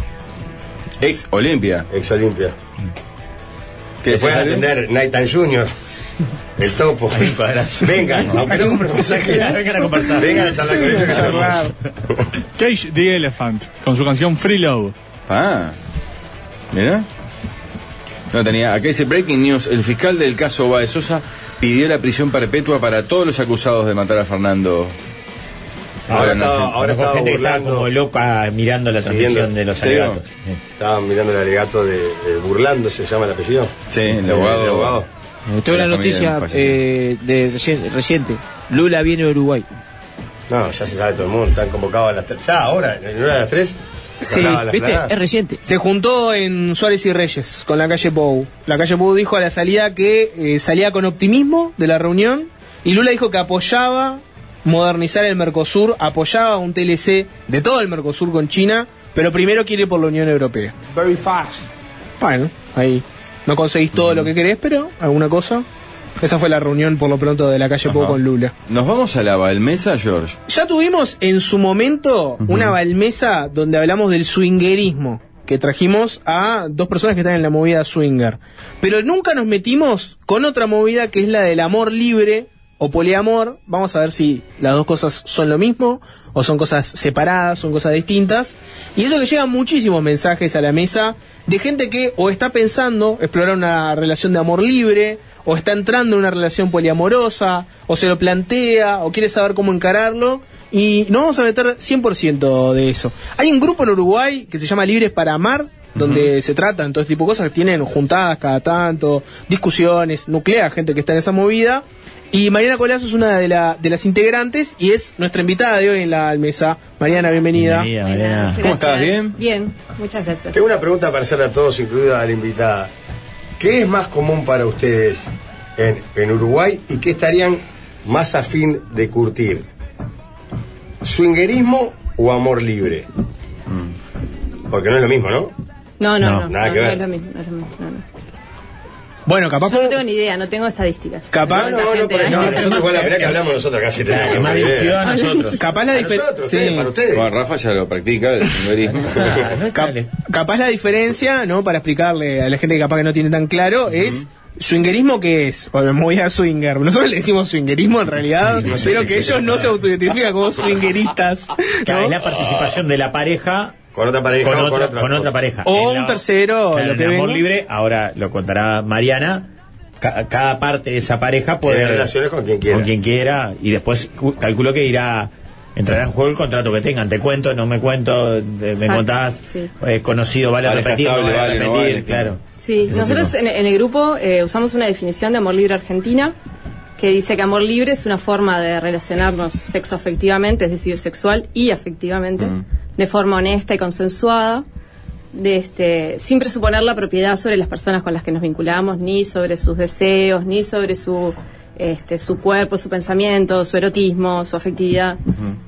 Ex Olimpia.
ex Olimpia.
¿Qué
Te
decís,
puedes
Alvin?
atender Nathan Junior, el topo.
padrazo.
Venga, aunque no compre [LAUGHS] mensajes.
Vengan a conversar.
Vengan a charlar con ellos que son más.
Cage the Elephant, con su canción Freeload.
Ah, mira. No tenía. Acá dice Breaking News. El fiscal del caso Baez Sosa pidió la prisión perpetua para todos los acusados de matar a Fernando
Ahora,
estaba-
estaba,
ahora estaba
gente que estaba
burlando.
como loca mirando la transmisión
Viendo-
de los
¿Sí, no?
alegatos.
Estaban mirando el alegato de, de Burlando, se llama el apellido.
Sí, el abogado. Oh,
Eh, Tuve una noticia eh, de recien- reciente. Lula viene a Uruguay.
No, ya se sabe todo el mundo, están convocados a las tres. Ya, ahora, en una de las tres.
Sí,
cerraban las
¿viste?
plazas.
Es
reciente.
Se juntó en Suárez y Reyes con la calle Pou. La calle Pou dijo a la salida que eh, salía con optimismo de la reunión y Lula dijo que apoyaba modernizar el Mercosur, apoyaba un TLC de todo el Mercosur con China, pero primero quiere ir por la Unión Europea.
Very fast.
Bueno, ahí no conseguís todo lo que querés, pero alguna cosa. Esa fue la reunión por lo pronto de la calle Pou
Ajá.
con Lula.
Nos vamos a la Balmesa, George.
Ya tuvimos en su momento una balmesa donde hablamos del swingerismo, que trajimos a dos personas que están en la movida swinger. Pero nunca nos metimos con otra movida que es la del amor libre o poliamor. Vamos a ver si las dos cosas son lo mismo o son cosas separadas, son cosas distintas. Y eso que llegan muchísimos mensajes a la mesa de gente que o está pensando explorar una relación de amor libre, o está entrando en una relación poliamorosa, o se lo plantea, o quiere saber cómo encararlo. Y nos vamos a meter 100% de eso. Hay un grupo en Uruguay que se llama Libres para Amar, donde se tratan todo este tipo de cosas, tienen juntadas cada tanto, discusiones, nuclea gente que está en esa movida. Y Mariana Colazo es una de, la- de las integrantes y es nuestra invitada de hoy en la mesa. Mariana, bienvenida.
Bienvenida,
Mariana. Ah. ¿Cómo estás? ¿Bien?
Bien, muchas gracias.
Tengo una pregunta para hacerle a todos, incluida a la invitada. ¿Qué es más común para ustedes en, en Uruguay y qué estarían más afín de curtir? ¿Swingerismo o amor libre? Porque no es lo mismo, ¿no?
No, no,
No,
Mm. no.
nada
no,
que
no
ver.
es lo mismo, no es lo mismo. no, no.
Bueno, capaz.
Yo no tengo ni idea, no tengo estadísticas.
Capaz-
Tanta
no, no,
gente,
por
¿eh?
eso.
Ah, No, nosotros igual la verdad que hablamos nosotros casi
Claro,
tenemos
más
una idea.
dirigido a nosotros.
Capaz la
A
difer-
nosotros, eh,
sí.
ustedes, para ustedes.
Bueno, Rafa ya lo practica,
[LAUGHS]
el señorismo.
Ah,
Cap- capaz la diferencia, ¿no? Para explicarle a la gente que capaz que no tiene tan claro, es swingerismo que es, o la movida swinger. Nosotros le decimos swingerismo en realidad,
Sí, sí, sí,
pero
sí,
que
sí,
ellos
sí.
no se autoidentifican
[LAUGHS]
como swingeristas.
Claro,
¿no?
es la participación de la pareja
con otra
pareja
con,
o con
otra,
otra-
con otra pareja.
O
En
un tercero,
claro,
lo
en
que
el amor
venga.
libre, ahora lo contará Mariana. ca- Cada parte de esa pareja puede
Tiene relaciones con quien quiera.
con quien quiera, y después cu- calculo que irá entrará en juego el contrato que tengan. Te cuento, no me cuento, eh, me
Exacto,
contás,
sí.
eh, conocido vale
Pareja
repetir, no
estable,
vale
vale, no
repetir,
vale,
claro.
Sí,
Ese
nosotros en, en el grupo eh, usamos una definición de amor libre argentina que dice que amor libre es una forma de relacionarnos sexo afectivamente, es decir, sexual y afectivamente, de forma honesta y consensuada, de este, sin presuponer la propiedad sobre las personas con las que nos vinculamos, ni sobre sus deseos, ni sobre su este, su cuerpo, su pensamiento, su erotismo, su afectividad.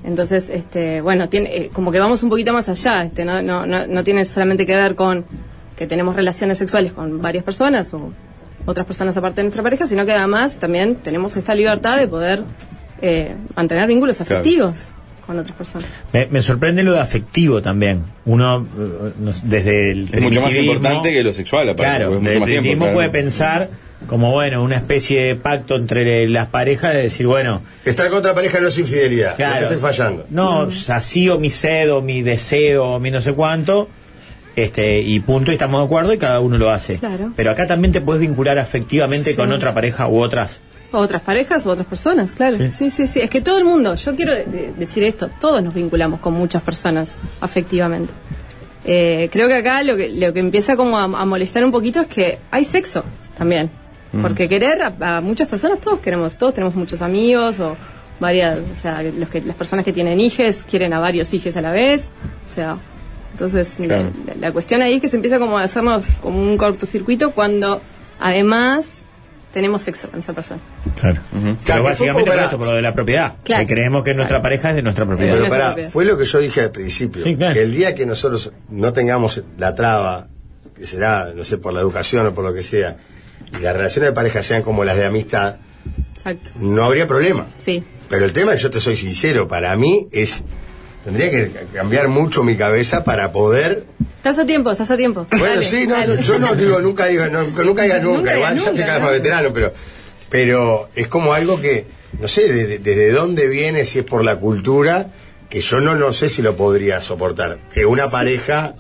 Entonces, este, bueno, tiene, eh, como que vamos un poquito más allá, este, no, no, no, no tiene solamente que ver con que tenemos relaciones sexuales con varias personas o otras personas aparte de nuestra pareja, sino que además también tenemos esta libertad de poder eh, mantener vínculos
Claro.
afectivos con otras personas.
Me, me sorprende lo de afectivo también. Uno, eh, nos- desde el.
Es mucho más
primitivismo-
importante que lo sexual, aparte.
Claro,
porque es mucho
el
más tiempo,
primitivismo
claro.
puede pensar como, bueno, una especie de pacto entre las parejas de decir, bueno.
Estar con otra pareja no es infidelidad.
Claro.
Claro. Estoy fallando.
No, sacio mi sed o mi deseo o mi no sé cuánto. Este, y punto, y estamos de acuerdo y cada uno lo hace.
Claro.
Pero acá también te puedes vincular afectivamente
Sí.
con otra pareja u otras.
O otras parejas o otras personas, claro. Sí, sí, sí. Es que todo el mundo, yo quiero eh, decir esto, todos nos vinculamos con muchas personas afectivamente. Eh, creo que acá lo que, lo que empieza como a, a molestar un poquito es que hay sexo también. Porque querer a, a muchas personas, todos queremos, todos tenemos muchos amigos o varias, o sea, los que, las personas que tienen hijes quieren a varios hijes a la vez. O sea, entonces la-
Claro.
la, la cuestión ahí es que se empieza como a hacernos como un cortocircuito cuando además tenemos sexo con esa persona.
Claro. Pero
Claro, que
básicamente
fue
por
para-
eso, por lo de la propiedad.
Claro.
Que creemos que nuestra pareja es de nuestra propiedad.
Pero pará, fue lo que yo dije al principio. Que el día que nosotros no tengamos la traba, que será, no sé, por la educación o por lo que sea, y las relaciones de pareja sean como las de amistad,
Exacto.
no habría problema.
Sí.
Pero el tema, yo te soy sincero, para mí es. Tendría que cambiar mucho mi cabeza para poder.
Estás a tiempo, estás a tiempo.
Bueno,
Dale,
sí, no,
dale.
yo no digo, nunca digo, no, nunca digas nunca,
Nunca digas
igual ya
nunca,
te quedas
¿no?
más veterano, pero. Pero es como algo que, no sé, de- de- desde dónde viene, si es por la cultura, que yo no, no sé si lo podría soportar. Que una pareja.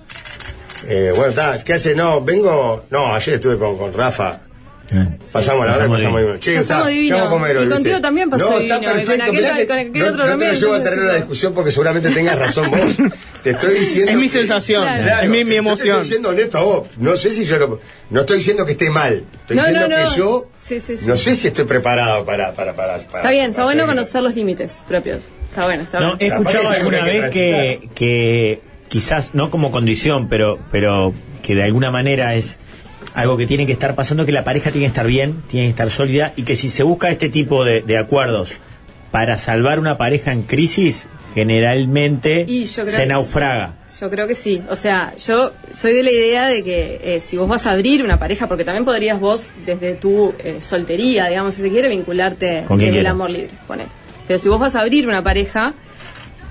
eh, bueno, está, ¿qué hace? No, vengo. No, ayer estuve con, con Rafa. Pasamos la hora,
Pasamos
pasamos
divino.
divino. Che,
Pasamos
está, ¿qué
divino.
vamos a comer
Y
hoy,
contigo
viste?
también pasó
no, está
divino, y con
perfecto,
aquel-
mirá que
con aquel
no-
otro
no
también,
te lo llevo a
entonces,
tener la discusión porque seguramente tengas razón vos.
[LAUGHS]
Te estoy diciendo.
Es mi
que-
sensación,
Claro,
es mi- mi
yo te
emoción.
estoy siendo honesto a vos. No sé si yo lo. No estoy diciendo que esté mal. Estoy
No,
diciendo
no, no.
que yo.
Sí, sí, sí.
No sé si estoy preparado para. para, para, para
Está bien, está
para
bueno
seguir.
conocer los límites propios. Está bueno, está
No, he
bueno.
escuchado
Capaz que
alguna
seguro
vez
que
que, que quizás no como condición, pero, pero que de alguna manera es algo que tiene que estar pasando, que la pareja tiene que estar bien, tiene que estar sólida y que si se busca este tipo de, de acuerdos para salvar una pareja en crisis, generalmente
Y yo creo
se
que-
naufraga.
Yo creo que sí. O sea, yo soy de la idea de que eh, si vos vas a abrir una pareja, porque también podrías vos, desde tu eh, soltería, digamos, si se quiere, vincularte
Con quien
desde el
quiera.
amor libre, poner. Pero si vos vas a abrir una pareja,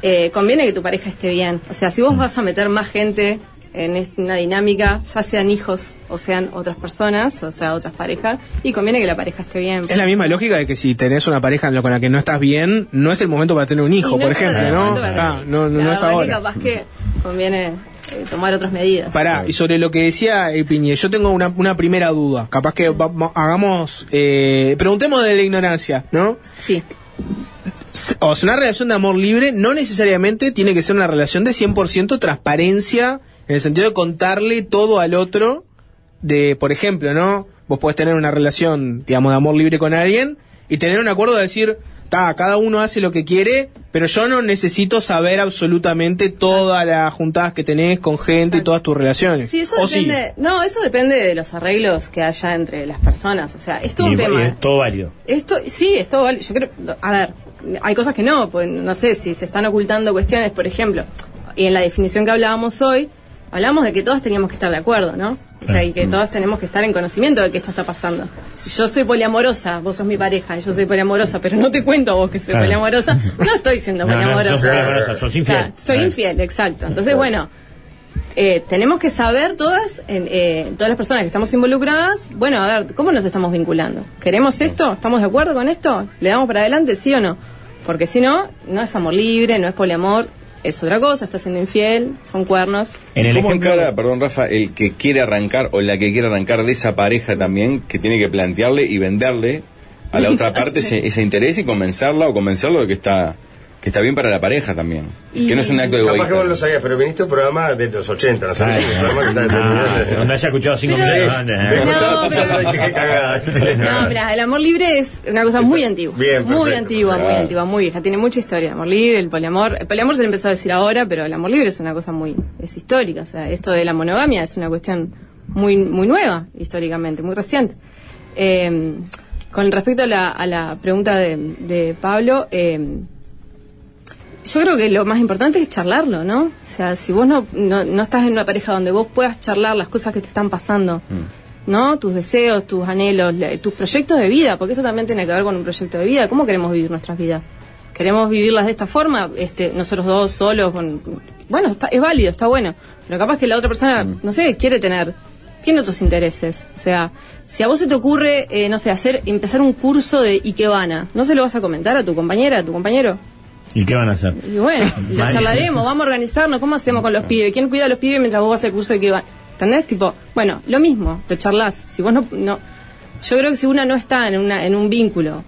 eh, conviene que tu pareja esté bien. O sea, si vos vas a meter más gente en est- una dinámica, ya sean hijos o sean otras personas, o sea, otras parejas, y conviene que la pareja esté bien.
Es la misma lógica de que si tenés una pareja en la- con la que no estás bien, no es el momento para tener un hijo,
Sí, no
por
es el
ejemplo,
momento
¿no?
para
Ah,
tener-
no, no,
La
no es
verdad que
ahora.
capaz que conviene eh, tomar otras medidas.
Pará, y sobre lo que decía el Piñe, yo tengo una, una primera duda. Capaz que va- va- hagamos. eh, preguntemos de la ignorancia, ¿no?
Sí.
O sea, una relación de amor libre no necesariamente tiene que ser una relación de 100% transparencia, en el sentido de contarle todo al otro. De, por ejemplo, ¿no? Vos podés tener una relación, digamos, de amor libre con alguien y tener un acuerdo de decir, ta, cada uno hace lo que quiere, pero yo no necesito saber absolutamente todas las juntadas que tenés con gente y todas tus relaciones.
Sí, eso
o
depende. No, eso depende de los arreglos que haya entre las personas. O sea, es todo
Y-
un
y
tema. ¿eh?
es todo válido.
Esto, sí, es todo válido. Yo creo, a ver, hay cosas que no, pues no sé si se están ocultando cuestiones, por ejemplo, y en la definición que hablábamos hoy, hablamos de que todos teníamos que estar de acuerdo, ¿no? O sea, y que todos tenemos que estar en conocimiento de que esto está pasando. Si yo soy poliamorosa, vos sos mi pareja, y yo soy poliamorosa, pero no te cuento a vos que soy
Claro.
poliamorosa, no estoy siendo
No, no,
poliamorosa.
sos poliamorosa, sos infiel.
Claro, soy
Claro.
infiel, exacto. Entonces, bueno, eh, tenemos que saber todas, en, eh, todas las personas que estamos involucradas, bueno, a ver, ¿cómo nos estamos vinculando? ¿Queremos esto? ¿Estamos de acuerdo con esto? ¿Le damos para adelante, sí o no? Porque si no, no es amor libre, no es poliamor, es otra cosa, está siendo infiel, son cuernos.
En el ¿Cómo encara, perdón Rafa, el que quiere arrancar o la que quiere arrancar de esa pareja también, que tiene que plantearle y venderle a la otra parte [LAUGHS] ese, ese interés y convencerla o convencerlo de que está, que está bien para la pareja también? Que no es un acto
Capaz que
egoísta.
vos lo sabías, pero viniste a un programa de los 80, no sé.
Ay,
un programa que está
Ah,
determinado.
donde haya escuchado cinco
Pero-
minutos antes.
Ah,
Me
¿eh?
gustaba escucharlo y dije, qué cagada.
No, mira, el amor libre es una cosa muy antigua.
Bien,
muy
perfecto,
antigua, muy
perfecto.
antigua, muy vieja. Tiene mucha historia el amor libre, el poliamor. El poliamor se le empezó a decir ahora, pero el amor libre es una cosa muy. es histórica. O sea, esto de la monogamia es una cuestión muy, muy nueva, históricamente, muy reciente. Eh, con respecto a la, a la pregunta de, de Pablo, eh, yo creo que lo más importante es charlarlo, ¿no? O sea, si vos no, no, no estás en una pareja donde vos puedas charlar las cosas que te están pasando, ¿no? Tus deseos, tus anhelos, la- tus proyectos de vida, porque eso también tiene que ver con un proyecto de vida. ¿Cómo queremos vivir nuestras vidas? ¿Queremos vivirlas de esta forma? Este, nosotros dos solos, con- bueno, está- es válido, está bueno. Pero capaz que la otra persona, no sé, quiere tener, tiene otros intereses. O sea, si a vos se te ocurre, eh, no sé, hacer, empezar un curso de Ikebana, ¿no se lo vas a comentar a tu compañera, a tu compañero?
¿Y qué van a hacer?
Y bueno, lo
Vale.
charlaremos, vamos a organizarnos, ¿cómo hacemos con los pibes? ¿Quién cuida a los pibes mientras vos vas al curso de que van? ¿Entendés? Tipo, bueno, lo mismo, lo charlas Si vos no, no, yo creo que si una no está en una, en un vínculo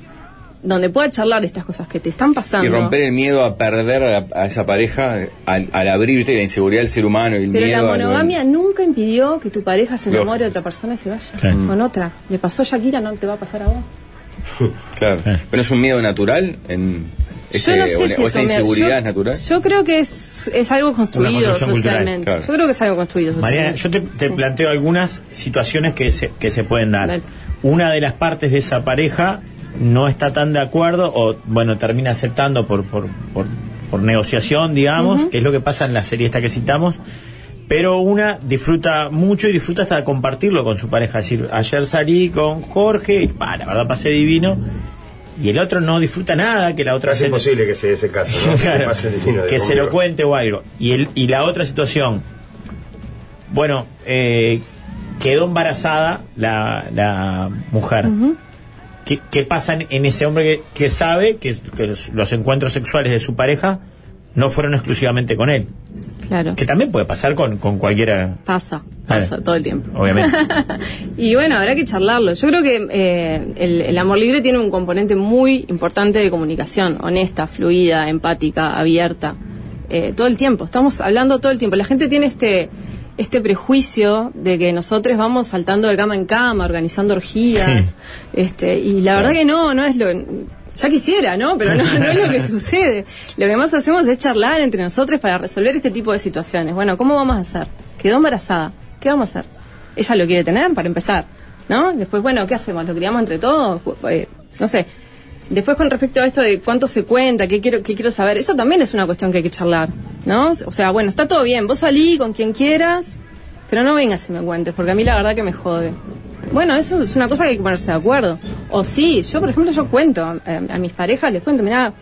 donde pueda charlar estas cosas que te están pasando.
Y romper el miedo a perder a, la- a esa pareja al, al abrirte la inseguridad del ser humano y el
Pero la
miedo. al-
monogamia nunca impidió que tu pareja se
Claro.
enamore de otra persona y se vaya
Sí.
Mm.
[LAUGHS]
con otra. Le pasó a Shakira, no te va a pasar a vos.
Claro. Pero es un miedo natural en ese-
yo no sé
o,
si
o
eso
esa
me-
inseguridad
yo-
es natural.
Yo creo que es, es algo construido
construcción cultural,
socialmente.
claro.
Yo creo que es algo construido
Mariana,
socialmente.
yo te, te planteo algunas situaciones que se, que se pueden dar. Una de las partes de esa pareja no está tan de acuerdo o, bueno, termina aceptando por, por, por, por negociación, digamos, que es lo que pasa en la serie esta que citamos. Pero una disfruta mucho y disfruta hasta compartirlo con su pareja. Es decir, ayer salí con Jorge y, pa, la verdad, pasé divino. Y el otro no disfruta nada que la otra
Es
se-
imposible que se dé ese caso,
[LAUGHS]
¿no?
Claro,
Que pase el destino de
que se lo
conmigo.
cuente o algo. Y, el, y la otra situación, bueno, eh, quedó embarazada la, la mujer. ¿Qué, qué pasa en- en ese hombre que, que sabe que, que los, los encuentros sexuales de su pareja no fueron exclusivamente con él?
Claro,
Que también puede pasar con, con cualquiera.
pasa, pasa
Vale.
todo el tiempo.
Obviamente.
[LAUGHS] y bueno, habrá que charlarlo. Yo creo que eh, el, el amor libre tiene un componente muy importante de comunicación, honesta, fluida, empática, abierta. Eh, todo el tiempo, estamos hablando todo el tiempo. La gente tiene este este prejuicio de que nosotros vamos saltando de cama en cama, organizando orgías, este, y la verdad que no, no es lo ya quisiera, ¿no? Pero no, no es lo que sucede. Lo que más hacemos es charlar entre nosotros para resolver este tipo de situaciones. Bueno, ¿cómo vamos a hacer? Quedó embarazada. ¿Qué vamos a hacer? Ella lo quiere tener para empezar, ¿no? Después, bueno, ¿qué hacemos? ¿Lo criamos entre todos? Eh, no sé. Después, con respecto a esto de cuánto se cuenta, qué quiero, qué quiero saber, eso también es una cuestión que hay que charlar, ¿no? O sea, bueno, está todo bien, vos salí con quien quieras, pero no vengas y me cuentes, porque a mí la verdad que me jode. Bueno, eso es una cosa que hay que ponerse de acuerdo. O sí, yo por ejemplo, yo cuento eh, a mis parejas, les cuento, mirá,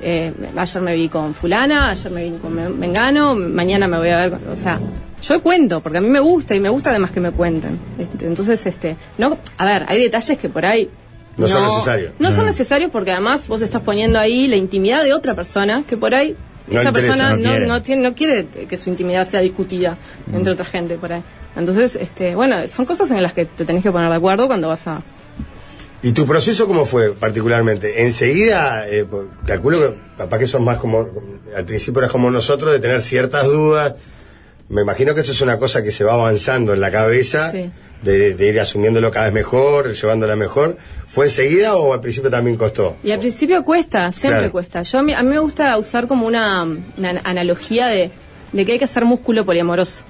eh, ayer me vi con fulana, ayer me vi con me- mengano, mañana me voy a ver, con-". o sea, yo cuento, porque a mí me gusta y me gusta además que me cuenten. Este, entonces, este, no, a ver, hay detalles que por ahí
No son necesarios.
No son necesarios porque además vos estás poniendo ahí la intimidad de otra persona que por ahí
No
esa
interesa,
persona
no
no,
quiere. Mm.
no tiene- no quiere que su intimidad sea discutida entre otra gente por ahí. Entonces, este, bueno, son cosas en las que te tenés que poner de acuerdo cuando vas a...
¿Y tu proceso cómo fue particularmente? Enseguida, eh, po- calculo que capaz que son más como, al principio eras como nosotros, de tener ciertas dudas. Me imagino que esto es una cosa que se va avanzando en la cabeza, de, de ir asumiéndolo cada vez mejor, llevándola mejor. ¿Fue enseguida o al principio también costó?
Y al principio cuesta, siempre
Claro.
cuesta. Yo, a, mí, a mí me gusta usar como una, una an- analogía de, de que hay que hacer músculo poliamoroso.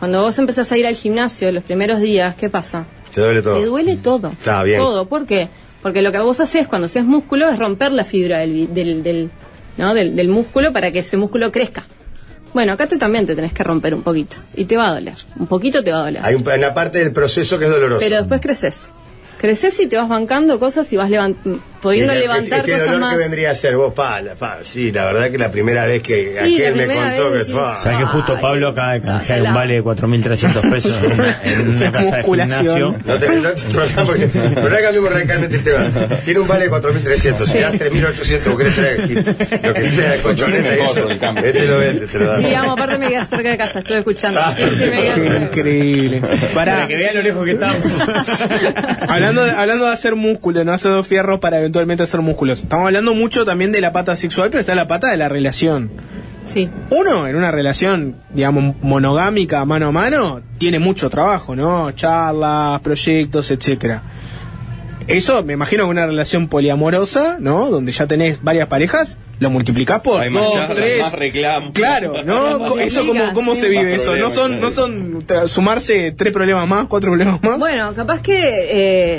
Cuando vos empezás a ir al gimnasio los primeros días, ¿qué pasa?
Te duele todo.
Te duele todo.
Está bien.
Todo. ¿Por qué? Porque lo que vos haces cuando haces músculo es romper la fibra del, vi- del, del- ¿no? del, del músculo para que ese músculo crezca. Bueno, acá te también te tenés que romper un poquito. Y te va a doler. Un poquito te va a doler.
Hay un- una parte del proceso que es doloroso.
Pero después creces. Creces y te vas bancando cosas y vas levan- pudiendo
Y el-
levantar
este
cosas
dolor
más.
que vendría a ser vos, fa, la- fa, sí, la verdad que la primera vez que
Sí, la
aquel me
primera
contó que
vez
fa.
¿Sabes que justo
eh,
Pablo acaba de canjear un vale de 4.300 pesos
[LAUGHS]
en una, en una casa de gimnasio?
No te no, no, porque- pero no cambiemos radicalmente el tema. Tiene un vale de 4.300, si das 3.800, vos querés ser aquí, lo que sea, colchoneta y eso. Este lo vende, te lo da.
Sí, amo, aparte me quedé cerca de casa, estoy escuchando. Sí, sí,
[LAUGHS]
me quedé cerca.
Increíble. Para
que vean lo lejos que estamos.
hablando, de, hablando de hacer músculo, no hacer fierros para eventualmente hacer músculos. Estamos hablando mucho también de la pata sexual, pero está la pata de la relación.
Sí.
Uno, en una relación, digamos, monogámica, mano a mano, tiene mucho trabajo, ¿no? Charlas, proyectos, etcétera. Eso, me imagino que una relación poliamorosa, ¿no? Donde ya tenés varias parejas, lo multiplicás por
Hay más
dos,
charlas,
tres.
más reclamos.
Claro, ¿no? Co- Eso, ¿cómo, cómo se vive
Más
eso? No
problemas,
son, no
claro.
son tra- sumarse tres problemas más, cuatro problemas más.
Bueno, capaz que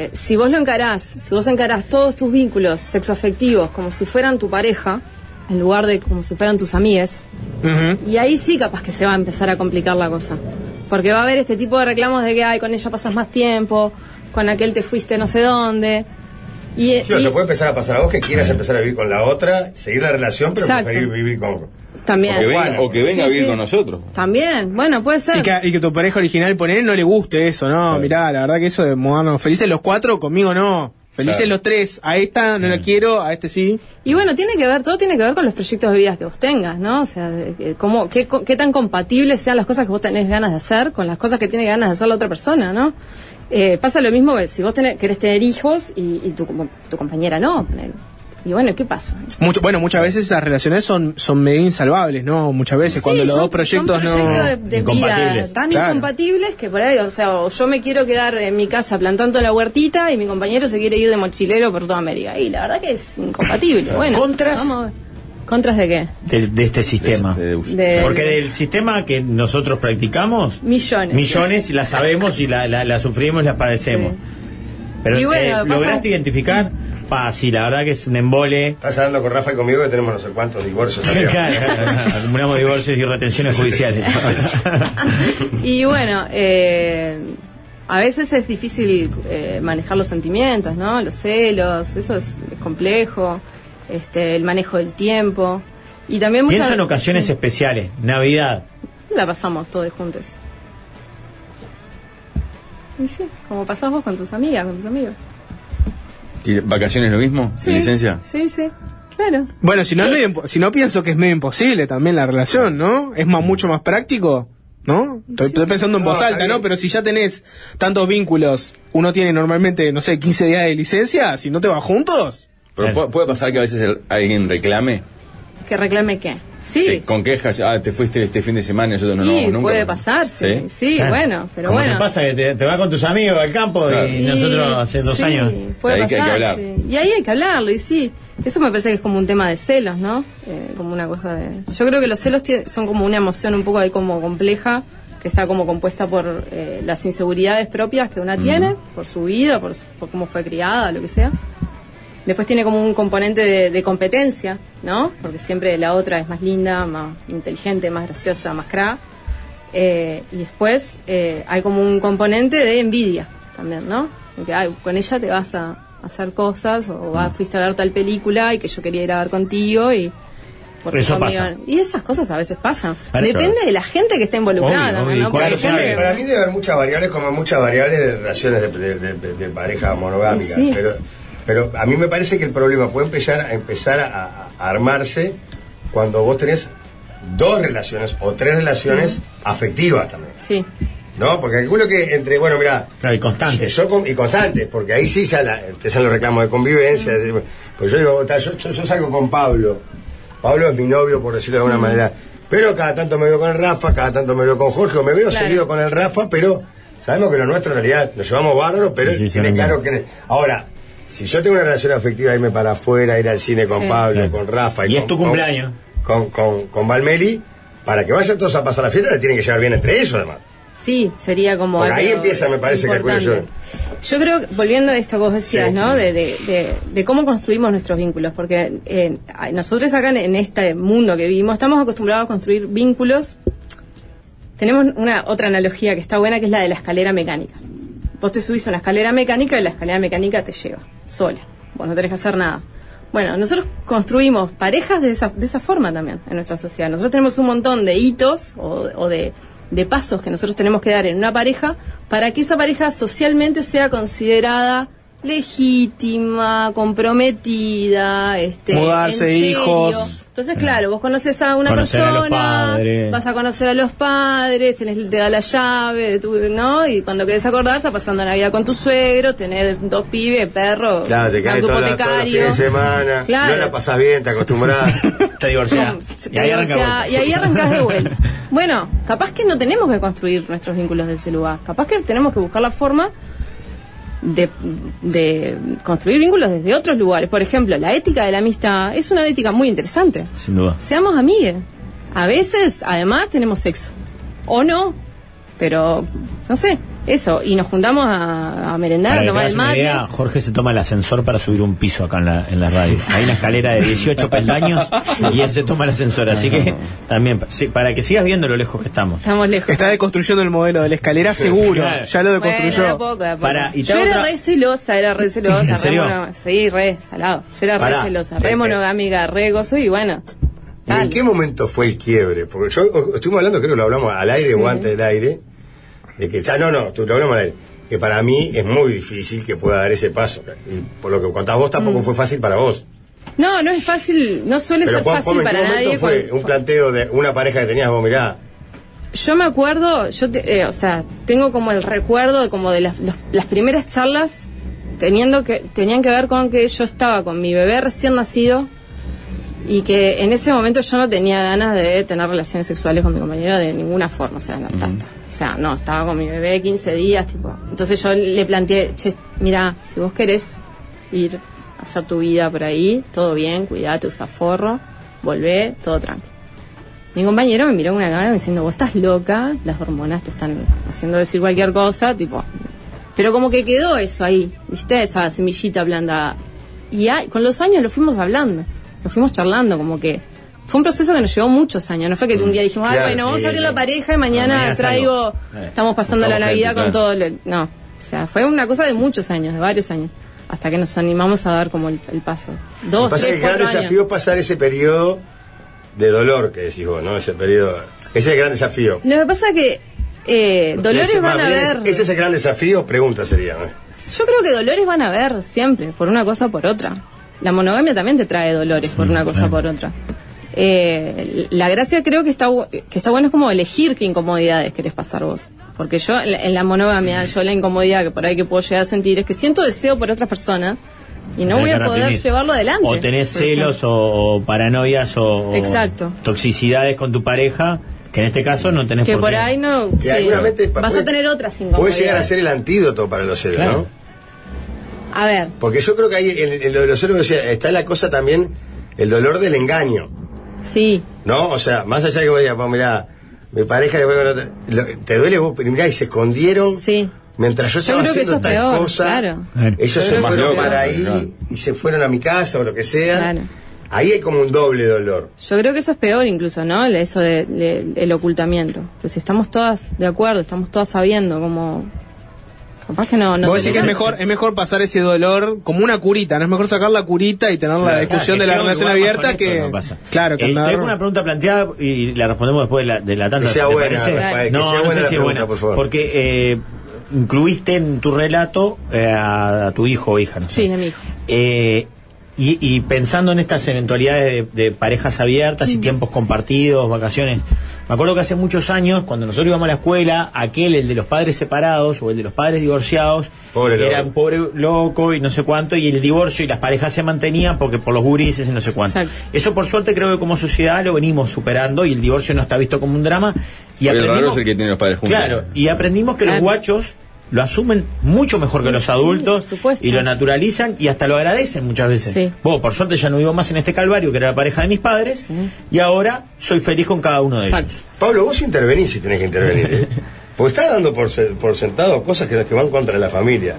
eh, si vos lo encarás, si vos encarás todos tus vínculos sexoafectivos como si fueran tu pareja, en lugar de como si fueran tus amigues, y ahí sí capaz que se va a empezar a complicar la cosa. Porque va a haber este tipo de reclamos de que, ay, con ella pasas más tiempo, con aquel te fuiste no sé dónde. Y,
Sí, o
y-
te puede empezar a pasar a vos que quieras empezar a vivir con la otra, seguir la relación, pero
Exacto.
preferir vivir con.
también.
O que venga-
o que venga a vivir con nosotros.
También, bueno, puede ser.
Y que, y que tu pareja original poner no le guste eso, no, mirá, la verdad que eso de mudarnos felices los cuatro, conmigo no. Felices
Claro.
los tres, a esta
Mm.
no la quiero, a este sí.
Y bueno, tiene que ver, todo tiene que ver con los proyectos de vida que vos tengas, ¿no? O sea, de- de cómo, qué, co- qué tan compatibles sean las cosas que vos tenés ganas de hacer con las cosas que tiene ganas de hacer la otra persona, ¿no? Eh, pasa lo mismo que si vos tenés, querés tener hijos y, y tu, com- tu compañera no. ponele. Y bueno, ¿qué pasa?
Mucho, bueno, muchas veces esas relaciones son, son medio insalvables, ¿no? Muchas veces, cuando los
son-
dos proyectos,
son proyectos
no.
de- de, vida tan
Claro.
incompatibles que por ahí, o sea, o yo me quiero quedar en mi casa plantando la huertita y mi compañero se quiere ir de mochilero por toda América. Y la verdad que es incompatible. Bueno,
¿Contras?
vamos a ver. ¿Contras de qué?
De, de este sistema.
De-
Porque del sistema que nosotros practicamos,
Millones.
millones la sabemos y la, la, la sufrimos, la padecemos. Pero
Y bueno,
eh,
pasa-
lograste identificar, pa, sí, la verdad que es un embole.
Estás hablando con Rafa y conmigo que tenemos no sé
[LAUGHS]
cuántos divorcios. arriba.
Claro, acumulamos divorcios y retenciones
[LAUGHS]
judiciales.
Y bueno, eh, a veces es difícil eh, manejar los sentimientos, ¿no? Los celos, eso es, es complejo. Este, el manejo del tiempo. Y también muchas
Piensa en ocasiones especiales, Navidad.
La pasamos todos juntos. Y sí, como pasás vos con tus amigas, con tus amigos.
¿Y vacaciones lo mismo?
Sí,
¿Licencia?
Sí, sí. Claro.
Bueno, si no, es medio impo- si no pienso que es medio imposible también la relación, ¿no? Es más, mucho más práctico, ¿no? Estoy, estoy pensando en
No,
voz
está
alta,
bien.
¿no? Pero si ya tenés tantos vínculos, uno tiene normalmente, no sé, 15 días de licencia, si no te vas juntos.
Pero pu- puede pasar que a veces el- alguien reclame,
¿Que reclame qué? Sí.
se- con quejas, ah, te fuiste este fin de semana y nosotros no nos
y
vamos nunca.
puede pasarse.
¿Sí?
Sí,
Claro.
bueno, pero
Eh. Ah. Como
bueno.
te pasa que te, te vas con tus amigos al campo y
Y-
nosotros hace dos
sí,
años.
Puede pasar, sí. Y ahí hay que hablarlo, y sí. Eso me parece que es como un tema de celos, ¿no? Eh, como una cosa de... Yo creo que los celos tie- son como una emoción un poco ahí como compleja, que está como compuesta por eh, las inseguridades propias que una
Mm.
tiene, por su vida, por, su- por cómo fue criada, lo que sea. Después tiene como un componente de, de competencia, ¿no? Porque siempre la otra es más linda, más inteligente, más graciosa, más cra. Eh, y después eh, hay como un componente de envidia también, ¿no? Porque ay, con ella te vas a a hacer cosas o vas- fuiste a ver tal película y que yo quería ir a ver contigo y... porque
Eso
conmigo-
pasa.
Y esas cosas a veces pasan.
Claro.
Depende de la gente que está involucrada,
Obvio, obvio.
¿no? Porque
Claro,
hay gente
claro.
que-
Para mí debe haber muchas variables, como muchas variables de relaciones de, de- de- de pareja monogámica.
Y sí.
Pero, pero a mí me parece que el problema puede empezar, a- empezar a, a armarse cuando vos tenés dos relaciones o tres relaciones afectivas también.
Sí.
¿No? Porque calculo que entre, bueno, mira.
y constantes.
Yo, con- y constantes, porque ahí sí ya la- empiezan los reclamos de convivencia. de- Pues yo digo, ta, yo, yo- yo salgo con Pablo. Pablo es mi novio, por decirlo de alguna manera. Pero cada tanto me veo con el Rafa, cada tanto me veo con Jorge, o me veo
Claro.
seguido con el Rafa, pero sabemos que lo nuestro en realidad lo llevamos bárbaro, pero
Sí, sí,
tiene
sí,
claro que. Ahora, si yo tengo una relación afectiva, irme para afuera, ir al cine con
Sí.
Pablo,
Claro.
con Rafa.
Y es
con-
tu
con-
cumpleaños.
Con, con, con Valmeli, para que vayan todos a pasar la fiesta, le tienen que llevar bien entre ellos, además.
Sí, sería como...
Porque ahí
algo
empieza, me parece, que calculo yo.
importante. Yo creo, que, volviendo a esto que vos decías, ¿no? De, de, de, de cómo construimos nuestros vínculos, porque eh, a- nosotros acá en, en este mundo que vivimos estamos acostumbrados a construir vínculos. Tenemos una otra analogía que está buena, que es la de la escalera mecánica. Vos te subís a una escalera mecánica y la escalera mecánica te lleva, sola. Vos no tenés que hacer nada. Bueno, nosotros construimos parejas de esa, de esa forma también en nuestra sociedad. Nosotros tenemos un montón de hitos o, o de, de pasos que nosotros tenemos que dar en una pareja para que esa pareja socialmente sea considerada legítima, comprometida, este,
Mudarse,
en serio.
hijos.
Entonces, claro, vos conoces a una
Conocer a los
persona,
padres.
vas a conocer a los padres, tenés, te da la llave, de tu- ¿no? Y cuando querés acordar, está pasando Navidad con tu suegro, tenés dos pibes, perro,
Claro, te caes
banco
toda la- todos los
hipotecario.
fines de semana.
Claro.
No la pasas bien, te
[LAUGHS]
acostumbras.
[LAUGHS] te divorciás.
Te divorciás, y ahí arrancás de
[LAUGHS]
vuelta. Bueno, capaz que no tenemos que construir nuestros vínculos de ese lugar. Capaz que tenemos que buscar la forma de, de eh, construir vínculos desde otros lugares. Por ejemplo, la ética de la amistad es una ética muy interesante.
Sin duda.
Seamos amigues. A veces, además, tenemos sexo. O no. Pero, no sé, eso. Y nos juntamos a, a merendar,
Para
a
que te
tomar
hagas
el
una
mate.
idea, Jorge se toma el ascensor para subir un piso acá en la, en la radio. Hay una escalera de 18 peldaños y él se toma el ascensor. Así que también, sí, para que sigas viendo lo lejos que estamos.
Estamos lejos.
[LAUGHS] Está deconstruyendo el modelo de la escalera, seguro.
Claro.
Ya lo deconstruyó.
Bueno, de a poco, de a poco.
Pará, y te
Yo
hago
era
otra-
re celosa, era re
¿En
celosa. re
serio?
mono- Sí, re salado. Yo era
Pará,
re celosa,
eh, eh.
re monogámica, re gozo y bueno.
¿Y ¿En qué momento fue el quiebre? Porque yo o- estuvimos hablando, creo que lo hablamos al aire o antes del aire, de que ya no, no, tú- lo hablamos al aire, que para mí es muy difícil que pueda dar ese paso. Y por lo que contás vos tampoco fue fácil para vos.
No, no es fácil, Mm. no suele
Pero
ser
Juan,
fácil
¿en qué
para
momento
nadie.
fue
cuando-
un planteo de una pareja que tenías vos, mirá,
Yo me acuerdo, yo te- eh, o sea, tengo como el recuerdo de como de las, los- las primeras charlas teniendo que tenían que ver con que yo estaba con mi bebé recién nacido y que en ese momento yo no tenía ganas de tener relaciones sexuales con mi compañero de ninguna forma, o sea, no, ta- ta- o sea, no, estaba con mi bebé 15 días, tipo. Entonces yo le planteé, che, mira, si vos querés ir a hacer tu vida por ahí, todo bien, cuidate, usa forro, volvé, todo tranquilo. Mi compañero me miró con una cámara diciendo, vos estás loca, las hormonas te están haciendo decir cualquier cosa, tipo. Pero como que quedó eso ahí, ¿viste? Esa semillita blanda. Y ahí- con los años lo fuimos hablando, lo fuimos charlando, como que. Fue un proceso que nos llevó muchos años, no fue que un día dijimos, ah,
Claro,
bueno, vamos
sí,
a abrir la
claro.
pareja y mañana,
Mañana
traigo,
salgo. Eh,
estamos pasando la
juntamos
Navidad
gente,
con todo
claro.
lo... No, o sea, fue una cosa de muchos años, de varios años, hasta que nos animamos a dar como el, el paso.
Lo que
Dos, tres,
pasa es que el
cuatro
gran
años.
desafío es pasar ese periodo de dolor que decís vos, ¿no? Ese periodo. Ese es el gran desafío.
Lo que pasa que eh, dolores
Ese-
van a
más bien,
haber...
Ese es el gran desafío, pregunta sería. ¿no?
Yo creo que dolores van a haber siempre, por una cosa o por otra. La monogamia también te trae dolores
Mm,
por una cosa o por otra. Eh, la gracia creo que está, bu- que está bueno es como elegir qué incomodidades querés pasar vos. Porque yo en la, en la monogamia,
Mm.
yo la incomodidad que por ahí que puedo llegar a sentir es que siento deseo por otra persona y no
Tenés
voy
que
a poder
reprimir.
llevarlo adelante.
O tenés
por ejemplo.
celos o, o paranoias o, o
Exacto.
toxicidades con tu pareja, que en este caso no tenés
Que
por
por
qué.
ahí no.
Que
sí,
seguramente
vas a
puede-
tener otras
Puede
incomodidades.
llegar a ser el antídoto para los celos,
Claro.
¿no?
A ver,
Porque yo creo que ahí, en, en lo de los celos, decía, está la cosa también, el dolor del engaño,
sí.
¿no? O sea, más allá que vos digas, pues mirá, mi pareja que fue con otra- lo- te duele vos, mirá, y se escondieron. Mientras
Yo
yo, estaba
creo que eso
haciendo
es
tal
peor,
cosa,
claro.
ellos
Yo
se
creo que
fueron
es peor.
para ahí y se fueron a mi casa o lo que sea.
Claro.
Ahí hay como un doble dolor.
Yo creo que eso es peor incluso, ¿no? Le- Eso de, le- el ocultamiento. Pero si estamos todas de acuerdo, estamos todas sabiendo cómo... Capaz que no... no
Vos decís que es
tenemos-
mejor, es mejor pasar ese dolor como una curita, no es mejor sacar la curita y tener la
Claro,
discusión
que
de la
sea un
relación
lugar más
abierta
honesto,
que.
no pasa.
Claro, que
Eh,
andar-
tengo una pregunta planteada y la respondemos después de la, de la tanda.
Que sea
¿te
buena,
parece?
Rafael, que
no,
sea
no
buena
sé
la
si es
pregunta,
buena,
por favor.
porque eh, incluiste en tu relato eh, a, a tu hijo o hija. No sé.
Sí, de mi hijo.
Eh, y, y pensando en estas eventualidades de, de parejas abiertas y tiempos compartidos, vacaciones, me acuerdo que hace muchos años, cuando nosotros íbamos a la escuela, aquel, el de los padres separados o el de los padres divorciados,
Pobre
era
loco.
un pobre loco y no sé cuánto, y el divorcio y las parejas se mantenían porque por los gurises y no sé cuánto. Eso por suerte creo que como sociedad lo venimos superando y el divorcio no está visto como un drama. Y
el raro
aprendimos,
es el que tiene los padres juntos.
claro, y aprendimos que los
Claro.
guachos lo asumen mucho mejor que los adultos
supuesto.
y lo naturalizan y hasta lo agradecen muchas veces.
Sí.
Vos, por suerte ya no vivo más en este calvario que era la pareja de mis padres y ahora soy feliz con cada uno de ellos.
Pablo, vos intervenís si tenés que intervenir. ¿eh? Porque estás dando por, se- por sentado cosas que, que van contra la familia.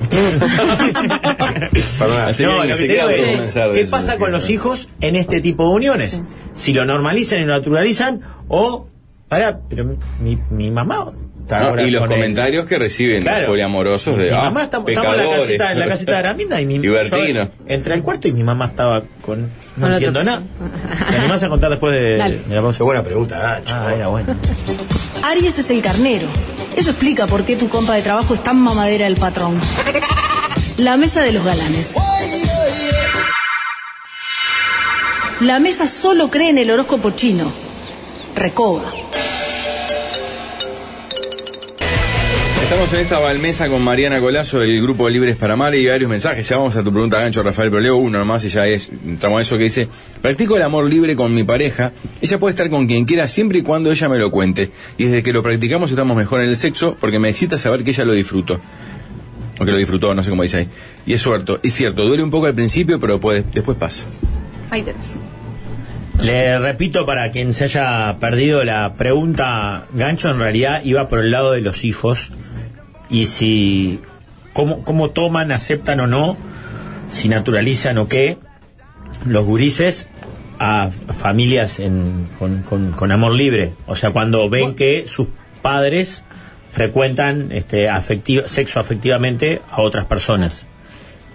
Perdón.
No, lo que te digo es, ¿Qué pasa con los hijos en este tipo de uniones? Si lo normalizan y lo naturalizan o... Pará, pero mi, mi mamá... está
No,
ahora
y los
con él.
comentarios que reciben
Claro.
los poliamorosos de
Mi
ah,
mamá está- estamos en
pecadores.
la casita, en la casita de Araminda y
[LAUGHS]
mi
Libertino.
yo entré al cuarto y mi mamá estaba con
Con
no
otra
entiendo nada. ¿Te animás a contar después de,
Dale.
de la pausa?
Buena pregunta,
Ah, era buena.
Aries es el carnero. Eso explica por qué tu compa de trabajo es tan mamadera del patrón. La mesa de los galanes. La mesa solo cree en el horóscopo chino. Recoba.
Estamos en esta balmesa con Mariana Colazo del grupo Libres para Amar y varios mensajes. Ya vamos a tu pregunta, Gancho, Rafael, pero leo uno nomás y ya es, entramos a eso que dice, practico el amor libre con mi pareja. Ella puede estar con quien quiera siempre y cuando ella me lo cuente. Y desde que lo practicamos estamos mejor en el sexo porque me excita saber que ella lo disfrutó. O que lo disfrutó, no sé cómo dice ahí. Y es cierto, es cierto, duele un poco al principio, pero puede- después pasa.
Ahí tenés.
Le repito para quien se haya perdido la pregunta, Gancho en realidad iba por el lado de los hijos y si cómo, cómo toman, aceptan o no, si naturalizan o qué, los gurises a familias en- con, con- con amor libre. O sea, cuando ven que sus padres frecuentan este, afectivo- sexo afectivamente a otras personas.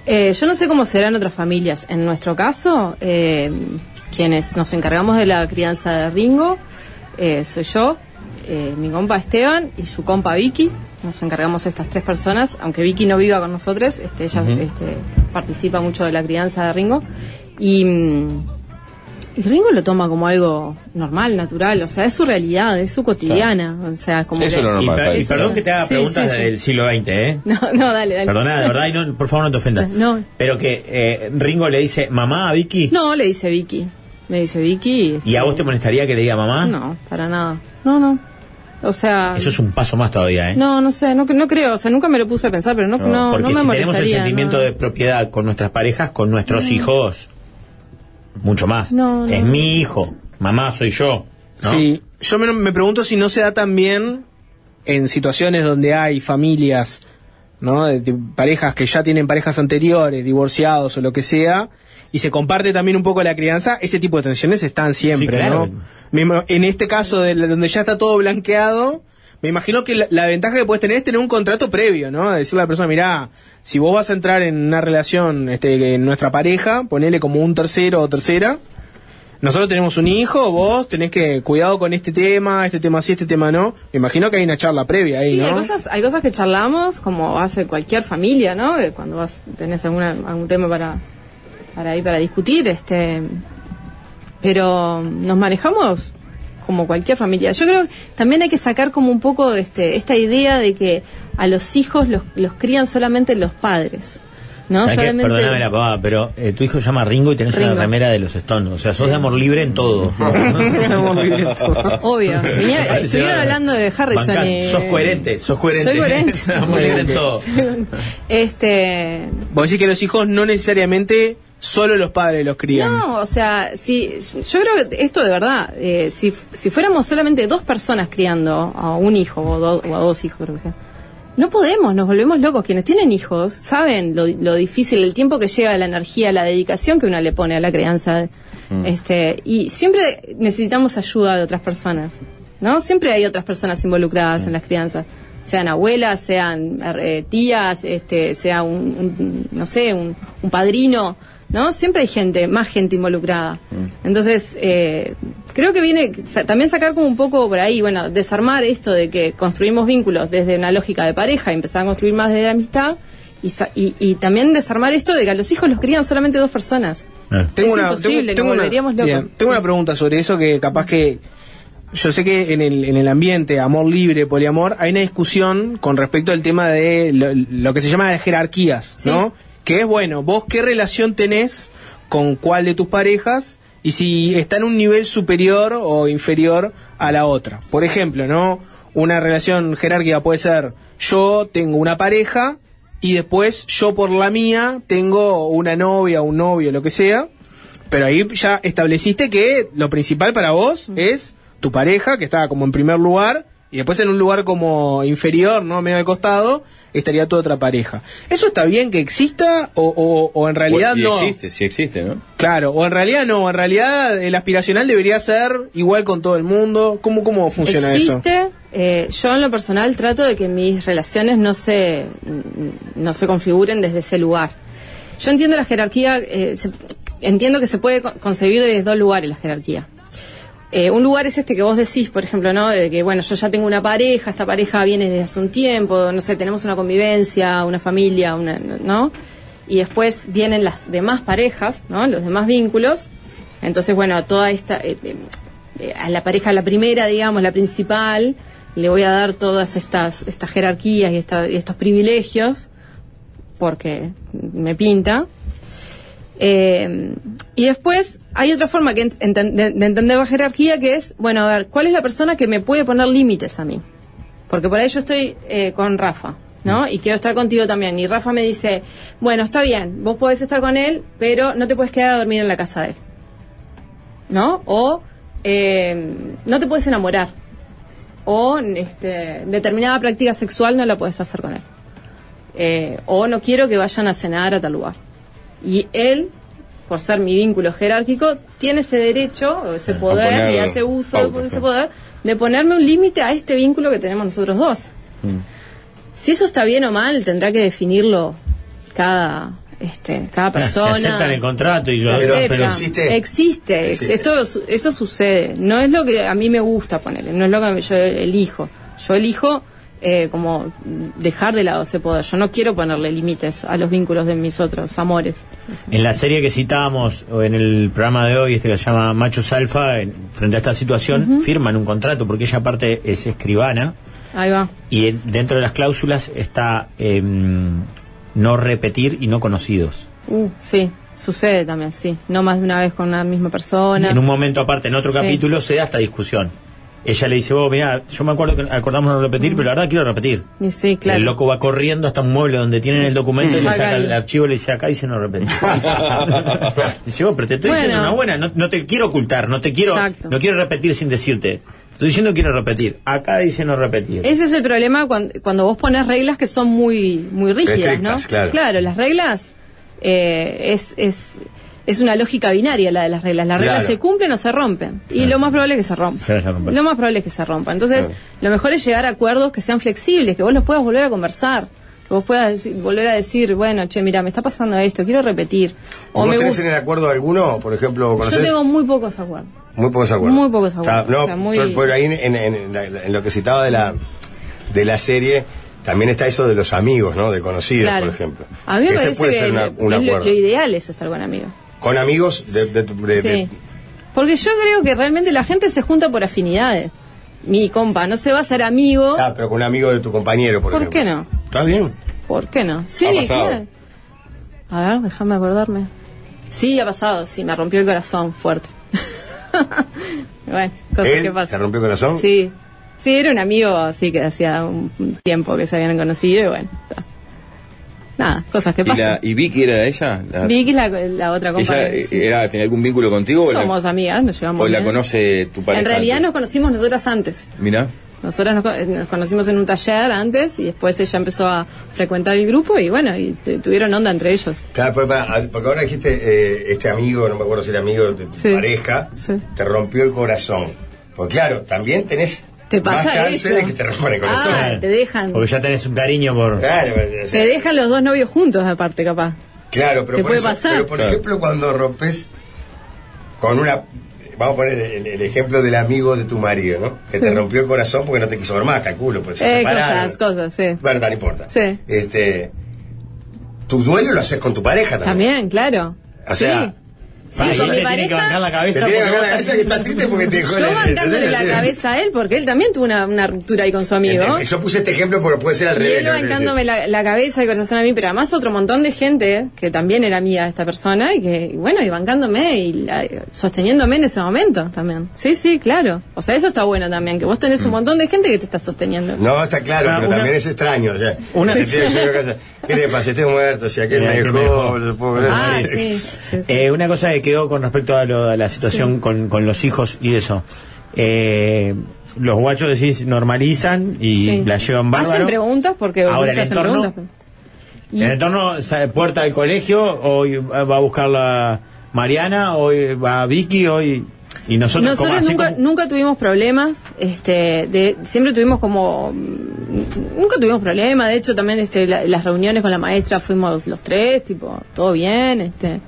Eh, yo no sé cómo serán otras familias. En nuestro caso, eh, quienes nos encargamos de la crianza de Ringo, eh, soy yo, eh, mi compa Esteban y su compa Vicky. Nos encargamos estas tres personas, aunque Vicky no viva con nosotros, este, ella
Ujú.
este, participa mucho de la crianza de Ringo. Y, mm, y Ringo lo toma como algo normal, natural, o sea, es su realidad, es su cotidiana. O sea, como que-
Y per- Y,
Eso
perdón
no-
que te haga
Sí,
preguntas
sí, sí.
del siglo XX, ¿eh?
[LAUGHS] No, no, dale, dale.
Perdona, de verdad, y no, por favor no te ofendas.
No.
Pero que eh, Ringo le dice mamá a Vicky.
No, le dice Vicky. Me dice Vicky.
¿Y a vos te molestaría que le diga mamá?
No, para nada. No, no. O sea.
Eso es un paso más todavía, ¿eh?
No, no sé, no, no creo. O sea, nunca me lo puse a pensar, pero no, no, no,
porque
me
si tenemos el
molestaría.
sentimiento de propiedad con nuestras parejas, con nuestros
No.
hijos, mucho más.
No, no.
Es mi hijo, mamá soy yo. ¿no?
Sí, yo me, me pregunto si no se da también en situaciones donde hay familias, ¿no? De, de parejas que ya tienen parejas anteriores, divorciados o lo que sea, y se comparte también un poco la crianza, ese tipo de tensiones están siempre,
Sí, claro.
¿no? Me ima- En este caso, de la- donde ya está todo blanqueado, me imagino que la, la ventaja que puedes tener es tener un contrato previo, ¿no? Decirle a la persona, mirá, si vos vas a entrar en una relación, este, que en nuestra pareja, ponele como un tercero o tercera, nosotros tenemos un hijo, vos tenés que cuidado con este tema, este tema sí, este tema no. Me imagino que hay una charla previa ahí,
Sí,
¿no?
hay cosas, hay cosas que charlamos, como hace cualquier familia, ¿no? Que Cuando vas, tenés alguna, algún tema para para ahí para discutir, este pero nos manejamos como cualquier familia. Yo creo que también hay que sacar como un poco este, esta idea de que a los hijos los, los crían solamente los padres. ¿No?
¿Sabés qué?
Solamente
Perdóname la pavada, pero eh, tu hijo se llama Ringo y tenés una
Ringo.
remera de los Stones. O sea, sos de amor libre
[LAUGHS]
en todo.
Obvio. Venía-
Vale,
estuvieron
señora.
hablando de Harrison.
Bancás,
y-
Sos coherente, sos coherente.
Soy coherente.
[LAUGHS] amor libre en todo.
Este,
Vos decís que los hijos no necesariamente solo los padres los crían.
No, o sea, si, yo creo que esto de verdad, eh, si, si fuéramos solamente dos personas criando a un hijo o, do- o a dos hijos, creo que sea, no podemos, nos volvemos locos. Quienes tienen hijos saben lo, lo difícil, el tiempo que lleva, la energía, la dedicación que uno le pone a la crianza. Este, y siempre necesitamos ayuda de otras personas, ¿no? Siempre hay otras personas involucradas en las crianzas. Sean abuelas, sean eh, tías, este, sea un, un- no sé, un, un padrino, ¿no? Siempre hay gente, más gente involucrada. Entonces, eh, creo que viene sa- también sacar como un poco por ahí, bueno, desarmar esto de que construimos vínculos desde una lógica de pareja, y empezar a construir más desde la amistad, y, sa- y, y también desarmar esto de que a los hijos los crían solamente dos personas. Es imposible, nos volveríamos locos.
bien, tengo una pregunta sobre eso que capaz que yo sé que en el, en el ambiente amor libre, poliamor, hay una discusión con respecto al tema de lo, lo que se llama las jerarquías, ¿no? Que es bueno, vos qué relación tenés con cuál de tus parejas y si está en un nivel superior o inferior a la otra. Por ejemplo, ¿no? Una relación jerárquica puede ser yo tengo una pareja y después yo por la mía tengo una novia, un novio, lo que sea. Pero ahí ya estableciste que lo principal para vos
Mm.
es tu pareja, que estaba como en primer lugar, y después en un lugar como inferior, ¿no? Medio al costado, estaría tu otra pareja. ¿Eso está bien que exista o, o- o en realidad
Bueno,
no?
y existe, sí existe, ¿no?
Claro, o en realidad no, en realidad el aspiracional debería ser igual con todo el mundo. ¿Cómo, cómo funciona eso?
Existe, eh, yo en lo personal trato de que mis relaciones no se, no se configuren desde ese lugar. Yo entiendo la jerarquía, eh, se- entiendo que se puede con- concebir desde dos lugares la jerarquía. Eh, un lugar es este que vos decís, por ejemplo, ¿no? De que, bueno, yo ya tengo una pareja, esta pareja viene desde hace un tiempo, no sé, tenemos una convivencia, una familia, una, ¿no? Y después vienen las demás parejas, ¿no? Los demás vínculos. Entonces, bueno, toda esta, eh, eh, eh, a la pareja, la primera, digamos, la principal, le voy a dar todas estas, estas jerarquías y, esta- y estos privilegios, porque me pinta. Eh, y después hay otra forma que ent- enten- de, de entender la jerarquía que es, bueno, a ver, ¿cuál es la persona que me puede poner límites a mí? Porque por ahí yo estoy eh, con Rafa, ¿no? Y quiero estar contigo también. Y Rafa me dice, bueno, está bien, vos podés estar con él, pero no te puedes quedar a dormir en la casa de él. ¿No? O eh, no te puedes enamorar. O este, determinada práctica sexual no la puedes hacer con él. Eh, o no quiero que vayan a cenar a tal lugar. Y él, por ser mi vínculo jerárquico, tiene ese derecho, o ese poder,
poner
y hace uso de-
pautas,
de ese
claro.
poder, de ponerme un límite a este vínculo que tenemos nosotros dos. Si eso está bien o mal, tendrá que definirlo cada, este, cada persona.
Se aceptan el contrato y yo.
Se acepta. Existe, ex-
Existe.
Esto, su- eso sucede. No es lo que a mí me gusta ponerle, no es lo que yo elijo. Yo elijo eh, como dejar de lado ese poder. Yo no quiero ponerle límites a los vínculos de mis otros amores.
En la serie que citábamos, o en el programa de hoy, este que se llama Machos Alfa, en- frente a esta situación, firman un contrato porque ella aparte es escribana
Ahí va.
y en- dentro de las cláusulas está em, no repetir y no conocidos.
Uh, sí, sucede también, sí. No más de una vez con una misma persona.
En un momento aparte, en otro
Sí.
capítulo, se da esta discusión. Ella le dice, vos, mirá, yo me acuerdo que acordamos no repetir, pero la verdad quiero repetir.
Mm. Y sí, claro. Mm.
El loco va corriendo hasta un mueble donde tienen el documento y le
Saca
saca
el-
el archivo, le dice acá y dice no
[LAUGHS]
repetir. dice, vos, pero te estoy diciendo
Bueno.
una buena, no, no te quiero ocultar, no te quiero,
Exacto.
no quiero repetir sin decirte. Estoy diciendo quiero repetir. Acá dice no repetir.
Ese es el problema cuan- cuando, vos pones reglas que son muy, muy rígidas, ¿no?
Estrictas, claro.
las reglas eh, es, es, es una lógica binaria la de las reglas. Las
Claro.
reglas se cumplen o se rompen. Y lo más probable es que se rompan.
Se vaya a romper.
Lo más probable es que se rompan. Entonces, lo mejor es llegar a acuerdos que sean flexibles, que vos los puedas volver a conversar. Que vos puedas decir- volver a decir, bueno, che, mira, me está pasando esto, quiero repetir. O
¿Vos
me
tenés
gusta.
en el acuerdo alguno? Por ejemplo,
Yo
¿conocés?
tengo muy pocos acuerdos.
Muy pocos acuerdos.
Muy pocos acuerdos,
Está- no,
o sea, muy-
yo por ahí en, en- en la- en lo que citaba de la, de la serie, también está eso de los amigos, ¿no? De conocidos,
Claro.
por ejemplo.
A mí me
Ese
parece
puede
que
ser una-
lo-
un
es lo,
acuerdo.
lo ideal es estar con amigos.
con amigos de, de tu- de-
Sí.
de-
Porque yo creo que realmente la gente se junta por afinidades. Mi compa no se va a ser amigo.
Ah, pero con un amigo de tu compañero, por,
¿Por
ejemplo.
qué no?
¿Estás bien?
¿Por qué no? Sí,
Ha pasado.
claro. A ver, déjame acordarme. Sí, ha pasado, sí, me rompió el corazón fuerte. bueno, cosas
¿Él
que
¿Te
pasan.
rompió el corazón?
Sí. Sí, era un amigo, así que hacía un un tiempo que se habían conocido y bueno. está. Nada, cosas que
¿Y,
pasan.
la, ¿Y Vicky era ella? La-
Vicky es la, la otra
¿Ella
compañera.
eh,
sí.
era, tenía algún vínculo contigo o la,
Somos amigas, nos llevamos
o la
bien.
conoce tu pareja?
En realidad nos conocimos nosotras antes.
Mirá.
Nosotras nos, co- eh, nos conocimos en un taller antes y después ella empezó a frecuentar el grupo y bueno, y te- tuvieron onda entre ellos.
Claro, pues, para- porque ahora dijiste, eh, este amigo, no me acuerdo si era amigo de tu pareja, te rompió el corazón. Pues claro, también tenés
Te pasa
más chance
eso.
de que te rompan el corazón.
Ah, te dejan.
Porque ya tenés un cariño por.
Claro, o sea,
Te dejan los dos novios juntos aparte, capaz.
claro, pero
te
por,
puede
eso-
pasar.
pero por
Claro.
ejemplo, cuando rompes con una. Vamos a poner el, el ejemplo del amigo de tu marido, ¿no? Que te
Sí.
rompió el corazón porque no te quiso ver más, calculo. Pues, se
Eh,
separaron.
cosas, cosas, sí.
Bueno, no importa.
Sí.
Este, tu duelo lo haces con tu pareja también.
También, claro.
O sea,
Sí, con mi pareja-
Te tiene que bancar la cabeza que está triste porque te dejó
Yo
la-
bancándole
[LAUGHS]
la cabeza a él porque él también tuvo una, una ruptura ahí con su amigo.
Entiendo. Yo puse este ejemplo porque puede ser al
Y
revés.
él
lo que quiero
bancándome
decir.
la, la cabeza y corazón a mí, pero además otro montón de gente que también era amiga de esta persona y que, y bueno, y bancándome y la- sosteniéndome en ese momento también. Sí, sí, claro. O sea, eso está bueno también, que vos tenés un montón de gente que te está sosteniendo.
No, está claro,
Ah,
pero
una-
también es extraño. ya.
[LAUGHS] Una-
Se tiene que llevar a casa. ¿Qué te pasa? Estés muerto, si aquel
Mira,
me
aquel me
dejó.
dejó.
lo puedo creer.
Ah,
Sí,
Eh, una cosa que quedó con respecto a, lo- a la situación con, con los hijos y eso. Eh, los guachos decís normalizan y
Sí.
la llevan
Hacen
bárbaro.
preguntas porque
Ahora,
se
el
hacen
entorno-
preguntas.
¿En el entorno sa- puerta del colegio hoy va a buscar la Mariana, hoy va Vicky, hoy y nosotros,
Nosotros
como así
nunca,
como-
nunca tuvimos problemas, este, de, siempre tuvimos como, mm, nunca tuvimos problemas, de hecho también este, la- las reuniones con la maestra fuimos los tres, tipo, todo bien, este,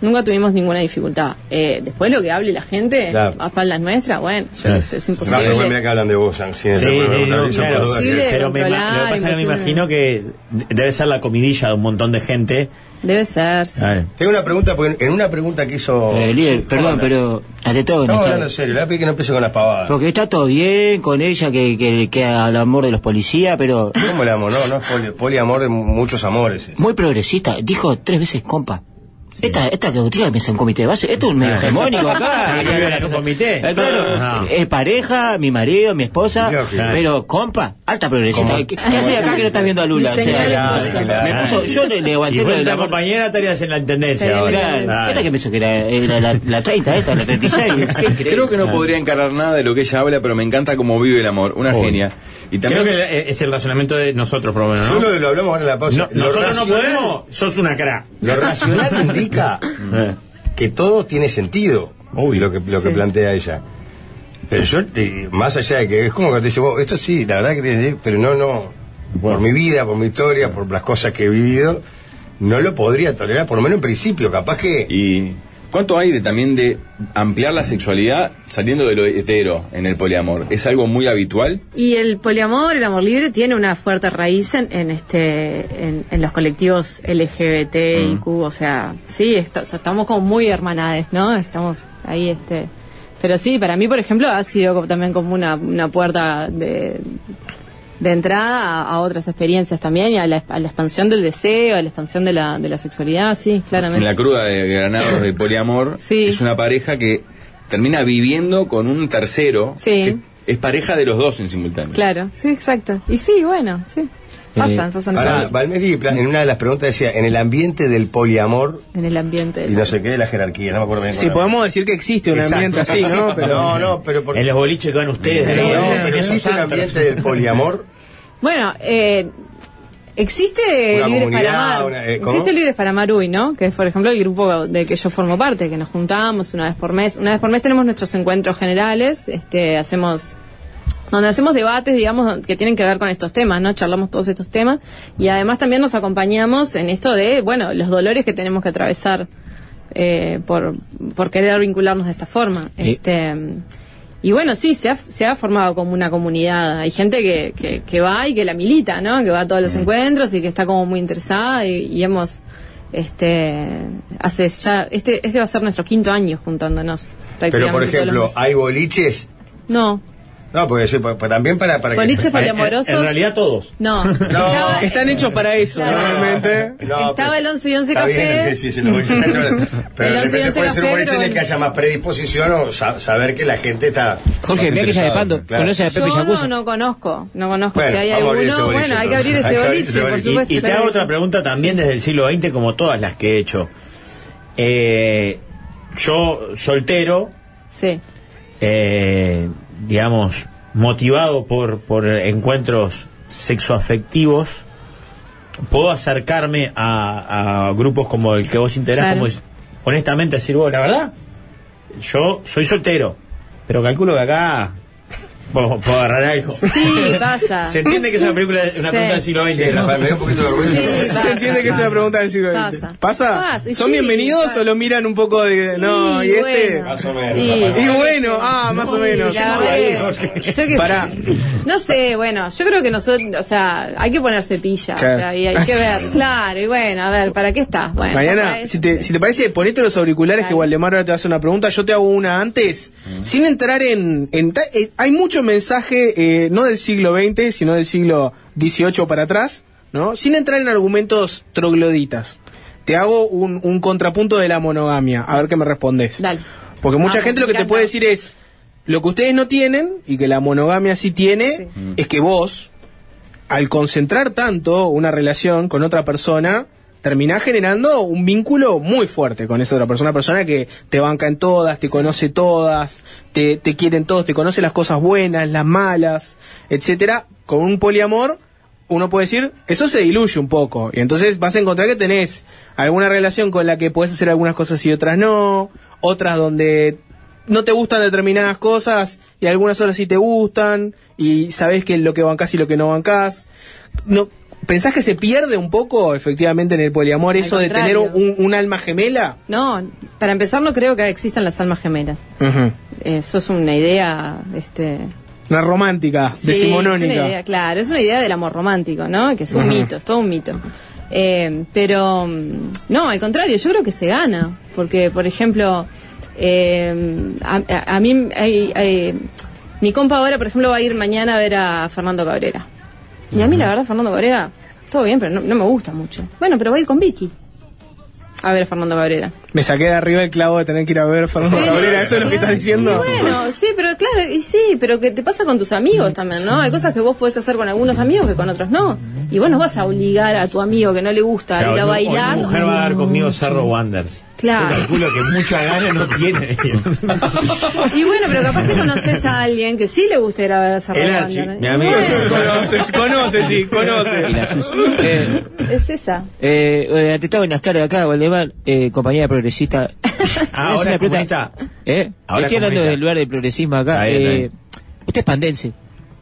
nunca tuvimos ninguna dificultad. Eh, después lo que hable la gente,
Claro.
a espaldas nuestras, bueno, yo qué sé, es
No, pero bueno,
imposible.
mirá que hablan de vos, San,
Sí,
sí, no,
sí,
no, no,
no,
no,
claro.
por duda que-
Pero me ima- lo que pasa es que me
imposible.
imagino que de- debe ser la comidilla de un montón de gente.
Debe ser. sí.
Tengo una pregunta, porque en una pregunta que hizo.
Eh, líder,
su-
perdón,
Hola.
pero ante todo,
Estamos
Néstor,
hablando en serio, le voy a pedir que no empiece con las pavadas.
porque está todo bien con ella, que, que, que al amor de los policías, pero
¿Cómo le amo? No, no es poli- poliamor de mu- muchos amores.
muy progresista. Dijo tres veces, compa. Esta, esta que usted piensa en un comité de base, esto es un medio
[LAUGHS]
hegemónico acá.
¿En un comité?
Ah, Eh,
Ah.
eh, claro,
No.
es pareja, mi marido, mi esposa,
Lógico.
pero compa, alta progresista.
Como-
¿Qué, qué hace acá que no estás viendo a Lula?
Mi
O sea,
señora esposa.
me puso, yo le, le levanté
Si
lo
fuese
de
la
la
compañera estarías en la intendencia. ahora.
Claro, esta que pensó que era, era la, la 30, esta, la 36.
[LAUGHS]
¿Qué crees?
Creo que no podría encarar nada de lo que ella habla, pero me encanta cómo vive el amor. Una genia. Y también
Creo que eh, es el razonamiento de nosotros, por lo menos, ¿no?
Solo lo hablamos ahora en la pausa.
No,
Lo
nosotros no
racional-
podemos, sos una Eh. cra.
Lo racional
[LAUGHS]
indica que todo tiene sentido. Lo que, lo que
Sí.
plantea ella. Pero yo, eh, más allá de que es como que te dice, "Vos, esto sí, la verdad que te dice, pero no, no. Por mi vida, por mi historia, por las cosas que he vivido, no lo podría tolerar, por lo menos en principio. Capaz que.
Y cuánto hay de también de ampliar la sexualidad saliendo de lo hetero en el poliamor. Es algo muy habitual.
Y el poliamor, el amor libre, tiene una fuerte raíz en, en este, en, en los colectivos LGBT y Q, o sea, sí, esto- o sea, estamos como muy hermanades, ¿no? Estamos ahí, este. Pero sí, para mí, por ejemplo, ha sido como- también como una, una puerta de, de entrada a, a otras experiencias también y a la, a la expansión del deseo, a la expansión de la, de la sexualidad, sí, claramente.
En la cruda de Granados de poliamor es una pareja que termina viviendo con un tercero.
Sí,
Es pareja de los dos en simultáneo.
claro, sí, exacto. Y sí, bueno, sí, pasan, pasan
Pará,
esas-
Valmeri, pla- en una de las preguntas decía, en el ambiente del poliamor
en el ambiente.
y no sé qué de la jerarquía, no me acuerdo bien. cuál
Si
era.
podemos decir que existe un
Exacto.
ambiente así, ¿no? Pero
No, no, pero por-
En los boliches que van ustedes.
No,
¿eh?
no, pero existe un ambiente del poliamor.
Bueno, eh, existe
Una
Libres para
comunidad,
Amar.
una- eh, ¿cómo?
existe Libres para Amar Uy, ¿no? Que es, por ejemplo, el grupo del que yo formo parte, que nos juntamos una vez por mes. Una vez por mes tenemos nuestros encuentros generales, este, hacemos donde hacemos debates, digamos, que tienen que ver con estos temas, ¿no? Charlamos todos estos temas y además también nos acompañamos en esto de, bueno, los dolores que tenemos que atravesar eh, por, por querer vincularnos de esta forma.
Y-
Este, y bueno, sí, se ha, se ha formado como una comunidad. Hay gente que, que, que va y que la milita, ¿no? Que va a todos los encuentros y que está como muy interesada y, y hemos Este, hace ya, este, este va a ser nuestro quinto año juntándonos.
Pero, por
prácticamente todos los
ejemplo,
meses.
¿hay boliches?
No,
No, porque sí, pa- pa- también para,
Eh,
para
Boliches
para-
poliamorosos. En realidad
todos.
[LAUGHS]
[LAUGHS]
no.
No,
eh,
están hechos para eso,
No,
normalmente.
No,
Estaba el 11 y 11
Está
café.
bien, sí, sí, los boliches están llorando.
[LAUGHS]
Pero
El
de
once y once
repente puede ser un
café,
boliche en
pero
el que
bueno.
haya más predisposición o sa- saber que la gente está.
Jorge, mirá que ella de Pando conoce a Pepe
Yo
Yacuza.
no, no conozco, no conozco.
Bueno,
si hay
vamos a
alguno,
abrir ese boliche,
bueno, hay que
entonces.
abrir ese boliche, por supuesto.
Y, y te hago otra pregunta también desde el siglo XX, como todas las que he hecho. Eh, yo, soltero,
Sí.
eh, digamos, motivado por, por encuentros sexoafectivos, puedo acercarme a, a grupos como el que vos integrás,
Claro.
como es- honestamente decir, vos, la verdad, yo soy soltero, pero calculo que acá [LAUGHS] puedo, puedo agarrar algo.
Sí, pasa.
[LAUGHS] Se entiende que es una película, una
Sí.
pregunta del siglo XX.
Sí, Rafael, me dio un poquito de vergüenza.
[LAUGHS] Se entiende que es una pregunta del siglo XX.
Pasa.
¿Pasa?
Pasa, y
¿Son
sí,
bienvenidos o lo miran un poco de. No,
Y
y, este.
bueno.
Ah.
Más
o
menos, Y- Rafael.
Y bueno, ah, más o
Sí,
menos.
la
eh,
verdad que- yo que
Pará.
No sé, bueno, yo creo que nosotros, o sea, hay que ponerse pilla, o
Claro.
sea, y hay que
[LAUGHS]
ver, claro, y bueno, a ver, ¿para qué estás? Bueno, para
Mariana,
eso.
si te, si te parece, ponete los auriculares que Waldemar ahora te hace una pregunta. Yo te hago una antes. Sin entrar en. en ta- eh, hay mucho mensaje, eh, no del siglo XX, sino del siglo XVIII para atrás, ¿no? Sin entrar en argumentos trogloditas. Te hago un, un contrapunto de la monogamia. A ver qué me respondes. Porque mucha
Ah,
gente
me
lo que te
encanta.
puede decir es. Lo que ustedes no tienen, y que la monogamia sí tiene, es que vos, al concentrar tanto una relación con otra persona, terminás generando un vínculo muy fuerte con esa otra persona, una persona que te banca en todas, te conoce todas, te, te quieren todos, te conoce las cosas buenas, las malas, etcétera. Con un poliamor, uno puede decir, eso se diluye un poco. Y entonces vas a encontrar que tenés alguna relación con la que puedes hacer algunas cosas y otras no, otras donde no te gustan determinadas cosas y algunas otras sí te gustan y sabes que lo que bancás y lo que no bancás. No, ¿Pensás que se pierde un poco efectivamente en el poliamor
Al
eso de tener
contrario.
un, un alma gemela?
No, para empezar no creo que existan las almas gemelas. Eso es una idea, este,
Una romántica,
Sí, Es una idea,
decimonónica.
claro, es una idea del amor romántico, ¿no? Que es un
Ujú.
mito, es todo un mito. Eh, pero, mm, no, al contrario, yo creo que se gana. Porque, por ejemplo, eh, a, a- a mí, hay- hay- mi compa ahora, por ejemplo, va a ir mañana a ver a Fernando Cabrera. Y a mí, la verdad, Fernando Cabrera, todo bien, pero no, no me gusta mucho. Bueno, pero va a ir con Vicky a ver a Fernando Cabrera.
Me saqué de arriba el clavo de tener que ir a ver Fernando
Sí.
Cabrera, eso es lo que estás
Y
diciendo.
bueno, sí, pero claro, y sí, pero que te pasa con tus amigos también, ¿no? Hay cosas que vos podés hacer con algunos amigos que con otros no. Y vos no vas a obligar a tu amigo que no le gusta
Claro,
ir a
no,
bailar.
Mi mujer va a dar conmigo Cerro Wanders.
Claro.
Yo calculo que mucha gana no
[LAUGHS]
tiene.
Y bueno, pero capaz que conoces a alguien que sí le gusta ir a ver a esa ¿eh?
El
banda,
Archie,
¿eh?
¿no?
mi amigo.
Conoces, conoces, sí, conoces.
Y la Sus. Eh,
Es esa.
eh, bueno, te estaba en las caras de acá, Valdemar, eh, compañía de progresista.
Ah, ahora es comunista.
¿Eh?
Ahora
Estoy hablando
es comunista.
del lugar del progresismo acá.
Ahí,
Eh,
ahí.
usted es pandense.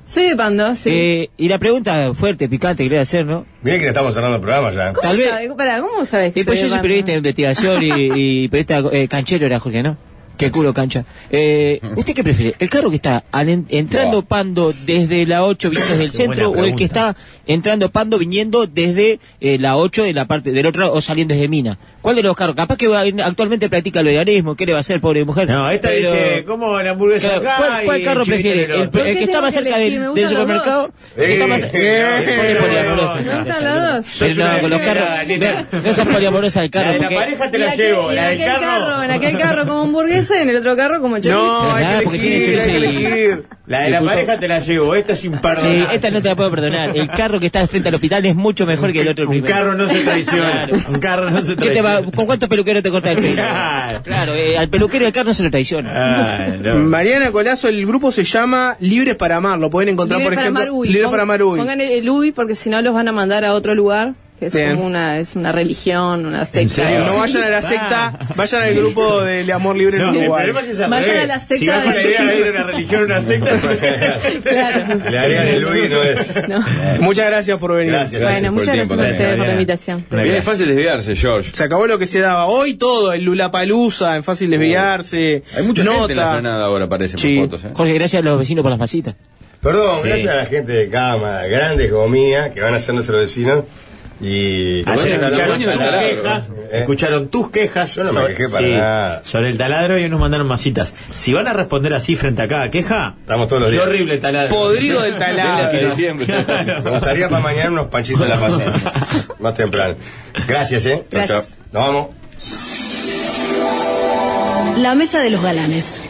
Soy de Pando, sí.
Eh, y la pregunta fuerte, picante que le voy a hacer, ¿no?
Mira que le estamos cerrando el programa ya.
¿Cómo
tal vez-
sabes? Pará, ¿cómo sabes que
Y pues
soy
yo
de
soy
Pando?
periodista de investigación y,
[LAUGHS]
y periodista eh, canchero era Jorge, ¿no? Qué culo cancha. Eh, ¿Usted qué prefiere? ¿El carro que está al en- entrando pando desde la 8 viniendo desde el
Qué buena
centro o el
pregunta.
que está entrando pando viniendo desde eh, la 8 de la parte del otro lado o saliendo desde Mina? ¿Cuál de los carros? Capaz que va- actualmente practica el veganismo, ¿qué le va a hacer, pobre mujer?
No, esta
Pero-
dice, ¿cómo la hamburguesa
Claro,
acá?
¿cuál, cuál
y
carro
chivito
prefiere?
en
¿El,
[LAUGHS] otro?
el que está más
tengo que
cerca
elegir?
del,
Me
del
gustan los
supermercado?
dos.
¿El que está más
Eh, eh,
¿Por qué poliamorosa?
Me gustan los dos.
Pero
Sos una
Eh, no, con los
degenerada,
carros.
nena.
No, no seas poliamorosa del carro.
La de la
porque-
pareja te
Y
la
aquel-
llevo,
y
la
en
del
aquel carro. en aquel carro como hamburguesa y en el otro carro como chorizo.
No, hay
Nada,
que
porque
elegir,
tiene
hay que
chorizo.
elegir.
La de la
Disculpa.
pareja te la llevo, esta es
Sí,
imperdonable.
Eh, esta no te la puedo perdonar. El carro que está frente al hospital es mucho mejor que el otro.
Un
primero.
carro no se traiciona.
Claro.
Un carro no se
¿Qué te va-
traiciona.
¿Con cuántos peluqueros te corta el pelo?
Claro.
Claro, eh, al peluquero y al carro no se lo traiciona.
Mariana Colazo, el grupo se llama Libres para Amar, lo pueden encontrar
Libre
por ejemplo.
para Marui.
Libres para Amar Uy.
Pongan el, el Uy porque si no los van a mandar a otro lugar, que es
Bien.
como una, es una religión, una
¿En
secta.
serio?
No vayan a la secta,
Ah.
vayan al grupo del amor libre
No,
en
el
Uruguay.
problema es que es al
Vayan
revés.
a la
Si
secta
vas con la
de-
idea de ir a una religión, una secta.
Claro.
Le haría de Luis, no es.
[LAUGHS]
Muchas gracias por venir.
Gracias,
Bueno, muchas gracias a ustedes por la invitación.
Bien, es fácil desviarse, George.
Se acabó lo que se daba. Hoy todo, el Lulapalusa, en fácil desviarse.
Hay mucha
nota.
gente en la planada ahora, aparece
Sí.
por fotos. ¿eh?
Jorge, gracias a los vecinos por las masitas.
Perdón,
Sí.
gracias a la gente de Cámara, grandes como mía, que van a ser nuestros vecinos.
Y.
Ayer escucharon, las quejas, escucharon tus quejas
no me
sobre,
quejé para
sí,
nada.
sobre el taladro y nos mandaron masitas. Si van a responder así frente a cada queja,
Estamos todos los
qué
días.
horrible el taladro. [LAUGHS]
Podrido del taladro. Desde diciembre. Me gustaría para mañana unos panchitos en la pasada. Más temprano. Gracias, ¿eh?
Gracias.
Chau, chau. Nos vamos.
La mesa de los galanes.